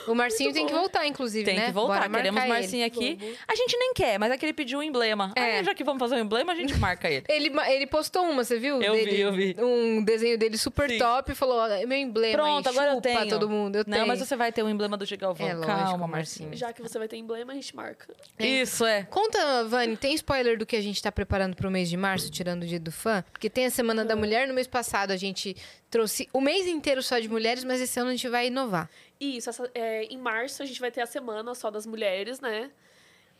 [SPEAKER 2] O Marcinho tem que voltar, inclusive,
[SPEAKER 1] Tem
[SPEAKER 2] né?
[SPEAKER 1] que voltar,
[SPEAKER 2] Bora
[SPEAKER 1] queremos
[SPEAKER 2] marcar
[SPEAKER 1] Marcinho
[SPEAKER 2] ele.
[SPEAKER 1] aqui. A gente nem quer, mas é que ele pediu um emblema.
[SPEAKER 2] É.
[SPEAKER 1] Aí, já que vamos fazer um emblema, a gente marca ele.
[SPEAKER 2] Ele, ma- ele postou uma, você viu?
[SPEAKER 1] Eu vi,
[SPEAKER 2] Dele-
[SPEAKER 1] eu vi.
[SPEAKER 2] Um desenho dele super
[SPEAKER 1] Sim.
[SPEAKER 2] top, falou, ó, é meu emblema
[SPEAKER 1] Pronto,
[SPEAKER 2] aí,
[SPEAKER 1] agora eu
[SPEAKER 2] chupa
[SPEAKER 1] tenho.
[SPEAKER 2] todo mundo, eu
[SPEAKER 1] Não,
[SPEAKER 2] tenho.
[SPEAKER 1] mas você vai ter o emblema do Gigalvão.
[SPEAKER 2] É lógico,
[SPEAKER 1] Calma,
[SPEAKER 2] Marcinho.
[SPEAKER 1] Marcinho.
[SPEAKER 5] Já que você vai ter emblema, a gente marca.
[SPEAKER 1] Isso, é.
[SPEAKER 2] Conta, Vani, tem spoiler do que a gente tá preparando pro mês de março, tirando o dia do fã? Porque tem a Semana da Mulher, no mês passado a gente trouxe o mês inteiro só de mulheres, mas esse ano a gente vai inovar.
[SPEAKER 5] E Isso, essa- é, em março a gente vai ter a semana só das mulheres, né?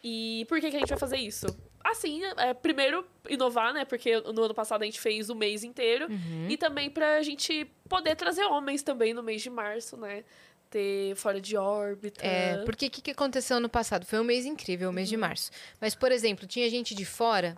[SPEAKER 5] E por que, que a gente vai fazer isso? Assim, é, primeiro inovar, né? Porque no ano passado a gente fez o mês inteiro.
[SPEAKER 2] Uhum.
[SPEAKER 5] E também pra gente poder trazer homens também no mês de março, né? Ter fora de órbita.
[SPEAKER 2] É, porque o que, que aconteceu ano passado? Foi um mês incrível, o mês de
[SPEAKER 1] Uhum.
[SPEAKER 2] março. Mas, por exemplo, tinha gente de fora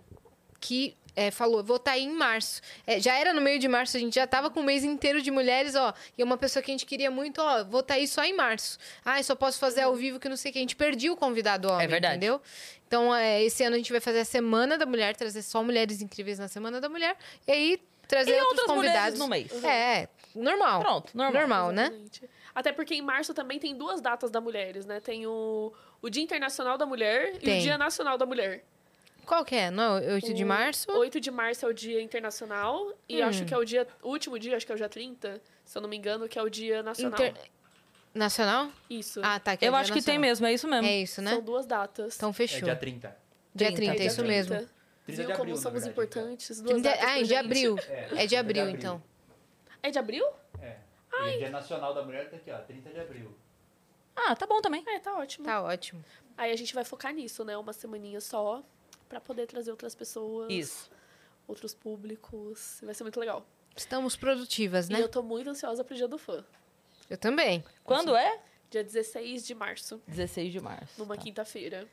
[SPEAKER 2] que é, falou, vou estar aí em março. É, já era no meio de março, a gente já tava com o mês inteiro de mulheres, ó. E é uma pessoa que a gente queria muito, ó, vou estar aí só em março. Ah, só posso fazer ao vivo que não sei o que. A gente perdeu o convidado homem,
[SPEAKER 1] Uhum. É verdade.
[SPEAKER 2] entendeu? Então, é, esse ano a gente vai fazer a Semana da Mulher, trazer só mulheres incríveis na Semana da Mulher. E aí, trazer
[SPEAKER 1] E
[SPEAKER 2] outros
[SPEAKER 1] outras mulheres
[SPEAKER 2] convidados.
[SPEAKER 1] no mês.
[SPEAKER 2] É, normal.
[SPEAKER 1] Pronto, normal.
[SPEAKER 2] né?
[SPEAKER 5] Exatamente. Até porque em março também tem duas datas da mulheres, né? Tem o, o Dia Internacional da Mulher e
[SPEAKER 2] Tem.
[SPEAKER 5] o Dia Nacional da Mulher.
[SPEAKER 2] Qual que é? Não, é 8 de
[SPEAKER 5] O
[SPEAKER 2] março?
[SPEAKER 5] 8 de março é o Dia Internacional e
[SPEAKER 2] Hum.
[SPEAKER 5] acho que é o dia o último dia, acho que é o dia 30, se eu não me engano, que é o Dia Nacional.
[SPEAKER 2] Inter- Nacional?
[SPEAKER 5] Isso.
[SPEAKER 2] Ah, tá. é
[SPEAKER 1] Eu
[SPEAKER 2] dia
[SPEAKER 1] acho que tem
[SPEAKER 2] nacional.
[SPEAKER 1] mesmo, é isso mesmo.
[SPEAKER 2] É isso, né?
[SPEAKER 5] São duas datas.
[SPEAKER 2] Então
[SPEAKER 3] É
[SPEAKER 2] fechou.
[SPEAKER 3] dia 30.
[SPEAKER 2] dia, 30,
[SPEAKER 1] É
[SPEAKER 2] é
[SPEAKER 1] dia
[SPEAKER 2] isso
[SPEAKER 5] 30.
[SPEAKER 2] mesmo.
[SPEAKER 3] 30 de
[SPEAKER 5] Viu
[SPEAKER 3] abril,
[SPEAKER 5] como
[SPEAKER 3] na
[SPEAKER 5] somos
[SPEAKER 3] verdade. então.
[SPEAKER 5] importantes? Duas
[SPEAKER 2] 30
[SPEAKER 5] datas
[SPEAKER 2] ah,
[SPEAKER 5] pra
[SPEAKER 2] em de
[SPEAKER 5] gente.
[SPEAKER 2] abril. É de abril,
[SPEAKER 3] abril.
[SPEAKER 2] então.
[SPEAKER 5] É de abril?
[SPEAKER 3] É. E o Dia Nacional da Mulher tá aqui, ó, 30 de abril.
[SPEAKER 1] Ah, tá bom também.
[SPEAKER 5] É, tá ótimo.
[SPEAKER 2] Tá ótimo.
[SPEAKER 5] Aí a gente vai focar nisso, né? Uma semaninha só pra poder trazer outras pessoas,
[SPEAKER 1] Isso.
[SPEAKER 5] outros públicos. Vai ser muito legal.
[SPEAKER 2] Estamos produtivas, né?
[SPEAKER 5] E
[SPEAKER 2] Eu,
[SPEAKER 5] eu tô muito ansiosa pro Dia do Fã.
[SPEAKER 2] também.
[SPEAKER 1] Quando é?
[SPEAKER 5] Dia 16 de março,
[SPEAKER 1] 16 de março.
[SPEAKER 5] numa
[SPEAKER 1] tá.
[SPEAKER 5] quinta-feira.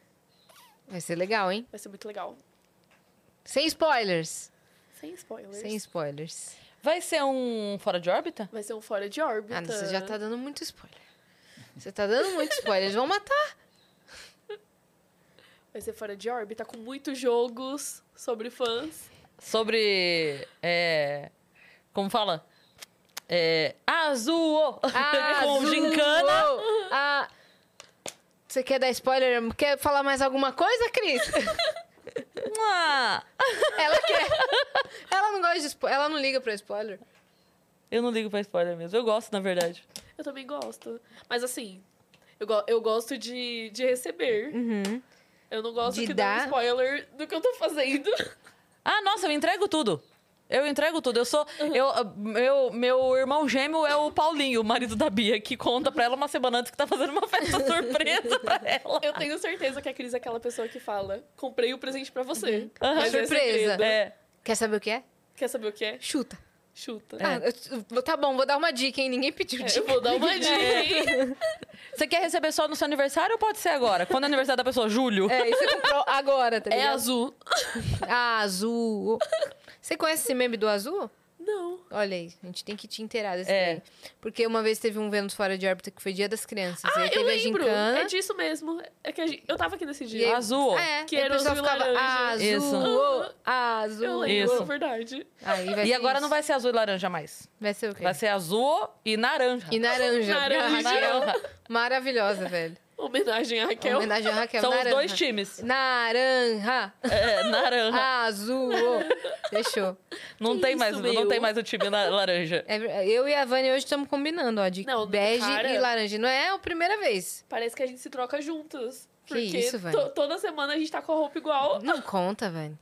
[SPEAKER 2] Vai ser legal, hein?
[SPEAKER 5] Vai ser muito legal.
[SPEAKER 2] Sem spoilers.
[SPEAKER 5] Sem spoilers.
[SPEAKER 2] Sem spoilers.
[SPEAKER 1] Vai ser um fora de órbita?
[SPEAKER 5] Vai ser um fora de órbita.
[SPEAKER 2] Ah, você já tá dando muito spoiler. Você tá dando muito spoiler. Eles
[SPEAKER 1] [LAUGHS]
[SPEAKER 2] vão matar.
[SPEAKER 5] Vai ser fora de órbita com muitos jogos sobre fãs.
[SPEAKER 1] Sobre. É, como fala? É, azul! Ah, [LAUGHS] Com
[SPEAKER 2] Ah, Azul!
[SPEAKER 1] gincana.
[SPEAKER 2] Ah, você quer dar spoiler? Quer falar mais alguma coisa, Cris? [LAUGHS]
[SPEAKER 1] Ah,
[SPEAKER 2] Ela quer. Ela não gosta de spoiler. Ela não liga pra spoiler.
[SPEAKER 1] eu não ligo pra spoiler mesmo. Eu gosto, na verdade.
[SPEAKER 5] Eu também gosto. Mas assim, eu, go- eu gosto de, de receber. Eu não gosto
[SPEAKER 2] Uhum. De
[SPEAKER 5] de que dar
[SPEAKER 2] dar.
[SPEAKER 5] spoiler do que eu tô fazendo. [LAUGHS]
[SPEAKER 1] Ah, nossa, eu entrego tudo. Eu entrego tudo. Eu sou.
[SPEAKER 2] Uhum.
[SPEAKER 1] Eu, ah, meu, meu irmão gêmeo é o Paulinho, o marido da Bia, que conta pra ela uma semana antes que tá fazendo uma festa surpresa pra ela.
[SPEAKER 5] Eu tenho certeza que a Cris é aquela pessoa que fala: comprei o presente pra você.
[SPEAKER 1] Aham.
[SPEAKER 5] Mas é
[SPEAKER 2] Uhum. Surpresa.
[SPEAKER 5] segredo.
[SPEAKER 1] É.
[SPEAKER 2] Quer saber o que é?
[SPEAKER 5] Quer saber o que é?
[SPEAKER 2] Chuta.
[SPEAKER 5] Chuta.
[SPEAKER 2] Ah, eu- eu- tá bom, vou dar uma dica, hein? Ninguém pediu
[SPEAKER 5] É, eu
[SPEAKER 2] dica.
[SPEAKER 5] vou
[SPEAKER 2] [LAUGHS]
[SPEAKER 5] dar uma dica. hein?
[SPEAKER 1] Você quer receber só no seu aniversário ou pode ser agora? Quando é aniversário da pessoa? Julho?
[SPEAKER 2] É, e você comprou agora, tá
[SPEAKER 5] É
[SPEAKER 2] ligado?
[SPEAKER 5] azul.
[SPEAKER 2] Ah, azul. Você conhece esse meme do azul?
[SPEAKER 5] Não.
[SPEAKER 2] Olha aí, a gente tem que te inteirar desse
[SPEAKER 1] É.
[SPEAKER 2] daí. Porque uma vez teve um Vênus fora de órbita que foi Dia das Crianças.
[SPEAKER 5] Ah,
[SPEAKER 2] aí teve
[SPEAKER 5] eu lembro.
[SPEAKER 2] a gincana.
[SPEAKER 5] É disso mesmo. É que a gente- eu tava aqui nesse dia.
[SPEAKER 2] E-
[SPEAKER 1] Azul.
[SPEAKER 2] Ah, é.
[SPEAKER 5] Que
[SPEAKER 2] Aí o
[SPEAKER 5] era
[SPEAKER 2] pessoal
[SPEAKER 5] azul e
[SPEAKER 2] ficava
[SPEAKER 5] laranja.
[SPEAKER 1] Isso.
[SPEAKER 2] azul,
[SPEAKER 5] Aham. Eu
[SPEAKER 2] azul.
[SPEAKER 5] lembro,
[SPEAKER 1] Isso.
[SPEAKER 5] é verdade.
[SPEAKER 2] Aí vai
[SPEAKER 1] E
[SPEAKER 2] ser
[SPEAKER 1] agora
[SPEAKER 2] isso.
[SPEAKER 1] não vai ser azul e laranja mais.
[SPEAKER 2] Vai ser o quê?
[SPEAKER 1] Vai ser azul e naranja.
[SPEAKER 2] E naranja.
[SPEAKER 5] Naranja.
[SPEAKER 2] porque a Raquel-
[SPEAKER 1] Naranja.
[SPEAKER 2] Maravilhosa, velho.
[SPEAKER 5] Homenagem à Raquel.
[SPEAKER 2] Homenagem a Raquel.
[SPEAKER 1] São
[SPEAKER 2] é naranja. Ah,
[SPEAKER 1] os dois times.
[SPEAKER 2] Naranja.
[SPEAKER 1] É, naranja.
[SPEAKER 2] Azul. Fechou.
[SPEAKER 1] não,
[SPEAKER 5] que
[SPEAKER 1] tem
[SPEAKER 5] isso,
[SPEAKER 1] mais, não
[SPEAKER 5] meu?
[SPEAKER 1] tem mais o time na- laranja.
[SPEAKER 2] É ver- eu e a Vânia hoje estamos combinando, ó, de
[SPEAKER 5] Não,
[SPEAKER 2] bege
[SPEAKER 5] cara-
[SPEAKER 2] e laranja. Não é a primeira vez.
[SPEAKER 5] Parece que a gente se troca juntas.
[SPEAKER 2] Que
[SPEAKER 5] Porque
[SPEAKER 2] isso,
[SPEAKER 5] to-
[SPEAKER 2] velho.
[SPEAKER 5] toda semana a gente tá com a roupa igual.
[SPEAKER 2] Não conta, velho.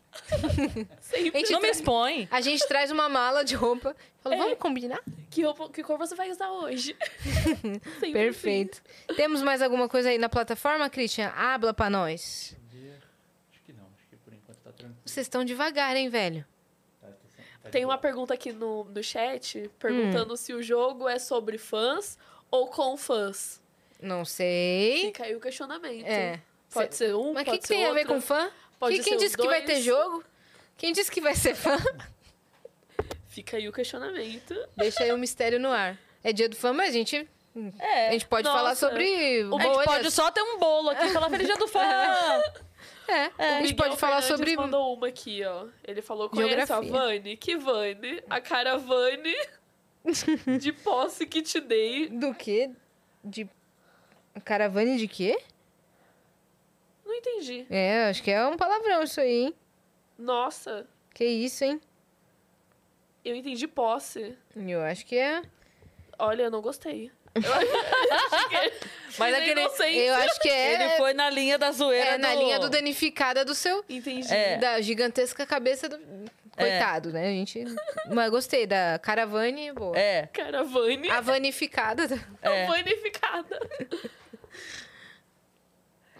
[SPEAKER 5] Sempre.
[SPEAKER 2] Gente,
[SPEAKER 1] Não me expõe.
[SPEAKER 2] A gente traz uma mala de roupa. Fala,
[SPEAKER 5] É.
[SPEAKER 2] vamos combinar?
[SPEAKER 5] Que, roupa, que cor você vai usar hoje?
[SPEAKER 2] [LAUGHS]
[SPEAKER 5] Sempre
[SPEAKER 2] Perfeito. Temos mais alguma coisa aí na plataforma, Christian? Habla pra nós.
[SPEAKER 3] Entender? Acho que não, acho que por enquanto tá tranquilo.
[SPEAKER 2] Vocês estão devagar, hein, velho?
[SPEAKER 3] Tá- tá sem- tá
[SPEAKER 5] assim.
[SPEAKER 3] de
[SPEAKER 5] Tem uma
[SPEAKER 3] boa.
[SPEAKER 5] pergunta aqui no, no chat perguntando
[SPEAKER 2] Hum.
[SPEAKER 5] se o jogo é sobre fãs ou com fãs.
[SPEAKER 2] Não sei.
[SPEAKER 5] Fica aí o questionamento.
[SPEAKER 2] É.
[SPEAKER 5] Pode ser um,
[SPEAKER 2] Mas o que,
[SPEAKER 5] pode
[SPEAKER 2] que
[SPEAKER 5] ser
[SPEAKER 2] tem a ver
[SPEAKER 5] outro,
[SPEAKER 2] com fã?
[SPEAKER 5] pode
[SPEAKER 2] Que- quem
[SPEAKER 5] ser os
[SPEAKER 2] disse que vai
[SPEAKER 5] dois.
[SPEAKER 2] ter jogo? Quem disse que vai ser fã?
[SPEAKER 5] [LAUGHS] Fica aí o questionamento.
[SPEAKER 2] Deixa aí o mistério no ar. É dia do fã, mas a gente,
[SPEAKER 1] É.
[SPEAKER 2] a gente pode falar
[SPEAKER 5] Nossa.
[SPEAKER 2] sobre
[SPEAKER 1] A gente
[SPEAKER 2] bolhas.
[SPEAKER 1] pode só ter um bolo aqui e falar Feliz Dia do Fã.
[SPEAKER 2] É, a gente
[SPEAKER 5] Miguel
[SPEAKER 2] pode falar
[SPEAKER 5] Fernandes
[SPEAKER 2] sobre...
[SPEAKER 5] mandou uma aqui, ó. Ele falou, conhece a
[SPEAKER 2] Geografia.
[SPEAKER 5] Vane? Que Vane? A cara Vane de posse que te dei.
[SPEAKER 2] Do quê? De... Caravane de quê?
[SPEAKER 5] Não entendi.
[SPEAKER 2] É, acho que é um palavrão isso aí, hein?
[SPEAKER 5] Nossa,
[SPEAKER 2] Que isso, hein?
[SPEAKER 5] eu entendi posse.
[SPEAKER 2] Eu acho que é...
[SPEAKER 5] Olha, eu [LAUGHS] não gostei.
[SPEAKER 1] [LAUGHS] Mas
[SPEAKER 5] Ele é
[SPEAKER 1] aquele.
[SPEAKER 5] inocente.
[SPEAKER 2] Eu acho que é...
[SPEAKER 1] Ele foi na linha da zoeira.
[SPEAKER 2] é na linha do danificada do seu...
[SPEAKER 5] Entendi.
[SPEAKER 1] É.
[SPEAKER 2] Da gigantesca cabeça do... Coitado, né? A gente... Mas gostei da caravane, boa.
[SPEAKER 1] É,
[SPEAKER 5] Cara, Vane.
[SPEAKER 2] A vanificada... da-
[SPEAKER 5] É.
[SPEAKER 1] é.
[SPEAKER 5] Vanificada.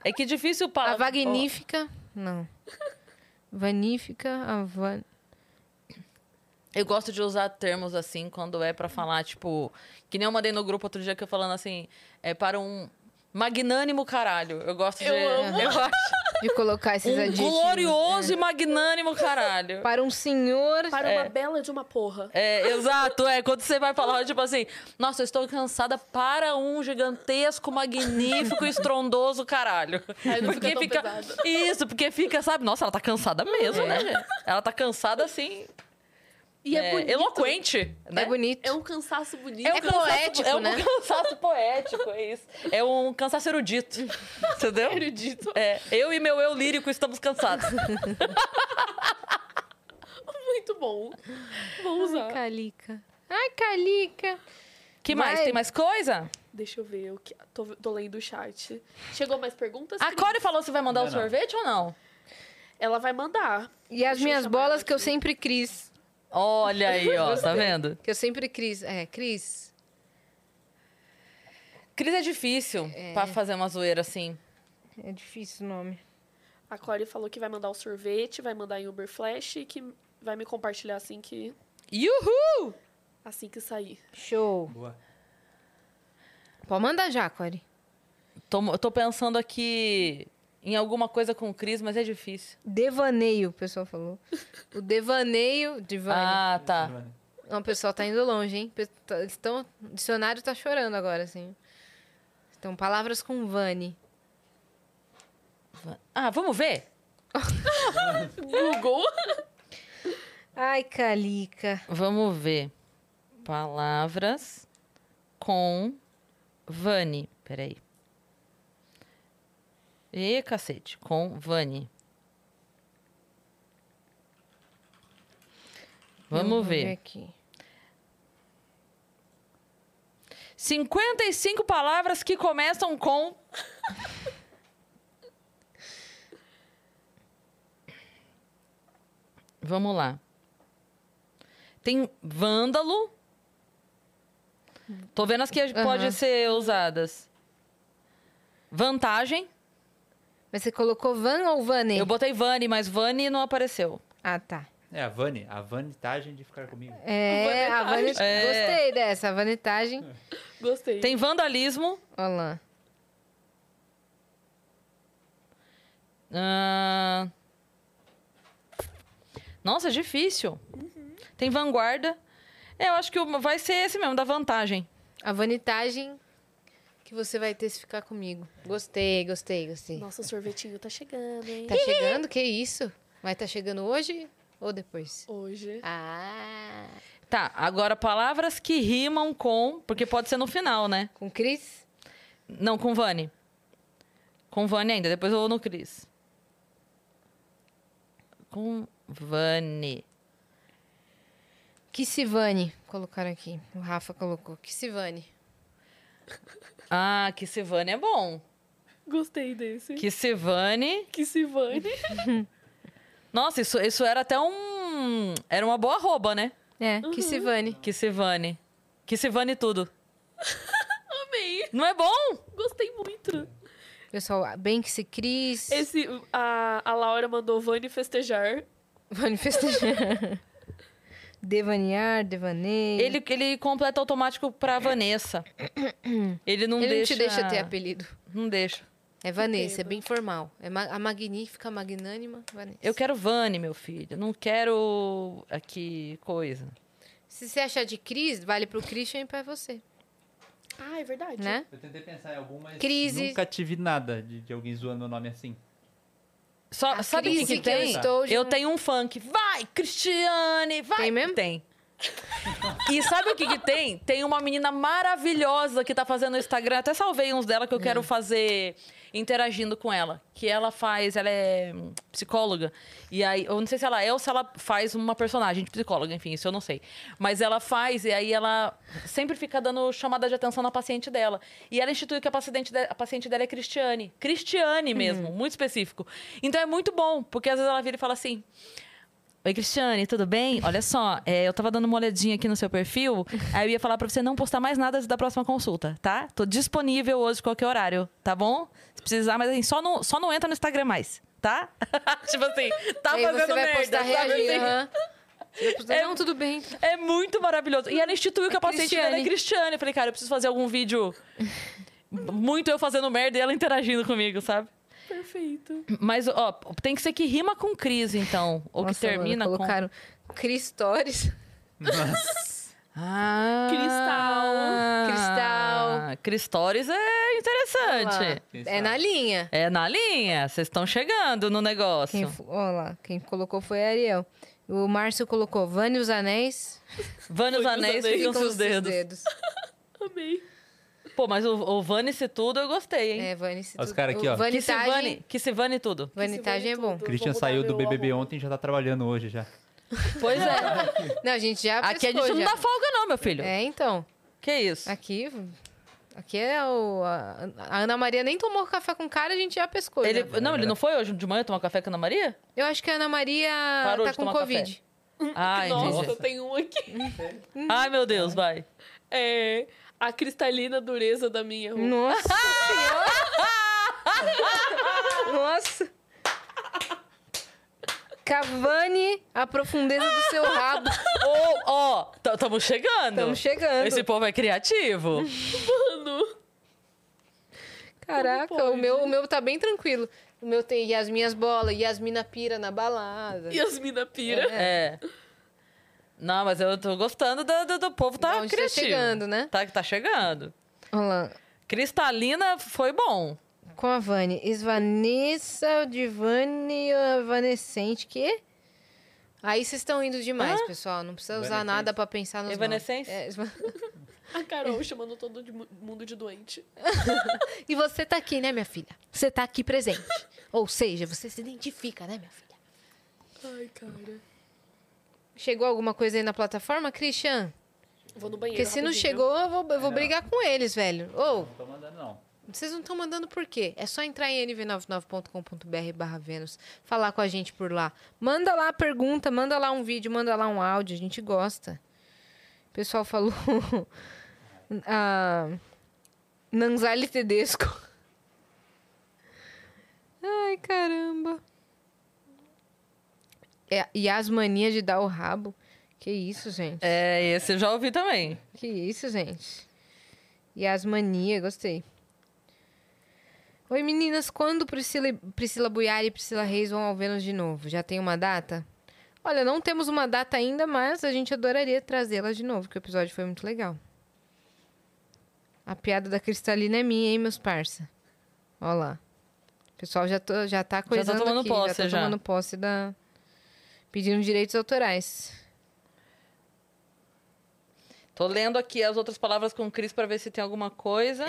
[SPEAKER 1] É que difícil
[SPEAKER 2] A
[SPEAKER 1] palavra.
[SPEAKER 2] vagnífica. Não. Vanífica, a van...
[SPEAKER 1] Eu gosto de usar termos assim quando é pra falar, tipo. Que nem eu mandei no grupo outro dia que eu falando assim. É para um magnânimo caralho. Eu gosto de.
[SPEAKER 5] Eu
[SPEAKER 1] [LAUGHS]
[SPEAKER 5] amo.
[SPEAKER 1] Eu acho.
[SPEAKER 2] De colocar esses
[SPEAKER 1] Um
[SPEAKER 2] adjetivos.
[SPEAKER 1] glorioso e magnânimo caralho.
[SPEAKER 2] Para um senhor.
[SPEAKER 5] Para
[SPEAKER 1] É.
[SPEAKER 5] uma bela de uma porra.
[SPEAKER 1] É, exato, é. Quando você vai falar, tipo assim, nossa, eu estou cansada para um gigantesco, magnífico, estrondoso caralho.
[SPEAKER 5] Aí não fica tão pesado.
[SPEAKER 1] Isso, porque fica, sabe? Nossa, ela tá cansada mesmo, né? gente? Ela tá cansada, assim,
[SPEAKER 5] E é,
[SPEAKER 1] é,
[SPEAKER 5] bonito.
[SPEAKER 1] eloquente, né?
[SPEAKER 2] É bonito.
[SPEAKER 5] É um cansaço bonito.
[SPEAKER 1] É um
[SPEAKER 2] É
[SPEAKER 1] cansaço-
[SPEAKER 2] poético,
[SPEAKER 1] é um [LAUGHS]
[SPEAKER 2] né?
[SPEAKER 1] cansaço poético, é isso. É um cansaço erudito, entendeu?
[SPEAKER 5] Erudito.
[SPEAKER 1] É, eu e meu eu lírico estamos cansados.
[SPEAKER 5] [LAUGHS] Muito bom. Vou usar.
[SPEAKER 2] Calica. Ai, Calica.
[SPEAKER 1] que mais?
[SPEAKER 2] Vai.
[SPEAKER 1] Tem mais coisa?
[SPEAKER 5] Deixa eu ver. o que tô, tô lendo o chat. Chegou mais perguntas?
[SPEAKER 1] A Core falou se vai mandar o
[SPEAKER 3] Ainda não.
[SPEAKER 1] sorvete ou não?
[SPEAKER 5] Ela vai mandar.
[SPEAKER 2] E as
[SPEAKER 5] Deixa eu
[SPEAKER 2] minhas
[SPEAKER 5] chamar
[SPEAKER 2] bolas
[SPEAKER 5] ela
[SPEAKER 2] que eu
[SPEAKER 5] aqui.
[SPEAKER 2] sempre quis.
[SPEAKER 1] Olha aí, ó, tá vendo?
[SPEAKER 2] Que eu sempre quis. É, Cris.
[SPEAKER 1] Cris é difícil pra fazer uma zoeira assim.
[SPEAKER 2] É difícil o nome.
[SPEAKER 5] A Core falou que vai mandar o sorvete, vai mandar em Uber Flash e que vai me compartilhar assim que,
[SPEAKER 1] Yuhu!
[SPEAKER 5] assim que sair.
[SPEAKER 2] Show.
[SPEAKER 3] Boa.
[SPEAKER 2] Pode mandar já, Core.
[SPEAKER 1] Tô, eu tô pensando aqui em alguma coisa com o Cris, mas é difícil.
[SPEAKER 2] Devaneio, o pessoal falou. O devaneio. Divane.
[SPEAKER 1] Ah, tá.
[SPEAKER 3] Giovana,
[SPEAKER 2] Não, o pessoal tá indo longe, hein? Pe- tá- Eles estão. O dicionário tá chorando agora, assim. Então, palavras com Vani.
[SPEAKER 1] Ah, vamos ver?
[SPEAKER 5] Google!
[SPEAKER 2] Ai, Calica.
[SPEAKER 1] Vamos ver. Palavras com Vani. Peraí. E cacete, com Vani.
[SPEAKER 2] Eu vou
[SPEAKER 1] Vamos ver.
[SPEAKER 2] aqui.
[SPEAKER 1] 55 palavras que começam com. Vamos lá. Tem vândalo. Tô vendo as que
[SPEAKER 2] Aham.
[SPEAKER 1] podem ser usadas. Vantagem.
[SPEAKER 2] Mas você colocou Van ou Vane?
[SPEAKER 1] Eu botei Vani, mas Vani não apareceu.
[SPEAKER 2] Ah, tá.
[SPEAKER 3] É a Vani, tá, a vanitagem de ficar comigo.
[SPEAKER 2] É, a
[SPEAKER 5] Vanetagem.
[SPEAKER 2] vanetagem.
[SPEAKER 1] É.
[SPEAKER 2] Gostei dessa, a vanetagem.
[SPEAKER 5] Gostei.
[SPEAKER 1] Tem vandalismo.
[SPEAKER 2] Olha lá.
[SPEAKER 1] Ah, Nossa, é difícil. Tem vanguarda. É, eu acho que o- vai ser esse mesmo, da vantagem.
[SPEAKER 2] A vanitagem que você vai ter se ficar comigo. Gostei, gostei, gostei.
[SPEAKER 5] Nossa, o sorvetinho tá chegando, hein?
[SPEAKER 2] Tá chegando? Que isso? Mas tá chegando hoje ou depois?
[SPEAKER 5] Hoje.
[SPEAKER 2] Ah,
[SPEAKER 1] Tá, agora palavras que rimam com. Porque pode ser no final, né?
[SPEAKER 2] com Cris?
[SPEAKER 1] Não, com Vani. Com Vani ainda, depois eu vou no Cris. Com Vani.
[SPEAKER 2] Que se vane, colocaram aqui. O Rafa colocou. Que se vane.
[SPEAKER 1] Ah, que se Vani é bom.
[SPEAKER 5] Gostei desse. Que,
[SPEAKER 1] Que se Vani.
[SPEAKER 5] se vane.
[SPEAKER 1] Nossa, isso, isso era até um. Era uma boa arroba, né?
[SPEAKER 2] É, que se vane.
[SPEAKER 1] Que se Vani. Que se Vani tudo.
[SPEAKER 5] Amei.
[SPEAKER 1] Não é bom?
[SPEAKER 5] Gostei muito.
[SPEAKER 2] Pessoal, bem que se Cris. [LAUGHS]
[SPEAKER 5] Esse, a, a Laura mandou Vane festejar.
[SPEAKER 2] Manifestação. Devanear, devaneio.
[SPEAKER 1] Ele, ele completa automático pra Vanessa. Ele não
[SPEAKER 2] Ele
[SPEAKER 1] deixa.
[SPEAKER 2] não te deixa ter apelido.
[SPEAKER 1] Não deixa.
[SPEAKER 2] É Vanessa, é
[SPEAKER 5] Entendo.
[SPEAKER 2] bem formal. É ma- a magnífica, magnânima Vanessa.
[SPEAKER 1] Eu quero Vani, meu filho. Não quero aqui coisa.
[SPEAKER 2] Se você achar de Cris, vale pro Christian e pra você,
[SPEAKER 5] Ah, é verdade.
[SPEAKER 2] né?
[SPEAKER 3] Eu tentei pensar em algum, mas
[SPEAKER 2] Crise.
[SPEAKER 3] nunca tive nada de, de alguém zoando meu nome assim.
[SPEAKER 1] Só,
[SPEAKER 2] A
[SPEAKER 1] sabe o que,
[SPEAKER 2] crise
[SPEAKER 1] que
[SPEAKER 2] que eu
[SPEAKER 1] tem?
[SPEAKER 2] estou
[SPEAKER 1] eu
[SPEAKER 2] jun-
[SPEAKER 1] tenho um funk. Vai, Cristiane, vai.
[SPEAKER 2] Tem mesmo?
[SPEAKER 1] Tem. E sabe o que, que tem? Tem uma menina maravilhosa que tá fazendo o Instagram. Até salvei uns dela que eu
[SPEAKER 2] Hum.
[SPEAKER 1] quero fazer interagindo com ela. Que ela faz, ela é hum, psicóloga. E aí, eu não sei se ela é ou se ela faz uma personagem de psicóloga, enfim, isso eu não sei. Mas ela faz, e aí ela sempre fica dando chamada de atenção na paciente dela. E ela institui que a paciente, de- a paciente dela é Cristiane. Cristiane mesmo,
[SPEAKER 2] Uhum.
[SPEAKER 1] muito específico. Então é muito bom, porque às vezes ela vira e fala assim. Oi, Cristiane, tudo bem? Olha só, é, eu tava dando uma olhadinha aqui no seu perfil, aí eu ia falar pra você não postar mais nada antes da próxima consulta, tá? Tô disponível hoje, qualquer horário, tá bom? Se precisar, mas assim, só não, só não entra no Instagram mais, tá? [LAUGHS] tipo assim, tá
[SPEAKER 2] Aí
[SPEAKER 1] fazendo
[SPEAKER 2] você vai
[SPEAKER 1] merda.
[SPEAKER 2] postar
[SPEAKER 1] sabe
[SPEAKER 2] reagir.
[SPEAKER 1] assim?
[SPEAKER 2] aham. Você vai postar,
[SPEAKER 1] É-
[SPEAKER 2] Não, tudo bem.
[SPEAKER 1] É muito maravilhoso. E ela instituiu que a paciente
[SPEAKER 2] Cristiane.
[SPEAKER 1] dela é Cristiane. Eu falei, cara, eu preciso fazer algum vídeo muito eu fazendo merda e ela interagindo comigo, sabe?
[SPEAKER 5] Perfeito.
[SPEAKER 1] Mas, ó, tem que ser que rima com crise, então. Ou que
[SPEAKER 2] Nossa, mano,
[SPEAKER 1] termina com.
[SPEAKER 2] colocaram Cris Torres.
[SPEAKER 1] Ah,
[SPEAKER 2] Cristal.
[SPEAKER 1] Cristores Ah, é interessante.
[SPEAKER 2] Olha lá. É na linha.
[SPEAKER 1] É na linha, vocês estão chegando no negócio.
[SPEAKER 2] Quem, fo- ó lá, quem colocou foi a Ariel. O Márcio colocou Vane os anéis.
[SPEAKER 1] Vane os
[SPEAKER 5] Foi os
[SPEAKER 1] anéis
[SPEAKER 5] anéis
[SPEAKER 1] ficam
[SPEAKER 2] com
[SPEAKER 1] seus dedos.
[SPEAKER 5] Amei.
[SPEAKER 1] Pô, mas o, o Vane se tudo eu gostei, hein?
[SPEAKER 2] É, Vane se
[SPEAKER 3] Olha os
[SPEAKER 2] tudo-
[SPEAKER 3] cara aqui,
[SPEAKER 2] o
[SPEAKER 3] ó.
[SPEAKER 1] que, se
[SPEAKER 2] Vanitagem,
[SPEAKER 1] vane, que se vane tudo.
[SPEAKER 2] vanitagem é
[SPEAKER 5] Tudo.
[SPEAKER 2] bom.
[SPEAKER 5] Vou
[SPEAKER 3] Christian
[SPEAKER 5] mudar
[SPEAKER 3] saiu do
[SPEAKER 5] meu
[SPEAKER 3] BBB
[SPEAKER 5] arroba.
[SPEAKER 3] ontem e já tá trabalhando hoje já.
[SPEAKER 1] Pois é.
[SPEAKER 2] Não, a gente já
[SPEAKER 1] Aqui a
[SPEAKER 2] pescou
[SPEAKER 1] gente não
[SPEAKER 2] já.
[SPEAKER 1] dá folga, não, meu filho.
[SPEAKER 2] É, então.
[SPEAKER 1] Que isso?
[SPEAKER 2] Aqui... Aqui é o... A a Ana Maria nem tomou café com cara, a gente já pescou. né?
[SPEAKER 1] Ele,
[SPEAKER 2] já.
[SPEAKER 1] não, ele não foi hoje de manhã tomar café com a Ana Maria?
[SPEAKER 2] Eu acho que a Ana Maria
[SPEAKER 1] Parou
[SPEAKER 2] tá
[SPEAKER 1] de
[SPEAKER 2] com
[SPEAKER 1] tomar
[SPEAKER 2] Covid.
[SPEAKER 1] Ai,
[SPEAKER 5] Nossa,
[SPEAKER 1] entendi.
[SPEAKER 5] tem um aqui.
[SPEAKER 1] Ai, meu Deus, vai.
[SPEAKER 5] É a cristalina dureza da minha roupa.
[SPEAKER 2] Nossa senhora! Nossa! Cavani, a profundeza do seu rabo.
[SPEAKER 1] Ô, Ó, estamos chegando.
[SPEAKER 2] Estamos chegando.
[SPEAKER 1] Esse povo é criativo.
[SPEAKER 5] Mano,
[SPEAKER 2] Caraca,
[SPEAKER 5] Como pode?
[SPEAKER 2] o meu, o meu tá bem tranquilo. O meu tem Yasmin as bolas, Yasmin na pira na balada.
[SPEAKER 5] e as mina pira.
[SPEAKER 1] É. Não, mas eu tô gostando do, do, do povo, tá
[SPEAKER 2] Da onde tá
[SPEAKER 1] criativo.
[SPEAKER 2] chegando, né?
[SPEAKER 1] Tá, tá chegando.
[SPEAKER 2] Olha lá.
[SPEAKER 1] Cristalina foi bom.
[SPEAKER 2] Com a Vani. Esvaneça de Vani evanescente. Que? Aí vocês estão indo demais, pessoal. Não precisa usar
[SPEAKER 3] Evanescence.
[SPEAKER 2] nada pra pensar nos nomes.
[SPEAKER 1] Evanescence?
[SPEAKER 2] É, esva-
[SPEAKER 5] A Carol chamando todo de mu- mundo de doente.
[SPEAKER 2] E você tá aqui, né, minha filha? Você tá aqui presente. [LAUGHS] Ou seja, você se identifica, né, minha filha?
[SPEAKER 5] Ai, cara.
[SPEAKER 2] Chegou alguma coisa aí na plataforma, Christian?
[SPEAKER 5] Vou no banheiro.
[SPEAKER 2] Porque se não
[SPEAKER 5] rapidinho.
[SPEAKER 2] chegou, eu vou, eu vou
[SPEAKER 3] É.
[SPEAKER 2] brigar com eles, velho. Ou,
[SPEAKER 3] Não tô mandando, não.
[SPEAKER 2] vocês não estão mandando por quê? É só entrar em nv99.com.br barra Vênus, falar com a gente por lá. Manda lá a pergunta, manda lá um vídeo, manda lá um áudio, a gente gosta. O pessoal falou... [LAUGHS] ah, Nanzali Tedesco. Ai, caramba. É, e as manias de dar o rabo. Que isso, gente.
[SPEAKER 1] É, esse eu já ouvi também.
[SPEAKER 2] Que isso, gente. E as manias, gostei. Oi, meninas. Quando Priscila, Priscila Buiari e Priscila Reis vão ao Vênus de novo? Já tem uma data? Olha, não temos uma data ainda, mas a gente adoraria trazê-la de novo, que o episódio foi muito legal. A piada da Cristalina é minha, hein, meus parça? Olha lá. O pessoal já, tô, já tá coisando
[SPEAKER 1] tomando
[SPEAKER 2] aqui,
[SPEAKER 1] posse,
[SPEAKER 2] já tá
[SPEAKER 1] já.
[SPEAKER 2] tomando posse da... Pedindo direitos autorais.
[SPEAKER 1] Tô lendo aqui as outras palavras com o Cris pra ver se tem
[SPEAKER 4] [LAUGHS]
[SPEAKER 1] alguma coisa.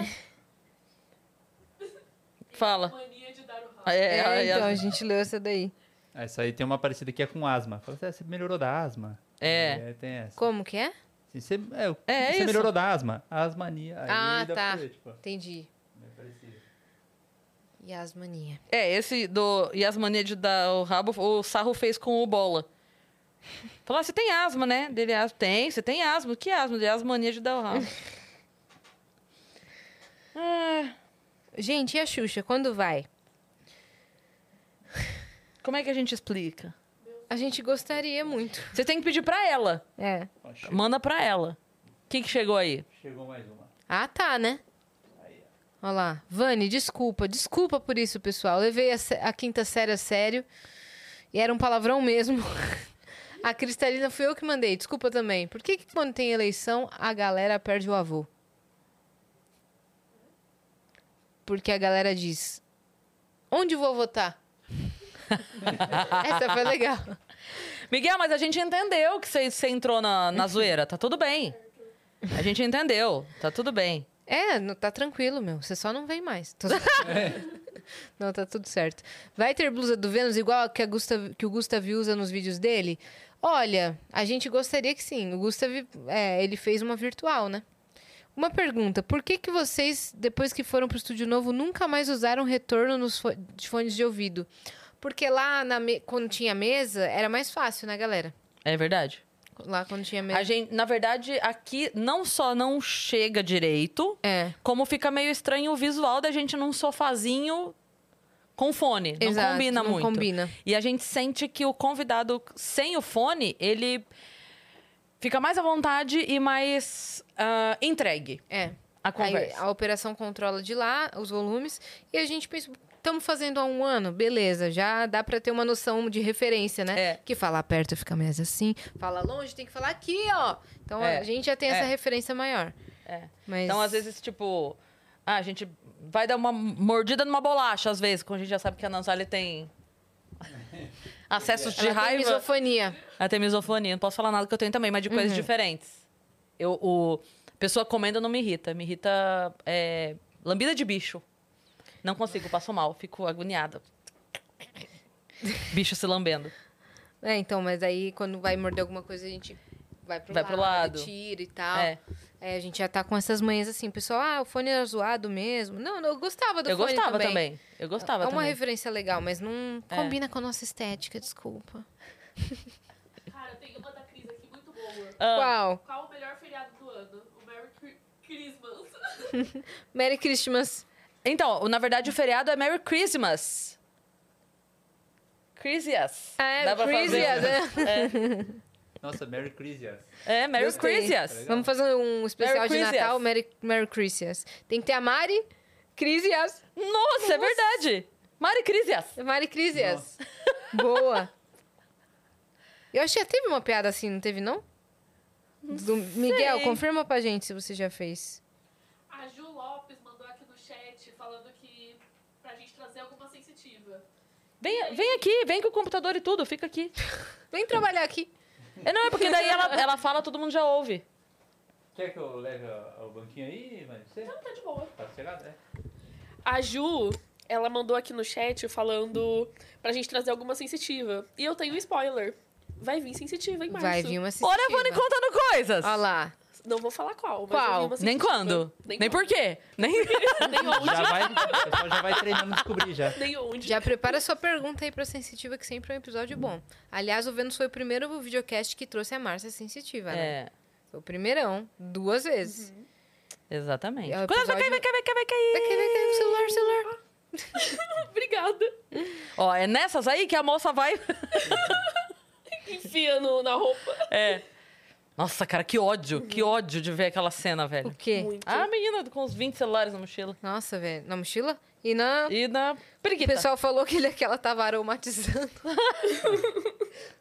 [SPEAKER 1] Fala.
[SPEAKER 4] Mania de dar o rabo.
[SPEAKER 1] É,
[SPEAKER 2] É,
[SPEAKER 1] é,
[SPEAKER 2] então, a gente leu essa daí.
[SPEAKER 3] Essa Ah, aí tem uma parecida que é com asma. Fala assim, "Ah, você melhorou da asma.
[SPEAKER 1] É.
[SPEAKER 3] Aí tem essa.
[SPEAKER 2] Como que é?
[SPEAKER 3] Assim, você
[SPEAKER 1] É,
[SPEAKER 3] é,
[SPEAKER 1] é
[SPEAKER 3] você
[SPEAKER 1] isso.
[SPEAKER 3] melhorou da asma. Asmania. Aí
[SPEAKER 2] Ah,
[SPEAKER 3] dá
[SPEAKER 2] tá.
[SPEAKER 3] pra ver, tipo,
[SPEAKER 2] Entendi.
[SPEAKER 3] é parecido.
[SPEAKER 2] Yasmania.
[SPEAKER 1] É, esse do Yasmania de dar o rabo, o Sarro fez com o Bola. Falar, você tem asma, né? Dele, "Ah, tem, você tem asma. Que é asma? De Yasmania de dar o
[SPEAKER 2] [LAUGHS]
[SPEAKER 1] rabo. Ah,
[SPEAKER 2] Gente, e a Xuxa, quando vai?
[SPEAKER 1] como é que a gente explica?
[SPEAKER 2] A gente gostaria muito.
[SPEAKER 1] Você tem que pedir pra ela.
[SPEAKER 2] É.
[SPEAKER 3] Ó, che-
[SPEAKER 1] Manda pra ela. O que, que chegou aí?
[SPEAKER 3] Chegou mais uma.
[SPEAKER 2] Ah, tá, né? Olha lá. Vani, desculpa. Desculpa por isso, pessoal. Levei a, sé- a quinta série a sério. E era um palavrão mesmo. [LAUGHS] a Cristalina fui eu que mandei. Desculpa também. Por que, que quando tem eleição, a galera perde o avô? Porque a galera diz... Onde vou votar? [LAUGHS] Essa foi legal.
[SPEAKER 1] Miguel, mas a gente entendeu que você você entrou na,
[SPEAKER 2] [LAUGHS]
[SPEAKER 1] na zoeira. Tá tudo bem. A gente entendeu. Tá tudo bem.
[SPEAKER 2] É, não, tá tranquilo, meu. Você só não vem mais. Tô- não, tá tudo certo. Vai ter blusa do Vênus igual a que, a Gustav, que o Gustav usa nos vídeos dele? Olha, a gente gostaria que sim. O Gustav, é, ele fez uma virtual, né? Uma pergunta. Por que que vocês, depois que foram pro Estúdio Novo, nunca mais usaram retorno nos fo- de fones de ouvido? Porque lá, na me- quando tinha mesa, era mais fácil, né, galera?
[SPEAKER 1] É verdade.
[SPEAKER 2] Lá quando tinha
[SPEAKER 1] A
[SPEAKER 2] mesa...
[SPEAKER 1] gente, na verdade, aqui não só não chega direito,
[SPEAKER 2] É,
[SPEAKER 1] como fica meio estranho o visual da gente num sofazinho com fone.
[SPEAKER 2] exato.
[SPEAKER 1] não combina
[SPEAKER 2] não
[SPEAKER 1] muito.
[SPEAKER 2] combina.
[SPEAKER 1] E a gente sente que o convidado sem o fone, ele fica mais à vontade e mais ah, entregue
[SPEAKER 2] É.
[SPEAKER 1] à
[SPEAKER 2] Aí
[SPEAKER 1] conversa.
[SPEAKER 2] a operação controla de lá os volumes e a gente pensa, estamos fazendo há um ano, beleza, já dá pra ter uma noção de referência, né?
[SPEAKER 1] É.
[SPEAKER 2] Que falar perto fica mais assim, fala longe tem que falar aqui, ó. Então
[SPEAKER 1] É.
[SPEAKER 2] a gente já tem essa
[SPEAKER 1] É.
[SPEAKER 2] referência maior.
[SPEAKER 1] É.
[SPEAKER 2] Mas
[SPEAKER 1] Então, às vezes, tipo, ah, a gente vai dar uma mordida numa bolacha, às vezes, quando a gente já sabe que a Nanzali
[SPEAKER 2] [LAUGHS]
[SPEAKER 1] tem acessos de
[SPEAKER 2] ela tem
[SPEAKER 1] raiva.
[SPEAKER 2] misofonia.
[SPEAKER 1] Ela tem misofonia. Não posso falar nada que eu tenho também, mas de
[SPEAKER 2] Uhum.
[SPEAKER 1] coisas diferentes. Eu, o pessoa comendo não me irrita. Me irrita é, lambida de bicho. Não consigo, passo mal, fico agoniada. Bicho se lambendo.
[SPEAKER 2] É, então, mas aí quando vai morder alguma coisa a gente vai pro
[SPEAKER 1] Vai
[SPEAKER 2] lado,
[SPEAKER 1] pro lado.
[SPEAKER 2] tira e tal.
[SPEAKER 1] É.
[SPEAKER 2] É, a gente já tá com essas manhas assim, pessoal, ah, o fone era zoado mesmo. Não, não, eu gostava do
[SPEAKER 1] Eu
[SPEAKER 2] fone
[SPEAKER 1] gostava também. Eu gostava
[SPEAKER 2] é uma
[SPEAKER 1] também.
[SPEAKER 2] referência legal, mas não
[SPEAKER 1] É.
[SPEAKER 2] combina com a nossa estética, desculpa.
[SPEAKER 4] Cara, tem uma da Cris aqui muito boa.
[SPEAKER 1] Ah,
[SPEAKER 2] Qual?
[SPEAKER 4] Qual o melhor feriado do ano? O Merry Cri- Christmas.
[SPEAKER 2] Merry Christmas.
[SPEAKER 1] então, na verdade, o feriado é Merry Christmas. Christmas.
[SPEAKER 2] Ah, é,
[SPEAKER 1] Dá pra fazer.
[SPEAKER 2] Christmas, né?
[SPEAKER 3] Nossa, Merry Christmas.
[SPEAKER 1] É, Merry
[SPEAKER 2] Gostei.
[SPEAKER 1] Christmas.
[SPEAKER 2] Vamos fazer um especial
[SPEAKER 1] Merry
[SPEAKER 2] de
[SPEAKER 1] Christmas.
[SPEAKER 2] Natal, Merry, Merry Christmas. Tem que ter a Mari Crisias.
[SPEAKER 1] Nossa, é verdade. Mari Christmas.
[SPEAKER 2] Mari Crisias. Boa. Eu acho que já teve uma piada assim, não teve, não? Do Miguel,
[SPEAKER 1] sei.
[SPEAKER 2] confirma pra gente se você já fez.
[SPEAKER 4] A Ju Lopes mandou aqui no chat falando que pra gente trazer alguma sensitiva.
[SPEAKER 1] Vem, vem aqui, vem com o computador e tudo, fica aqui.
[SPEAKER 2] Vem trabalhar aqui.
[SPEAKER 1] É, não, é porque daí ela, ela fala, todo mundo já ouve.
[SPEAKER 3] Quer que eu leve a- o banquinho aí, mas você
[SPEAKER 4] Não, tá de boa.
[SPEAKER 3] tá sossegado, é?
[SPEAKER 5] A Ju, ela mandou aqui no chat falando pra gente trazer alguma sensitiva. E eu tenho um spoiler. Vai vir sensitiva em março.
[SPEAKER 2] Vai vir um- uma
[SPEAKER 1] Olha a Vani
[SPEAKER 2] sensitiva.
[SPEAKER 1] contando coisas!
[SPEAKER 2] Olha lá.
[SPEAKER 5] Não vou falar qual, mas
[SPEAKER 2] Qual?
[SPEAKER 5] vai vir uma
[SPEAKER 1] Nem
[SPEAKER 5] sensitiva.
[SPEAKER 1] quando? Nem,
[SPEAKER 5] Nem,
[SPEAKER 1] por quê? Nem...
[SPEAKER 2] [LAUGHS] É.
[SPEAKER 5] quando, nem onde,
[SPEAKER 3] Já vai, o pessoal já vai treinando descobrir já.
[SPEAKER 5] nem onde.
[SPEAKER 2] Já prepara sua pergunta aí pra Sensitiva, que sempre é um episódio bom. Aliás, o Vênus foi o primeiro videocast que trouxe a Márcia Sensitiva, né?
[SPEAKER 1] É,
[SPEAKER 2] Foi o primeirão, duas vezes.
[SPEAKER 1] exatamente.
[SPEAKER 2] É o
[SPEAKER 1] Cuidado, vai cair, vai
[SPEAKER 2] episódio-
[SPEAKER 1] cair, vai cair, vai cair!
[SPEAKER 2] Vai cair, vai cair, celular, celular.
[SPEAKER 5] Obrigada.
[SPEAKER 1] Ó, é nessas aí que a moça vai... [LAUGHS]
[SPEAKER 5] Enfia no, na roupa.
[SPEAKER 1] É. Nossa, cara, que ódio, que ódio de ver aquela cena, velho.
[SPEAKER 2] O quê?
[SPEAKER 5] Muito.
[SPEAKER 1] Ah, a menina com os 20 celulares na mochila.
[SPEAKER 2] Nossa, velho. Na mochila? E na.
[SPEAKER 1] E na
[SPEAKER 2] o
[SPEAKER 1] periquita. [LAUGHS]
[SPEAKER 2] é pessoal falou que, ele, que ela tava aromatizando.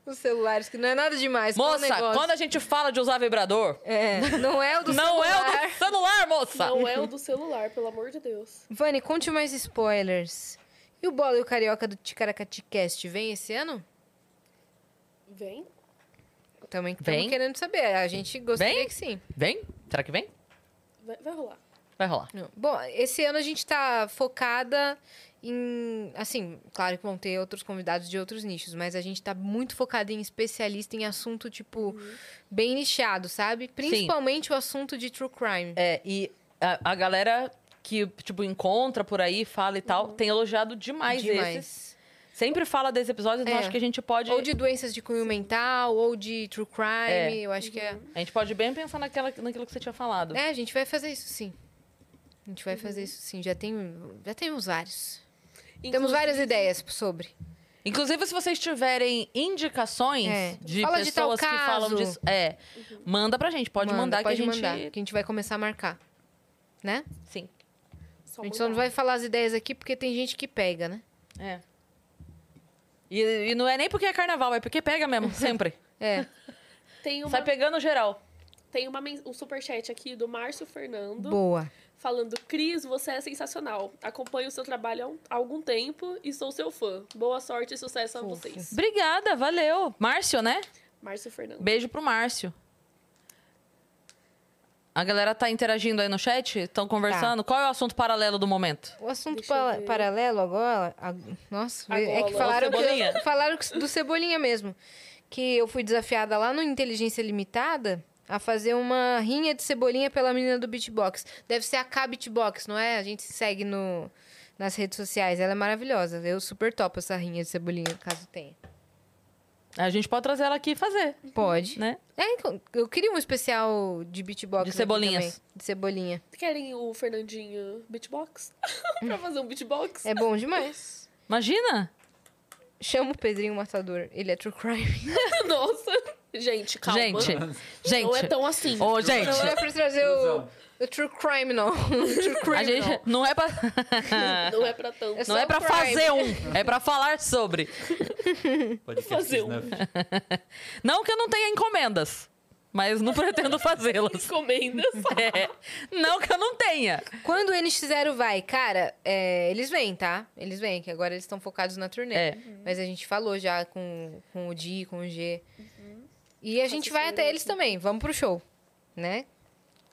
[SPEAKER 2] Os celulares, que não é nada demais. que é um
[SPEAKER 1] Moça,
[SPEAKER 2] negócio.
[SPEAKER 1] quando a gente fala de usar vibrador,
[SPEAKER 2] É, não é o do
[SPEAKER 1] não
[SPEAKER 2] celular.
[SPEAKER 1] é o do celular, moça!
[SPEAKER 5] Não é o do celular, pelo amor de Deus.
[SPEAKER 2] Vani, conte mais spoilers. E o Bola e o Carioca do Ticaracaticast vem esse ano?
[SPEAKER 5] Vem?
[SPEAKER 2] Também estamos
[SPEAKER 1] Vem.
[SPEAKER 2] querendo saber. A gente gostaria
[SPEAKER 1] Vem?
[SPEAKER 2] que sim.
[SPEAKER 1] Vem? Será que vem?
[SPEAKER 5] Vai, vai rolar.
[SPEAKER 1] Vai rolar.
[SPEAKER 2] Não. Bom, esse ano a gente tá focada em. Assim, claro que vão ter outros convidados de outros nichos, mas a gente tá muito focada em especialista em assunto, tipo,
[SPEAKER 1] Uhum.
[SPEAKER 2] bem nichado, sabe? Principalmente o assunto de true crime.
[SPEAKER 1] É, e a, a galera que, tipo, encontra por aí, fala e tal,
[SPEAKER 2] Uhum.
[SPEAKER 1] tem elogiado demais, esses. Sempre fala desses episódios, então
[SPEAKER 2] É.
[SPEAKER 1] acho que a gente pode...
[SPEAKER 2] Ou de doenças de cunho mental, ou de true crime,
[SPEAKER 1] É.
[SPEAKER 2] eu acho que é.
[SPEAKER 1] A gente pode bem pensar naquela, naquilo que você tinha falado.
[SPEAKER 2] É, a gente vai fazer isso sim. A gente vai
[SPEAKER 1] Uhum.
[SPEAKER 2] fazer isso sim. Já tem, já temos vários. Temos várias ideias sobre.
[SPEAKER 1] Inclusive, se vocês tiverem indicações
[SPEAKER 2] É.
[SPEAKER 1] de
[SPEAKER 2] Fala de tal
[SPEAKER 1] pessoas que falam
[SPEAKER 2] caso. Uhum.
[SPEAKER 1] disso, é, manda pra gente. Pode
[SPEAKER 2] Manda,
[SPEAKER 1] mandar
[SPEAKER 2] pode
[SPEAKER 1] que a gente...
[SPEAKER 2] mandar, que a gente vai começar a marcar. Né?
[SPEAKER 1] Sim.
[SPEAKER 5] Só
[SPEAKER 2] a gente só não
[SPEAKER 5] mandar.
[SPEAKER 2] vai falar as ideias aqui porque tem gente que pega, né?
[SPEAKER 1] É. E, e não é nem porque é carnaval, é porque pega [LAUGHS] mesmo, sempre.
[SPEAKER 2] É.
[SPEAKER 5] Tem, uma,
[SPEAKER 1] Sai pegando geral.
[SPEAKER 5] tem uma, men- um superchat aqui do Márcio Fernando.
[SPEAKER 2] Boa.
[SPEAKER 5] Falando, Cris, você é sensacional. Acompanho o seu trabalho há, um- há algum tempo e sou seu fã. Boa sorte e sucesso a
[SPEAKER 2] Fofo.
[SPEAKER 5] vocês.
[SPEAKER 1] Obrigada, valeu. Márcio, né?
[SPEAKER 5] Márcio Fernando.
[SPEAKER 1] Beijo pro Márcio. A galera tá interagindo aí no chat? Estão conversando?
[SPEAKER 5] Tá.
[SPEAKER 1] Qual é o assunto paralelo do momento?
[SPEAKER 2] O assunto
[SPEAKER 5] Deixa eu
[SPEAKER 2] pa-
[SPEAKER 5] ver.
[SPEAKER 2] paralelo agora. a- nossa, é
[SPEAKER 5] Agora.
[SPEAKER 2] que falaram,
[SPEAKER 1] O Cebolinha.
[SPEAKER 2] que eu- [LAUGHS] falaram que- do Cebolinha mesmo. Que eu fui desafiada lá no Inteligência Limitada a fazer uma rinha de cebolinha pela menina do beatbox. Deve ser a K Beatbox, não é? A gente se segue no, nas redes sociais. Ela é maravilhosa. Eu super topo essa rinha de cebolinha, caso tenha.
[SPEAKER 1] A gente pode trazer ela aqui e fazer,
[SPEAKER 5] Uhum.
[SPEAKER 2] Pode.
[SPEAKER 1] né?
[SPEAKER 2] É, então, eu queria um especial de beatbox.
[SPEAKER 1] De
[SPEAKER 2] aqui
[SPEAKER 1] cebolinhas.
[SPEAKER 2] também, De cebolinha.
[SPEAKER 5] Querem o Fernandinho beatbox? [LAUGHS] pra fazer um beatbox?
[SPEAKER 2] É bom demais.
[SPEAKER 1] Imagina?
[SPEAKER 2] Chama o Pedrinho Matador. Ele é true crime.
[SPEAKER 5] [LAUGHS] Nossa. Gente, calma.
[SPEAKER 1] Gente, gente.
[SPEAKER 5] Não é tão assim.
[SPEAKER 1] Ô,
[SPEAKER 2] Não é
[SPEAKER 1] gente.
[SPEAKER 2] pra trazer o, o true crime, não. O true crime,
[SPEAKER 1] A gente
[SPEAKER 2] não.
[SPEAKER 1] não é pra.
[SPEAKER 5] [LAUGHS] Não é pra tanto.
[SPEAKER 2] É só
[SPEAKER 1] Não é pra
[SPEAKER 2] crime.
[SPEAKER 1] fazer um, é pra falar sobre.
[SPEAKER 3] Podcast
[SPEAKER 5] fazer um.
[SPEAKER 3] Snuff.
[SPEAKER 1] Não que eu não tenha encomendas, mas não pretendo fazê-las.
[SPEAKER 2] [LAUGHS]
[SPEAKER 5] Encomendas.
[SPEAKER 1] É. Não que eu não tenha.
[SPEAKER 2] Quando o NX0 vai, cara, é, eles vêm, tá? Eles vêm, que agora eles estão focados na turnê.
[SPEAKER 1] É.
[SPEAKER 2] Mas a gente falou já com, com o Di, com o G.
[SPEAKER 1] Uhum.
[SPEAKER 2] E a gente vai
[SPEAKER 5] Assessoria,
[SPEAKER 2] até eles também. Vamos pro show, né?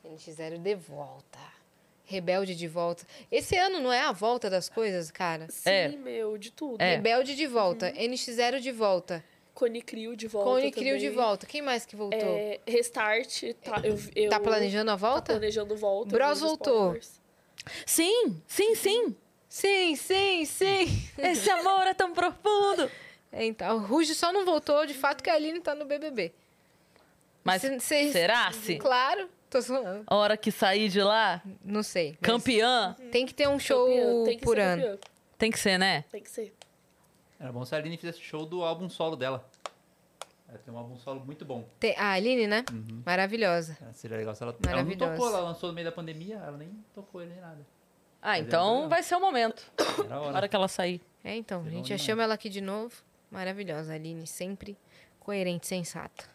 [SPEAKER 2] NX0 de volta. Rebelde de volta. Esse ano não é a volta das coisas, cara?
[SPEAKER 5] Sim,
[SPEAKER 1] É.
[SPEAKER 5] meu, de tudo.
[SPEAKER 1] É.
[SPEAKER 2] Rebelde de volta. NX0 de volta.
[SPEAKER 5] Cone Crew de Uhum. volta.
[SPEAKER 2] Cone Crew de
[SPEAKER 5] também.
[SPEAKER 2] volta. Quem mais que voltou?
[SPEAKER 5] É, restart. Tá, eu, eu,
[SPEAKER 2] Tá planejando a
[SPEAKER 5] Tá
[SPEAKER 2] volta?
[SPEAKER 5] planejando volta.
[SPEAKER 2] Bros
[SPEAKER 5] nos
[SPEAKER 2] voltou.
[SPEAKER 5] spoilers.
[SPEAKER 1] Sim, sim, sim.
[SPEAKER 2] Sim, sim, sim. [LAUGHS]
[SPEAKER 1] Esse amor é tão profundo.
[SPEAKER 2] Então, o Ruge só não voltou, de fato, que a Aline tá no BBB.
[SPEAKER 1] Mas
[SPEAKER 2] Cê- cê-
[SPEAKER 1] será se
[SPEAKER 2] Claro. Tô zoando.
[SPEAKER 1] a hora que sair de lá,
[SPEAKER 2] Não sei. mas
[SPEAKER 1] campeã,
[SPEAKER 2] Tem que ter um show
[SPEAKER 5] Campeã, tem que
[SPEAKER 2] por
[SPEAKER 5] ser
[SPEAKER 2] ano.
[SPEAKER 5] campeã.
[SPEAKER 1] tem que ser, né?
[SPEAKER 5] Tem que ser.
[SPEAKER 3] Era bom se a Aline fizesse show do álbum solo dela. Ela tem um álbum solo muito bom.
[SPEAKER 2] Tem- a Aline, né?
[SPEAKER 3] Uhum.
[SPEAKER 2] Maravilhosa.
[SPEAKER 3] Ah, Seria legal se ela... ela não
[SPEAKER 2] Maravilhosa.
[SPEAKER 3] tocou, ela lançou no meio da pandemia, ela nem tocou ele nem nada.
[SPEAKER 1] Ah,
[SPEAKER 3] Mas é
[SPEAKER 1] então
[SPEAKER 3] legal.
[SPEAKER 1] vai ser o momento.
[SPEAKER 3] Era a
[SPEAKER 1] A
[SPEAKER 3] hora.
[SPEAKER 1] hora que ela sair.
[SPEAKER 2] É, então. A
[SPEAKER 3] Bom
[SPEAKER 2] gente já
[SPEAKER 3] demais.
[SPEAKER 2] chama ela aqui de novo. Maravilhosa. A Aline sempre coerente, sensata.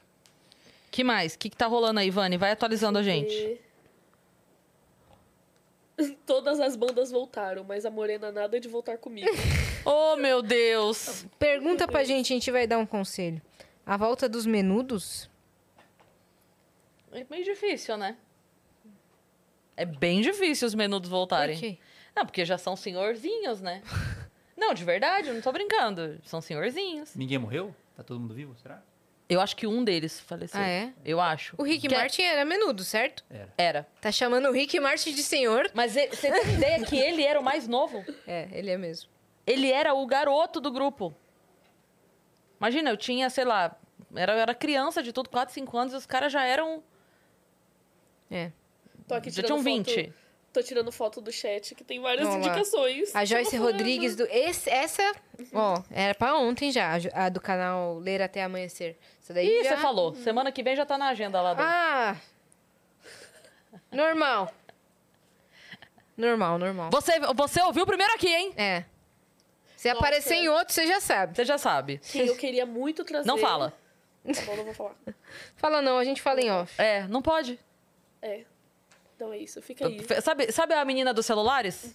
[SPEAKER 1] Que mais? O que, que tá rolando aí, Vani? Vai atualizando a gente.
[SPEAKER 5] E- [LAUGHS] Todas as bandas voltaram, mas a Morena nada de voltar comigo.
[SPEAKER 1] Oh, meu Deus!
[SPEAKER 2] Pergunta pra gente, a gente vai dar um conselho. A volta dos menudos?
[SPEAKER 1] É meio difícil, né? É bem difícil os menudos voltarem.
[SPEAKER 2] Por quê?
[SPEAKER 1] Não, porque já são senhorzinhos, [LAUGHS] né? não, de verdade, eu não tô brincando. São senhorzinhos.
[SPEAKER 3] Ninguém morreu? Tá todo mundo vivo, será?
[SPEAKER 1] Eu acho que um deles faleceu.
[SPEAKER 2] Ah, é?
[SPEAKER 1] Eu acho.
[SPEAKER 2] O Rick
[SPEAKER 1] Que é-
[SPEAKER 2] Martin era menudo, certo?
[SPEAKER 3] Era.
[SPEAKER 1] Era.
[SPEAKER 2] Tá chamando o Rick Martin de senhor?
[SPEAKER 1] Mas ele- você tem ideia que ele era o mais novo?
[SPEAKER 2] É, ele é mesmo.
[SPEAKER 1] Ele era o garoto do grupo. Imagina, eu tinha, sei lá, era, eu era criança de tudo, 4, 5 anos, e os caras já eram.
[SPEAKER 2] É.
[SPEAKER 5] Tô aqui
[SPEAKER 1] já
[SPEAKER 5] tirando
[SPEAKER 1] tinham
[SPEAKER 5] foto,
[SPEAKER 1] 20.
[SPEAKER 5] Tô tirando foto do chat, que tem várias
[SPEAKER 2] Vamos lá.
[SPEAKER 5] indicações.
[SPEAKER 2] A Joyce
[SPEAKER 5] Tô falando.
[SPEAKER 2] Rodrigues do. Esse, essa, ó, era pra ontem já, a Jo- a do canal Ler Até Amanhecer. Essa daí
[SPEAKER 1] Ih,
[SPEAKER 2] já...
[SPEAKER 1] você falou. Semana que vem já tá na agenda lá do.
[SPEAKER 2] Ah! Normal. Normal, normal.
[SPEAKER 1] Você, você ouviu primeiro aqui, hein?
[SPEAKER 2] É. Se
[SPEAKER 5] Nossa.
[SPEAKER 2] aparecer em outro, você já sabe.
[SPEAKER 1] Você já sabe.
[SPEAKER 5] Que eu queria muito trazer.
[SPEAKER 1] Não fala.
[SPEAKER 5] Tá bom, não vou falar.
[SPEAKER 2] Fala não, a gente fala em off.
[SPEAKER 1] É, não pode.
[SPEAKER 5] É. Então é isso, fica aí.
[SPEAKER 1] Fe- Sabe, sabe a menina dos celulares?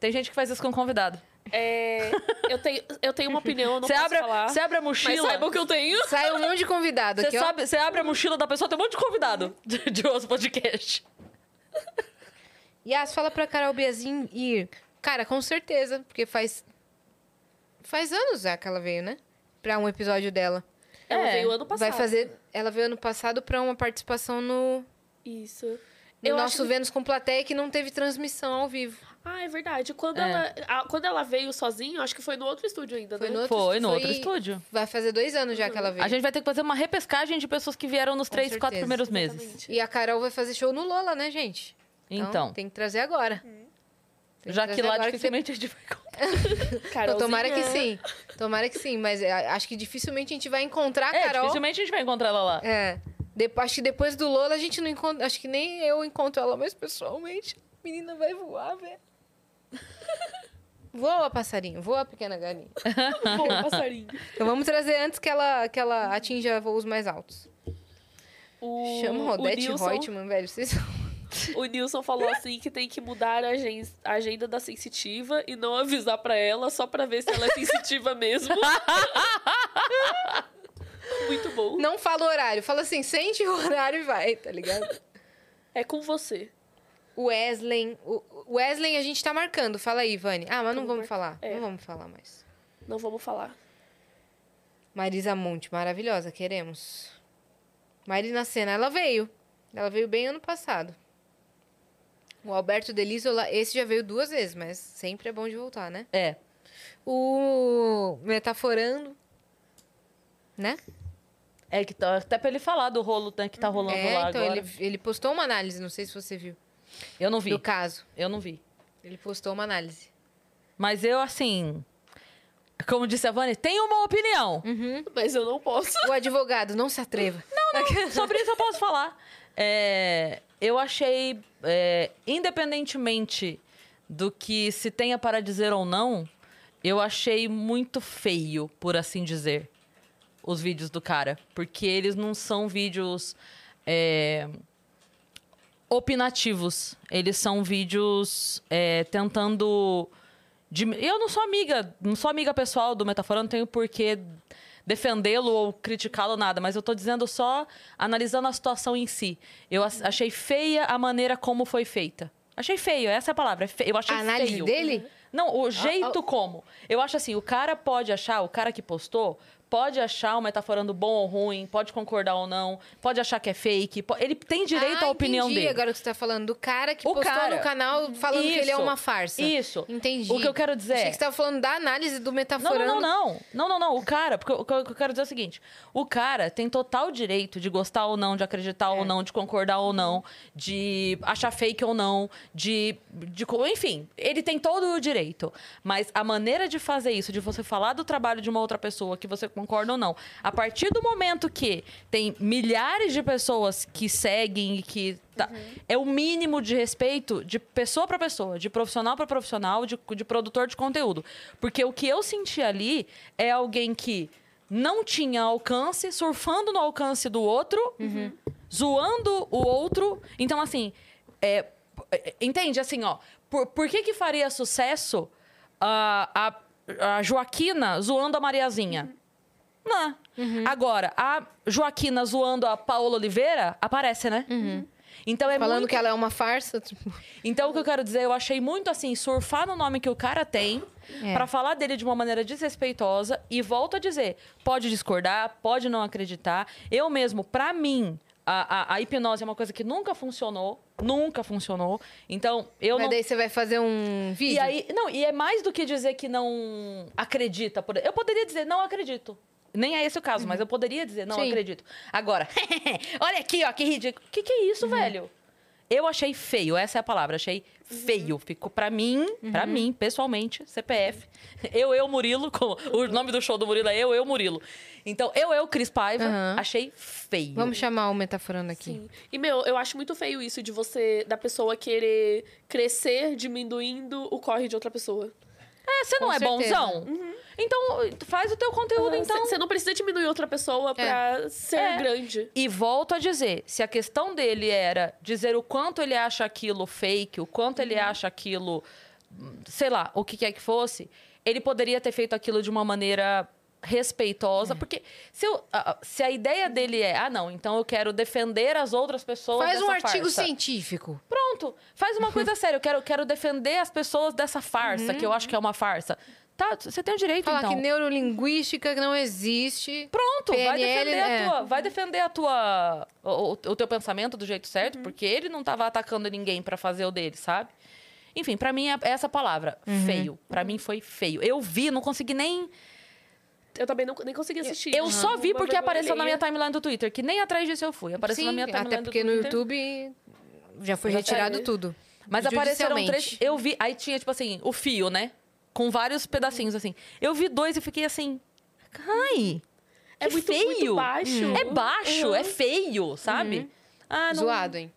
[SPEAKER 1] Tem gente que faz isso com um convidado.
[SPEAKER 5] É, eu, tenho, eu tenho uma opinião, eu não
[SPEAKER 1] Você
[SPEAKER 5] posso
[SPEAKER 1] abre,
[SPEAKER 5] falar.
[SPEAKER 1] você abre a
[SPEAKER 5] mas
[SPEAKER 1] mochila.
[SPEAKER 5] saibam que eu tenho.
[SPEAKER 2] Sai um monte de convidado
[SPEAKER 1] Você
[SPEAKER 2] aqui, ó.
[SPEAKER 1] sabe, você abre a mochila da pessoa, tem um monte de convidado [LAUGHS] de, de outro podcast.
[SPEAKER 2] Yas, ah, fala pra Carol Biazin ir. Cara, com certeza, porque faz. Faz anos já que ela veio, né? Pra um episódio dela.
[SPEAKER 5] Ela
[SPEAKER 1] É,
[SPEAKER 5] veio ano passado.
[SPEAKER 2] Vai fazer. Ela veio ano passado pra uma participação no, no
[SPEAKER 5] Isso. Eu acho
[SPEAKER 2] nosso
[SPEAKER 5] que-
[SPEAKER 2] Vênus com plateia que não teve transmissão ao vivo.
[SPEAKER 5] Ah, é verdade. Quando,
[SPEAKER 1] É.
[SPEAKER 5] Ela, a- quando ela veio sozinha, eu acho que foi no outro estúdio ainda,
[SPEAKER 2] Foi
[SPEAKER 5] né?
[SPEAKER 2] no outro,
[SPEAKER 1] Foi no
[SPEAKER 2] foi-
[SPEAKER 1] outro estúdio.
[SPEAKER 2] Vai fazer dois anos já que ela veio.
[SPEAKER 1] Uhum. A gente vai ter que fazer uma repescagem de pessoas que vieram nos
[SPEAKER 2] Com
[SPEAKER 1] três, quatro
[SPEAKER 2] certeza.
[SPEAKER 1] primeiros meses.
[SPEAKER 5] Exatamente.
[SPEAKER 2] E a Carol vai fazer show no Lola, né, gente?
[SPEAKER 1] Então,
[SPEAKER 2] Tem que trazer agora. Tem
[SPEAKER 1] já que
[SPEAKER 2] trazer
[SPEAKER 1] lá
[SPEAKER 2] agora você-
[SPEAKER 1] dificilmente a gente vai encontrar.
[SPEAKER 2] Então, tomara que
[SPEAKER 5] Carolzinha.
[SPEAKER 2] sim. Tomara que sim. Mas é, acho que dificilmente a gente vai encontrar a
[SPEAKER 1] É,
[SPEAKER 2] Carol.
[SPEAKER 1] dificilmente a gente vai encontrar ela lá.
[SPEAKER 2] É. Depo- acho que depois do Lola a gente não encontra. Acho que nem eu encontro ela mais pessoalmente. A menina vai voar, velho. [LAUGHS] Voa, passarinho. Voa, pequena galinha.
[SPEAKER 5] [LAUGHS] Pô, passarinho.
[SPEAKER 2] Então vamos trazer antes que ela, que ela atinja voos mais altos.
[SPEAKER 5] O,
[SPEAKER 2] Chama a Odete
[SPEAKER 5] Nilson-
[SPEAKER 2] Reutemann, velho. Vocês [LAUGHS]
[SPEAKER 5] O Nilson falou assim que tem que mudar a agen- a agenda da sensitiva e não avisar pra ela só pra ver se ela é
[SPEAKER 2] [LAUGHS]
[SPEAKER 5] sensitiva mesmo. Muito bom.
[SPEAKER 2] não fala o horário. Fala assim, sente o horário e vai, tá ligado?
[SPEAKER 5] É com você.
[SPEAKER 2] O [LAUGHS] Wesley. O o Wesley a gente tá marcando. Fala aí, Vani. Ah, mas não
[SPEAKER 5] Vamos
[SPEAKER 2] vamos falar.
[SPEAKER 5] É.
[SPEAKER 2] Não vamos falar mais.
[SPEAKER 5] Não vamos falar.
[SPEAKER 2] Marisa Monte, maravilhosa, queremos. Marina Senna, ela veio. Ela veio bem ano passado. O Alberto Delisola, esse já veio duas vezes, mas sempre é bom de voltar, né?
[SPEAKER 1] É.
[SPEAKER 2] O Metaforando, né?
[SPEAKER 1] É que tá- até pra ele falar do rolo né, que tá rolando
[SPEAKER 2] é,
[SPEAKER 1] lá
[SPEAKER 2] então
[SPEAKER 1] agora.
[SPEAKER 2] ele, ele postou uma análise, não sei se você viu,
[SPEAKER 1] Eu não vi.
[SPEAKER 2] do caso.
[SPEAKER 1] Eu não vi.
[SPEAKER 2] Ele postou uma análise.
[SPEAKER 1] Mas eu, assim. Como disse a Vani, tenho uma opinião.
[SPEAKER 5] Mas eu não posso.
[SPEAKER 2] O advogado, não se atreva.
[SPEAKER 1] [LAUGHS] Sobre isso eu posso falar. É, eu achei, é, independentemente do que se tenha para dizer ou não, eu achei muito feio, por assim dizer, os vídeos do cara. Porque eles não são vídeos é, opinativos. Eles são vídeos é, tentando. de- Eu não sou amiga, não sou amiga pessoal do Metaforando, não tenho por que defendê-lo ou criticá-lo, nada, mas eu tô dizendo só analisando a situação em si. Eu as- achei feia a maneira como foi feita. Achei feio, essa é a palavra. é fe- Eu achei
[SPEAKER 2] A análise
[SPEAKER 1] feio.
[SPEAKER 2] dele?
[SPEAKER 1] Não,
[SPEAKER 2] Ah,
[SPEAKER 1] o jeito como. Eu acho assim, o cara pode achar, o cara que postou, pode achar o metaforando bom ou ruim, pode concordar ou não, pode achar que é fake. po- Ele tem direito
[SPEAKER 2] Ah,
[SPEAKER 1] à opinião
[SPEAKER 2] entendi
[SPEAKER 1] dele.
[SPEAKER 2] agora que você tá falando do cara que
[SPEAKER 1] O
[SPEAKER 2] postou
[SPEAKER 1] cara.
[SPEAKER 2] no canal falando que ele é
[SPEAKER 1] Isso.
[SPEAKER 2] uma farsa.
[SPEAKER 1] Isso.
[SPEAKER 2] Entendi.
[SPEAKER 1] O que eu quero dizer
[SPEAKER 2] Achei
[SPEAKER 1] é-
[SPEAKER 2] que você tava falando da análise do
[SPEAKER 1] Não,
[SPEAKER 2] metaforando.
[SPEAKER 1] não, não, não. Não, não, não. O cara, porque o que eu o que eu quero dizer é o seguinte: o cara tem total direito de gostar ou não, de acreditar ou não, de concordar ou não, de achar fake ou não, de, de. co- Enfim, ele tem todo o direito. Mas a maneira de fazer isso, de você falar do trabalho de uma outra pessoa, que você concorda ou não, a partir do momento que tem milhares de pessoas que seguem e que. tá- É o mínimo de respeito de pessoa para pessoa, de profissional para profissional, de, de produtor de conteúdo. Porque o que eu senti ali é alguém que não tinha alcance, surfando no alcance do outro, zoando o outro. Então, assim, é, p- entende? Assim, ó, por, por que que faria sucesso a, a, a Joaquina zoando a Mariazinha? Não. Agora, a Joaquina zoando a Paola Oliveira aparece, né? Então é
[SPEAKER 2] Falando
[SPEAKER 1] muito-
[SPEAKER 2] que ela é uma farsa. tipo,
[SPEAKER 1] Então o que eu quero dizer, eu achei muito assim surfar no nome que o cara tem
[SPEAKER 2] É.
[SPEAKER 1] pra falar dele de uma maneira desrespeitosa e volto a dizer, pode discordar, pode não acreditar. Eu mesmo, pra mim, a, a- a hipnose é uma coisa que nunca funcionou, nunca funcionou. Então eu
[SPEAKER 2] mas
[SPEAKER 1] não
[SPEAKER 2] daí você vai fazer um vídeo.
[SPEAKER 1] e aí, não, e é mais do que dizer que não acredita. Por... Eu poderia dizer, não acredito. Nem é esse o caso, mas eu poderia dizer, não
[SPEAKER 2] Uhum. Sim.
[SPEAKER 1] acredito. Agora, [LAUGHS] olha aqui, ó, que ridículo. O que, que é isso,
[SPEAKER 2] Uhum.
[SPEAKER 1] velho? Eu achei feio, essa é a palavra, achei
[SPEAKER 2] Uhum.
[SPEAKER 1] feio. Ficou pra mim, pra mim, pessoalmente, CPF. [LAUGHS] Eu, eu, Murilo, como o nome do show do Murilo é Eu, eu, Murilo. Então, eu, eu, Cris Paiva,
[SPEAKER 2] Aham.
[SPEAKER 1] achei feio.
[SPEAKER 2] Vamos chamar o metaforando aqui.
[SPEAKER 5] Sim. E, meu, eu acho muito feio isso de você, da pessoa querer crescer diminuindo o corre de outra pessoa.
[SPEAKER 1] É, você não
[SPEAKER 2] Com
[SPEAKER 1] é
[SPEAKER 2] certeza. Uhum.
[SPEAKER 1] bonzão. Então, faz o teu conteúdo, então.
[SPEAKER 5] Você não precisa diminuir outra pessoa pra ser
[SPEAKER 1] É.
[SPEAKER 5] grande.
[SPEAKER 1] E volto a dizer, se a questão dele era dizer o quanto ele acha aquilo fake, o quanto ele
[SPEAKER 2] Uhum.
[SPEAKER 1] acha aquilo, hum, sei lá, o que quer que fosse, ele poderia ter feito aquilo de uma maneira
[SPEAKER 2] É.
[SPEAKER 1] respeitosa, porque se, eu- a- a- se a ideia dele é, ah não, então eu quero defender as outras pessoas
[SPEAKER 2] Faz um
[SPEAKER 1] dessa
[SPEAKER 2] artigo
[SPEAKER 1] farsa."
[SPEAKER 2] científico.
[SPEAKER 1] Pronto, faz uma
[SPEAKER 2] [LAUGHS]
[SPEAKER 1] coisa séria, eu quero, quero defender as pessoas dessa farsa, que eu acho que é uma farsa. Tá, você tem o direito
[SPEAKER 2] Uhum. Falar
[SPEAKER 1] então.
[SPEAKER 2] que neurolinguística não existe.
[SPEAKER 1] Pronto, vai
[SPEAKER 2] PNL,
[SPEAKER 1] defender a
[SPEAKER 2] né?
[SPEAKER 1] tua, vai defender a tua o, o teu pensamento do jeito certo,
[SPEAKER 2] Uhum.
[SPEAKER 1] porque ele não tava atacando ninguém pra fazer o dele, sabe? Enfim, pra mim é essa palavra,
[SPEAKER 2] Uhum.
[SPEAKER 1] feio. Pra mim foi feio. Eu vi, não consegui nem
[SPEAKER 5] Eu também não, nem consegui assistir.
[SPEAKER 1] eu só vi
[SPEAKER 5] Uma
[SPEAKER 1] porque
[SPEAKER 5] vergonha É
[SPEAKER 1] apareceu na minha
[SPEAKER 5] alheia.
[SPEAKER 1] timeline do Twitter, que nem atrás disso eu fui. Apareceu
[SPEAKER 2] Sim,
[SPEAKER 1] na minha timeline
[SPEAKER 2] até
[SPEAKER 1] do
[SPEAKER 2] porque no
[SPEAKER 1] Twitter.
[SPEAKER 2] YouTube já foi retirado
[SPEAKER 5] saiu.
[SPEAKER 2] tudo.
[SPEAKER 1] Mas um apareceram três.
[SPEAKER 2] Judicialmente. Uhum.
[SPEAKER 1] Eu vi. Aí tinha, tipo assim, o fio, né? Com vários pedacinhos, assim. Eu vi dois e fiquei assim. Ai!
[SPEAKER 5] É
[SPEAKER 1] que
[SPEAKER 5] muito,
[SPEAKER 1] feio.
[SPEAKER 5] muito baixo.
[SPEAKER 1] É baixo,
[SPEAKER 2] Uhum.
[SPEAKER 1] é feio, sabe? Ah, não,
[SPEAKER 2] Zoado, hein?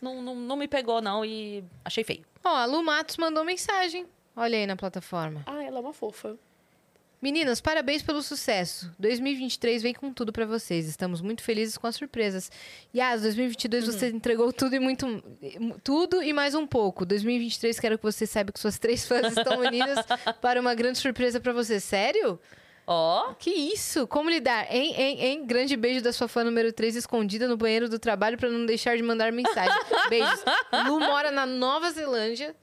[SPEAKER 1] Não, não, não me pegou, não, e achei feio.
[SPEAKER 2] Ó, a Lu Matos mandou mensagem. Olha aí na plataforma.
[SPEAKER 5] Ah, ela é uma fofa.
[SPEAKER 2] Meninas, parabéns pelo sucesso. 2023 vem com tudo pra vocês. Estamos muito felizes com as surpresas. Yas, 2022
[SPEAKER 1] Uhum.
[SPEAKER 2] você entregou tudo e muito tudo e mais um pouco. 2023 quero que você saiba que suas três fãs estão
[SPEAKER 1] [LAUGHS]
[SPEAKER 2] unidas para uma grande surpresa pra você. Sério?
[SPEAKER 1] Ó,
[SPEAKER 2] Que isso? Como lidar? Hein, hein, hein? Grande beijo da sua fã número 3 escondida no banheiro do trabalho pra não deixar de mandar mensagem. Beijos. Lu mora na Nova Zelândia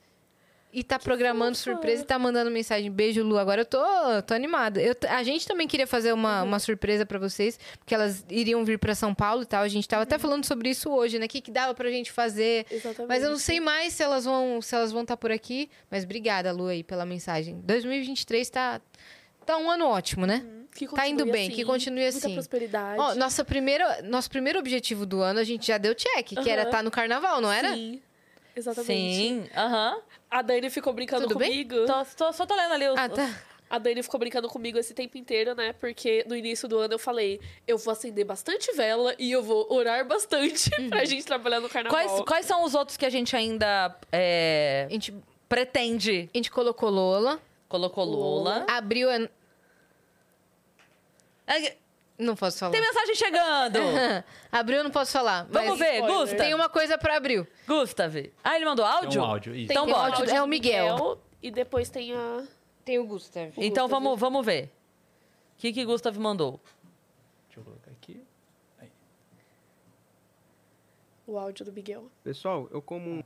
[SPEAKER 2] e tá programando surpresa e tá mandando mensagem. Beijo, Lu. Agora eu tô, tô animada. Eu t- a gente também queria fazer uma, uma surpresa pra vocês, porque elas iriam vir pra São Paulo e tal. A gente tava até falando sobre isso hoje, né? O que, que dava pra gente fazer.
[SPEAKER 5] Exatamente.
[SPEAKER 2] Mas eu não sei mais se elas vão se elas vão estar por aqui. Mas obrigada, Lu, aí, pela mensagem. 2023 tá, tá um ano ótimo, né?
[SPEAKER 5] Uhum. Que
[SPEAKER 2] Tá indo
[SPEAKER 5] continue
[SPEAKER 2] bem, que continue
[SPEAKER 5] Muita
[SPEAKER 2] assim.
[SPEAKER 5] prosperidade.
[SPEAKER 2] Ó, nossa primeira, nosso primeiro objetivo do ano a gente já deu check, que era
[SPEAKER 5] Aham.
[SPEAKER 2] estar no carnaval, não era?
[SPEAKER 5] Sim. Exatamente.
[SPEAKER 1] sim, aham.
[SPEAKER 5] A Dani ficou brincando
[SPEAKER 2] Tudo bem?
[SPEAKER 5] comigo.
[SPEAKER 1] Tô- tô- só tô lendo ali os.
[SPEAKER 2] Ah, tá.
[SPEAKER 5] A Dani ficou brincando comigo esse tempo inteiro, né? Porque no início do ano eu falei, eu vou acender bastante vela e eu vou orar bastante [LAUGHS] pra
[SPEAKER 2] Uhum.
[SPEAKER 5] gente trabalhar no carnaval.
[SPEAKER 1] Quais, quais são os outros que a gente ainda é,
[SPEAKER 2] A gente, a
[SPEAKER 1] pretende?
[SPEAKER 2] gente colocou Lola, é,
[SPEAKER 1] Colocou Lola.
[SPEAKER 2] abriu a...
[SPEAKER 1] Ah,
[SPEAKER 2] Não posso falar.
[SPEAKER 1] Tem
[SPEAKER 2] [LAUGHS]
[SPEAKER 1] mensagem chegando!
[SPEAKER 2] abriu eu não posso falar.
[SPEAKER 1] Vamos
[SPEAKER 2] mas
[SPEAKER 1] ver,
[SPEAKER 5] spoiler.
[SPEAKER 1] Gusta.
[SPEAKER 2] Tem uma coisa pra abril.
[SPEAKER 1] Gustav. Ah, ele mandou áudio?
[SPEAKER 3] Tem um áudio, isso.
[SPEAKER 1] Então
[SPEAKER 5] Tem o
[SPEAKER 1] bora.
[SPEAKER 5] áudio
[SPEAKER 2] É o
[SPEAKER 5] do
[SPEAKER 2] Miguel.
[SPEAKER 5] E depois tem a...
[SPEAKER 2] Tem o Gustav.
[SPEAKER 5] O
[SPEAKER 1] Então
[SPEAKER 5] Gustav.
[SPEAKER 1] vamos, vamos ver. O que, que Gustav mandou?
[SPEAKER 3] Deixa eu colocar aqui.
[SPEAKER 5] o áudio do Miguel.
[SPEAKER 6] Pessoal, eu como um.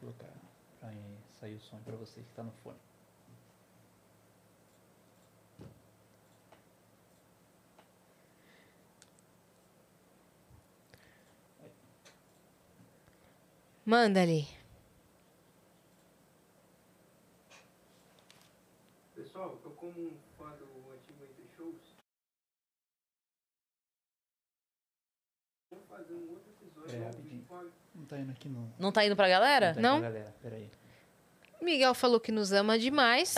[SPEAKER 3] Vou colocar pra eh, sair o som pra vocês que tá no fone.
[SPEAKER 2] Manda ali.
[SPEAKER 6] Pessoal, eu como um fã do antigo Entre Shows. Vou fazer um outro episódio
[SPEAKER 3] É,
[SPEAKER 6] ao vivo com a
[SPEAKER 3] Não tá indo aqui não.
[SPEAKER 1] Não tá indo pra galera?
[SPEAKER 3] tá
[SPEAKER 2] Não?
[SPEAKER 3] Indo, galera. Peraí.
[SPEAKER 2] Miguel falou que nos
[SPEAKER 1] [LAUGHS]
[SPEAKER 2] ama demais.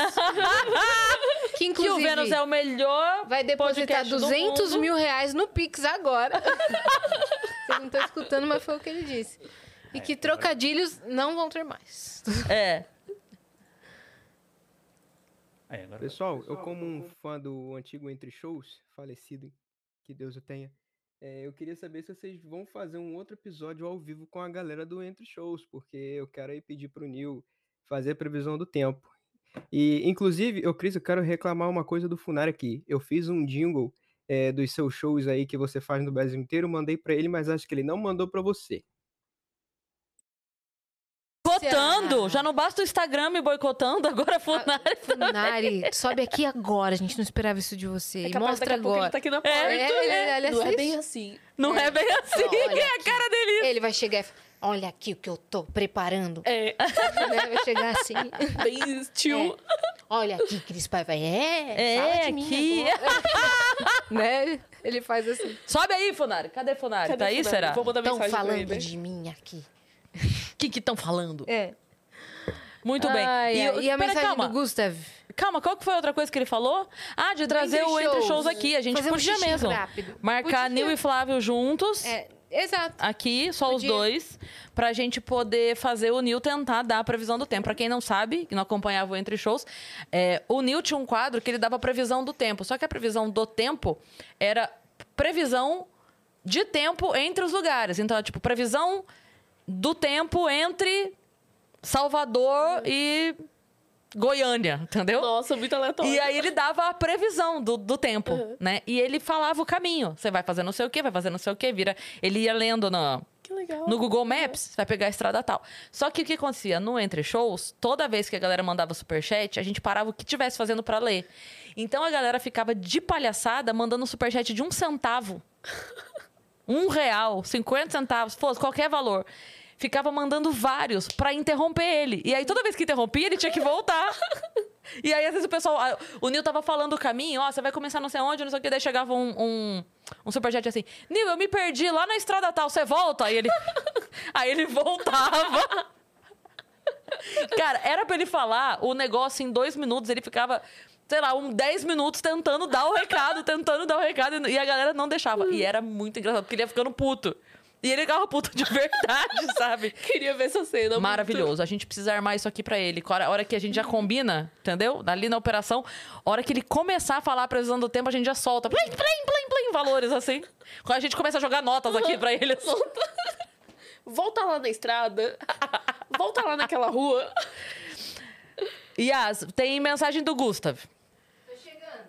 [SPEAKER 2] que
[SPEAKER 1] Que
[SPEAKER 2] inclusive
[SPEAKER 1] o Vênus é o melhor.
[SPEAKER 2] vai depositar
[SPEAKER 1] podcast do
[SPEAKER 2] 200
[SPEAKER 1] mundo.
[SPEAKER 2] mil reais no Pix agora. [LAUGHS] Vocês não estão escutando, mas foi o que ele disse. E que trocadilhos não vão ter mais.
[SPEAKER 1] É.
[SPEAKER 3] Aí, agora.
[SPEAKER 6] Pessoal, eu como um fã do antigo Entre Shows, falecido, que Deus o tenha, eh, eu queria saber se vocês vão fazer um outro episódio ao vivo com a galera do Entre Shows, porque eu quero aí pedir pro Nil fazer a previsão do tempo. E, inclusive, eu, Cris, eu quero reclamar uma coisa do Funar aqui. Eu fiz um jingle eh, dos seus shows aí que você faz no Brasil inteiro, mandei pra ele, mas acho que ele não mandou pra você.
[SPEAKER 1] Boicotando!
[SPEAKER 2] Será?
[SPEAKER 1] Já não basta o Instagram me boicotando, agora a Funari.
[SPEAKER 2] Ah, Funari, sobe aqui agora. A gente não esperava isso de você. E
[SPEAKER 5] capaz
[SPEAKER 2] mostra
[SPEAKER 5] daqui a pouco Ele
[SPEAKER 2] agora.
[SPEAKER 5] tá aqui na porta.
[SPEAKER 2] É, ele, ele, ele
[SPEAKER 5] Não é
[SPEAKER 2] assiste.
[SPEAKER 5] bem assim.
[SPEAKER 1] Não é, bem assim,
[SPEAKER 2] olha
[SPEAKER 1] é a cara dele.
[SPEAKER 2] Ele vai chegar e falar, olha aqui o que eu tô preparando. [LAUGHS]
[SPEAKER 5] É, [LAUGHS]
[SPEAKER 2] Né? Vai chegar assim.
[SPEAKER 5] bem tio.
[SPEAKER 2] É. Olha aqui, Cris Pai vai. É,
[SPEAKER 1] É,
[SPEAKER 2] fala de mim
[SPEAKER 1] aqui.
[SPEAKER 2] agora." né? Ele faz assim.
[SPEAKER 1] Sobe aí, Funari. Cadê Funari?
[SPEAKER 5] Cadê
[SPEAKER 1] tá aí,
[SPEAKER 5] o Fernando?
[SPEAKER 1] será?
[SPEAKER 5] Vou mandar
[SPEAKER 2] Estão
[SPEAKER 5] mensagem pra
[SPEAKER 2] falando
[SPEAKER 5] ele. né?
[SPEAKER 2] de mim aqui.
[SPEAKER 1] O que estão falando?
[SPEAKER 2] É.
[SPEAKER 1] Muito bem.
[SPEAKER 2] e,
[SPEAKER 1] eu-
[SPEAKER 2] a
[SPEAKER 1] pera,
[SPEAKER 2] mensagem
[SPEAKER 1] calma,
[SPEAKER 2] do Gustav?
[SPEAKER 1] calma, qual que foi a outra coisa que ele falou? Ah, de trazer
[SPEAKER 2] Entre
[SPEAKER 1] o Entre
[SPEAKER 2] Shows.
[SPEAKER 1] Shows aqui. A gente
[SPEAKER 2] Fazer um
[SPEAKER 1] podia
[SPEAKER 2] xixi
[SPEAKER 1] mesmo.
[SPEAKER 2] rápido.
[SPEAKER 1] Marcar
[SPEAKER 2] Podia.
[SPEAKER 1] Nil e Flávio juntos.
[SPEAKER 2] É, Exato.
[SPEAKER 1] aqui, só
[SPEAKER 2] Podia.
[SPEAKER 1] os dois, pra gente poder fazer o Nil tentar dar a previsão do tempo. Pra quem não sabe, que não acompanhava o Entre Shows, é, o Nil tinha um quadro que ele dava a previsão do tempo. Só que a previsão do tempo era previsão de tempo entre os lugares. Então, é, tipo, previsão do tempo entre Salvador e Goiânia, entendeu?
[SPEAKER 5] Nossa, muito aleatório.
[SPEAKER 1] E aí ele dava a previsão do, do tempo, né? E ele falava o caminho. Você vai fazer não sei o quê, vai fazer não sei o quê, vira. Ele ia lendo no,
[SPEAKER 5] Que legal.
[SPEAKER 1] no Google Maps, você vai pegar a estrada tal. Só que o que acontecia no Entre Shows, toda vez que a galera mandava superchat, a gente parava o que tivesse fazendo pra ler. Então a galera ficava de palhaçada mandando um superchat de um centavo. Um real, 50 centavos, fosse qualquer valor. Ficava mandando vários pra interromper ele. E aí, toda vez que interrompia, ele tinha que voltar. [LAUGHS] E aí, às vezes, o pessoal. ah, O Nil tava falando o caminho, ó, você vai começar não sei onde, não sei o que. Daí chegava um, um, um superchat assim: Nil, eu me perdi lá na estrada tal, você volta? Aí ele. [LAUGHS] aí ele voltava. Cara, era pra ele falar o negócio em dois minutos, ele ficava. Sei lá, um 10 minutos tentando dar o recado, tentando dar o recado, e a galera não deixava. E era muito engraçado, porque ele ia ficando puto. E ele ficava puto de [LAUGHS] verdade, sabe?
[SPEAKER 5] [LAUGHS] Queria ver essa cena. Então, muito.
[SPEAKER 1] Maravilhoso. A gente precisa armar isso aqui pra ele. A hora- a hora que a gente já combina, entendeu? Ali na operação, a hora que ele começar a falar a previsão do tempo, a gente já solta. Plim, plim, plim, plim, valores, assim. Quando a gente começa a jogar notas aqui pra ele. assim.
[SPEAKER 5] Uhum. [LAUGHS] Volta lá na estrada. [LAUGHS] Volta lá naquela rua.
[SPEAKER 1] Yas, tem mensagem do Gustav.
[SPEAKER 2] Tá
[SPEAKER 4] Tô chegando.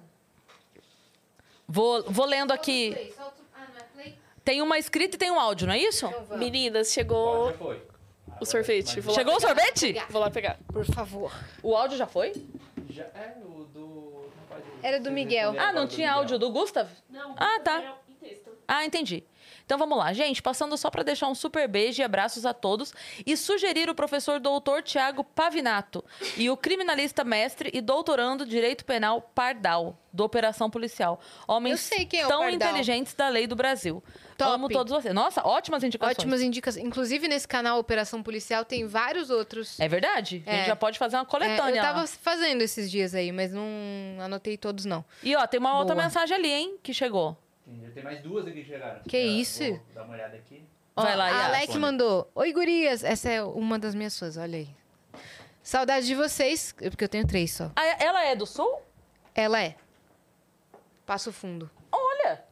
[SPEAKER 1] Vou, vou lendo aqui.
[SPEAKER 4] Play, solta... o- Ah, não é play?
[SPEAKER 1] Tem uma escrita e tem um áudio, não é isso?
[SPEAKER 5] Meninas, chegou
[SPEAKER 3] Já foi.
[SPEAKER 5] o sorvete. Vou lá
[SPEAKER 1] Chegou o
[SPEAKER 5] pegar.
[SPEAKER 1] sorvete?
[SPEAKER 5] Vou lá pegar.
[SPEAKER 2] Por favor.
[SPEAKER 1] O áudio já foi?
[SPEAKER 3] Já é o do. não faz isso.
[SPEAKER 2] Era do
[SPEAKER 3] Vocês
[SPEAKER 2] Miguel.
[SPEAKER 3] responderam
[SPEAKER 1] Ah, não
[SPEAKER 3] agora
[SPEAKER 1] tinha
[SPEAKER 3] Miguel.
[SPEAKER 1] áudio do Gustav?
[SPEAKER 4] Não.
[SPEAKER 1] Ah, tá.
[SPEAKER 4] é Em texto.
[SPEAKER 1] Ah, entendi. Então vamos lá, gente. Passando só para deixar um super beijo e abraços a todos e sugerir o professor doutor Tiago Pavinato e o criminalista mestre e doutorando direito penal Pardal, do Operação Policial. Homens
[SPEAKER 2] Eu sei quem é o
[SPEAKER 1] tão
[SPEAKER 2] Pardal.
[SPEAKER 1] inteligentes da lei do Brasil.
[SPEAKER 2] Top.
[SPEAKER 1] Amo todos vocês. Nossa, ótimas indicações.
[SPEAKER 2] Ótimas indicações. Inclusive, nesse canal Operação Policial tem vários outros.
[SPEAKER 1] É verdade. A
[SPEAKER 2] É.
[SPEAKER 1] gente já pode fazer uma
[SPEAKER 2] É,
[SPEAKER 1] coletânea.
[SPEAKER 2] eu tava
[SPEAKER 1] lá.
[SPEAKER 2] fazendo esses dias aí, mas não anotei todos, não.
[SPEAKER 1] E ó, tem uma outra
[SPEAKER 2] Boa.
[SPEAKER 1] mensagem ali, hein, que chegou.
[SPEAKER 3] Tem- Tem mais duas aqui que chegaram.
[SPEAKER 2] Que
[SPEAKER 3] Eu
[SPEAKER 2] isso?
[SPEAKER 3] Vou dar uma olhada aqui.
[SPEAKER 2] Ó,
[SPEAKER 1] Vai lá,
[SPEAKER 2] a
[SPEAKER 1] Yas.
[SPEAKER 2] Alec
[SPEAKER 3] Responde.
[SPEAKER 2] mandou. Oi, gurias. Essa é uma das minhas suas, olha aí. Saudade de vocês, porque eu tenho três só.
[SPEAKER 1] Ah, Ela é do Sul?
[SPEAKER 2] Ela é. Passo fundo.
[SPEAKER 1] Olha!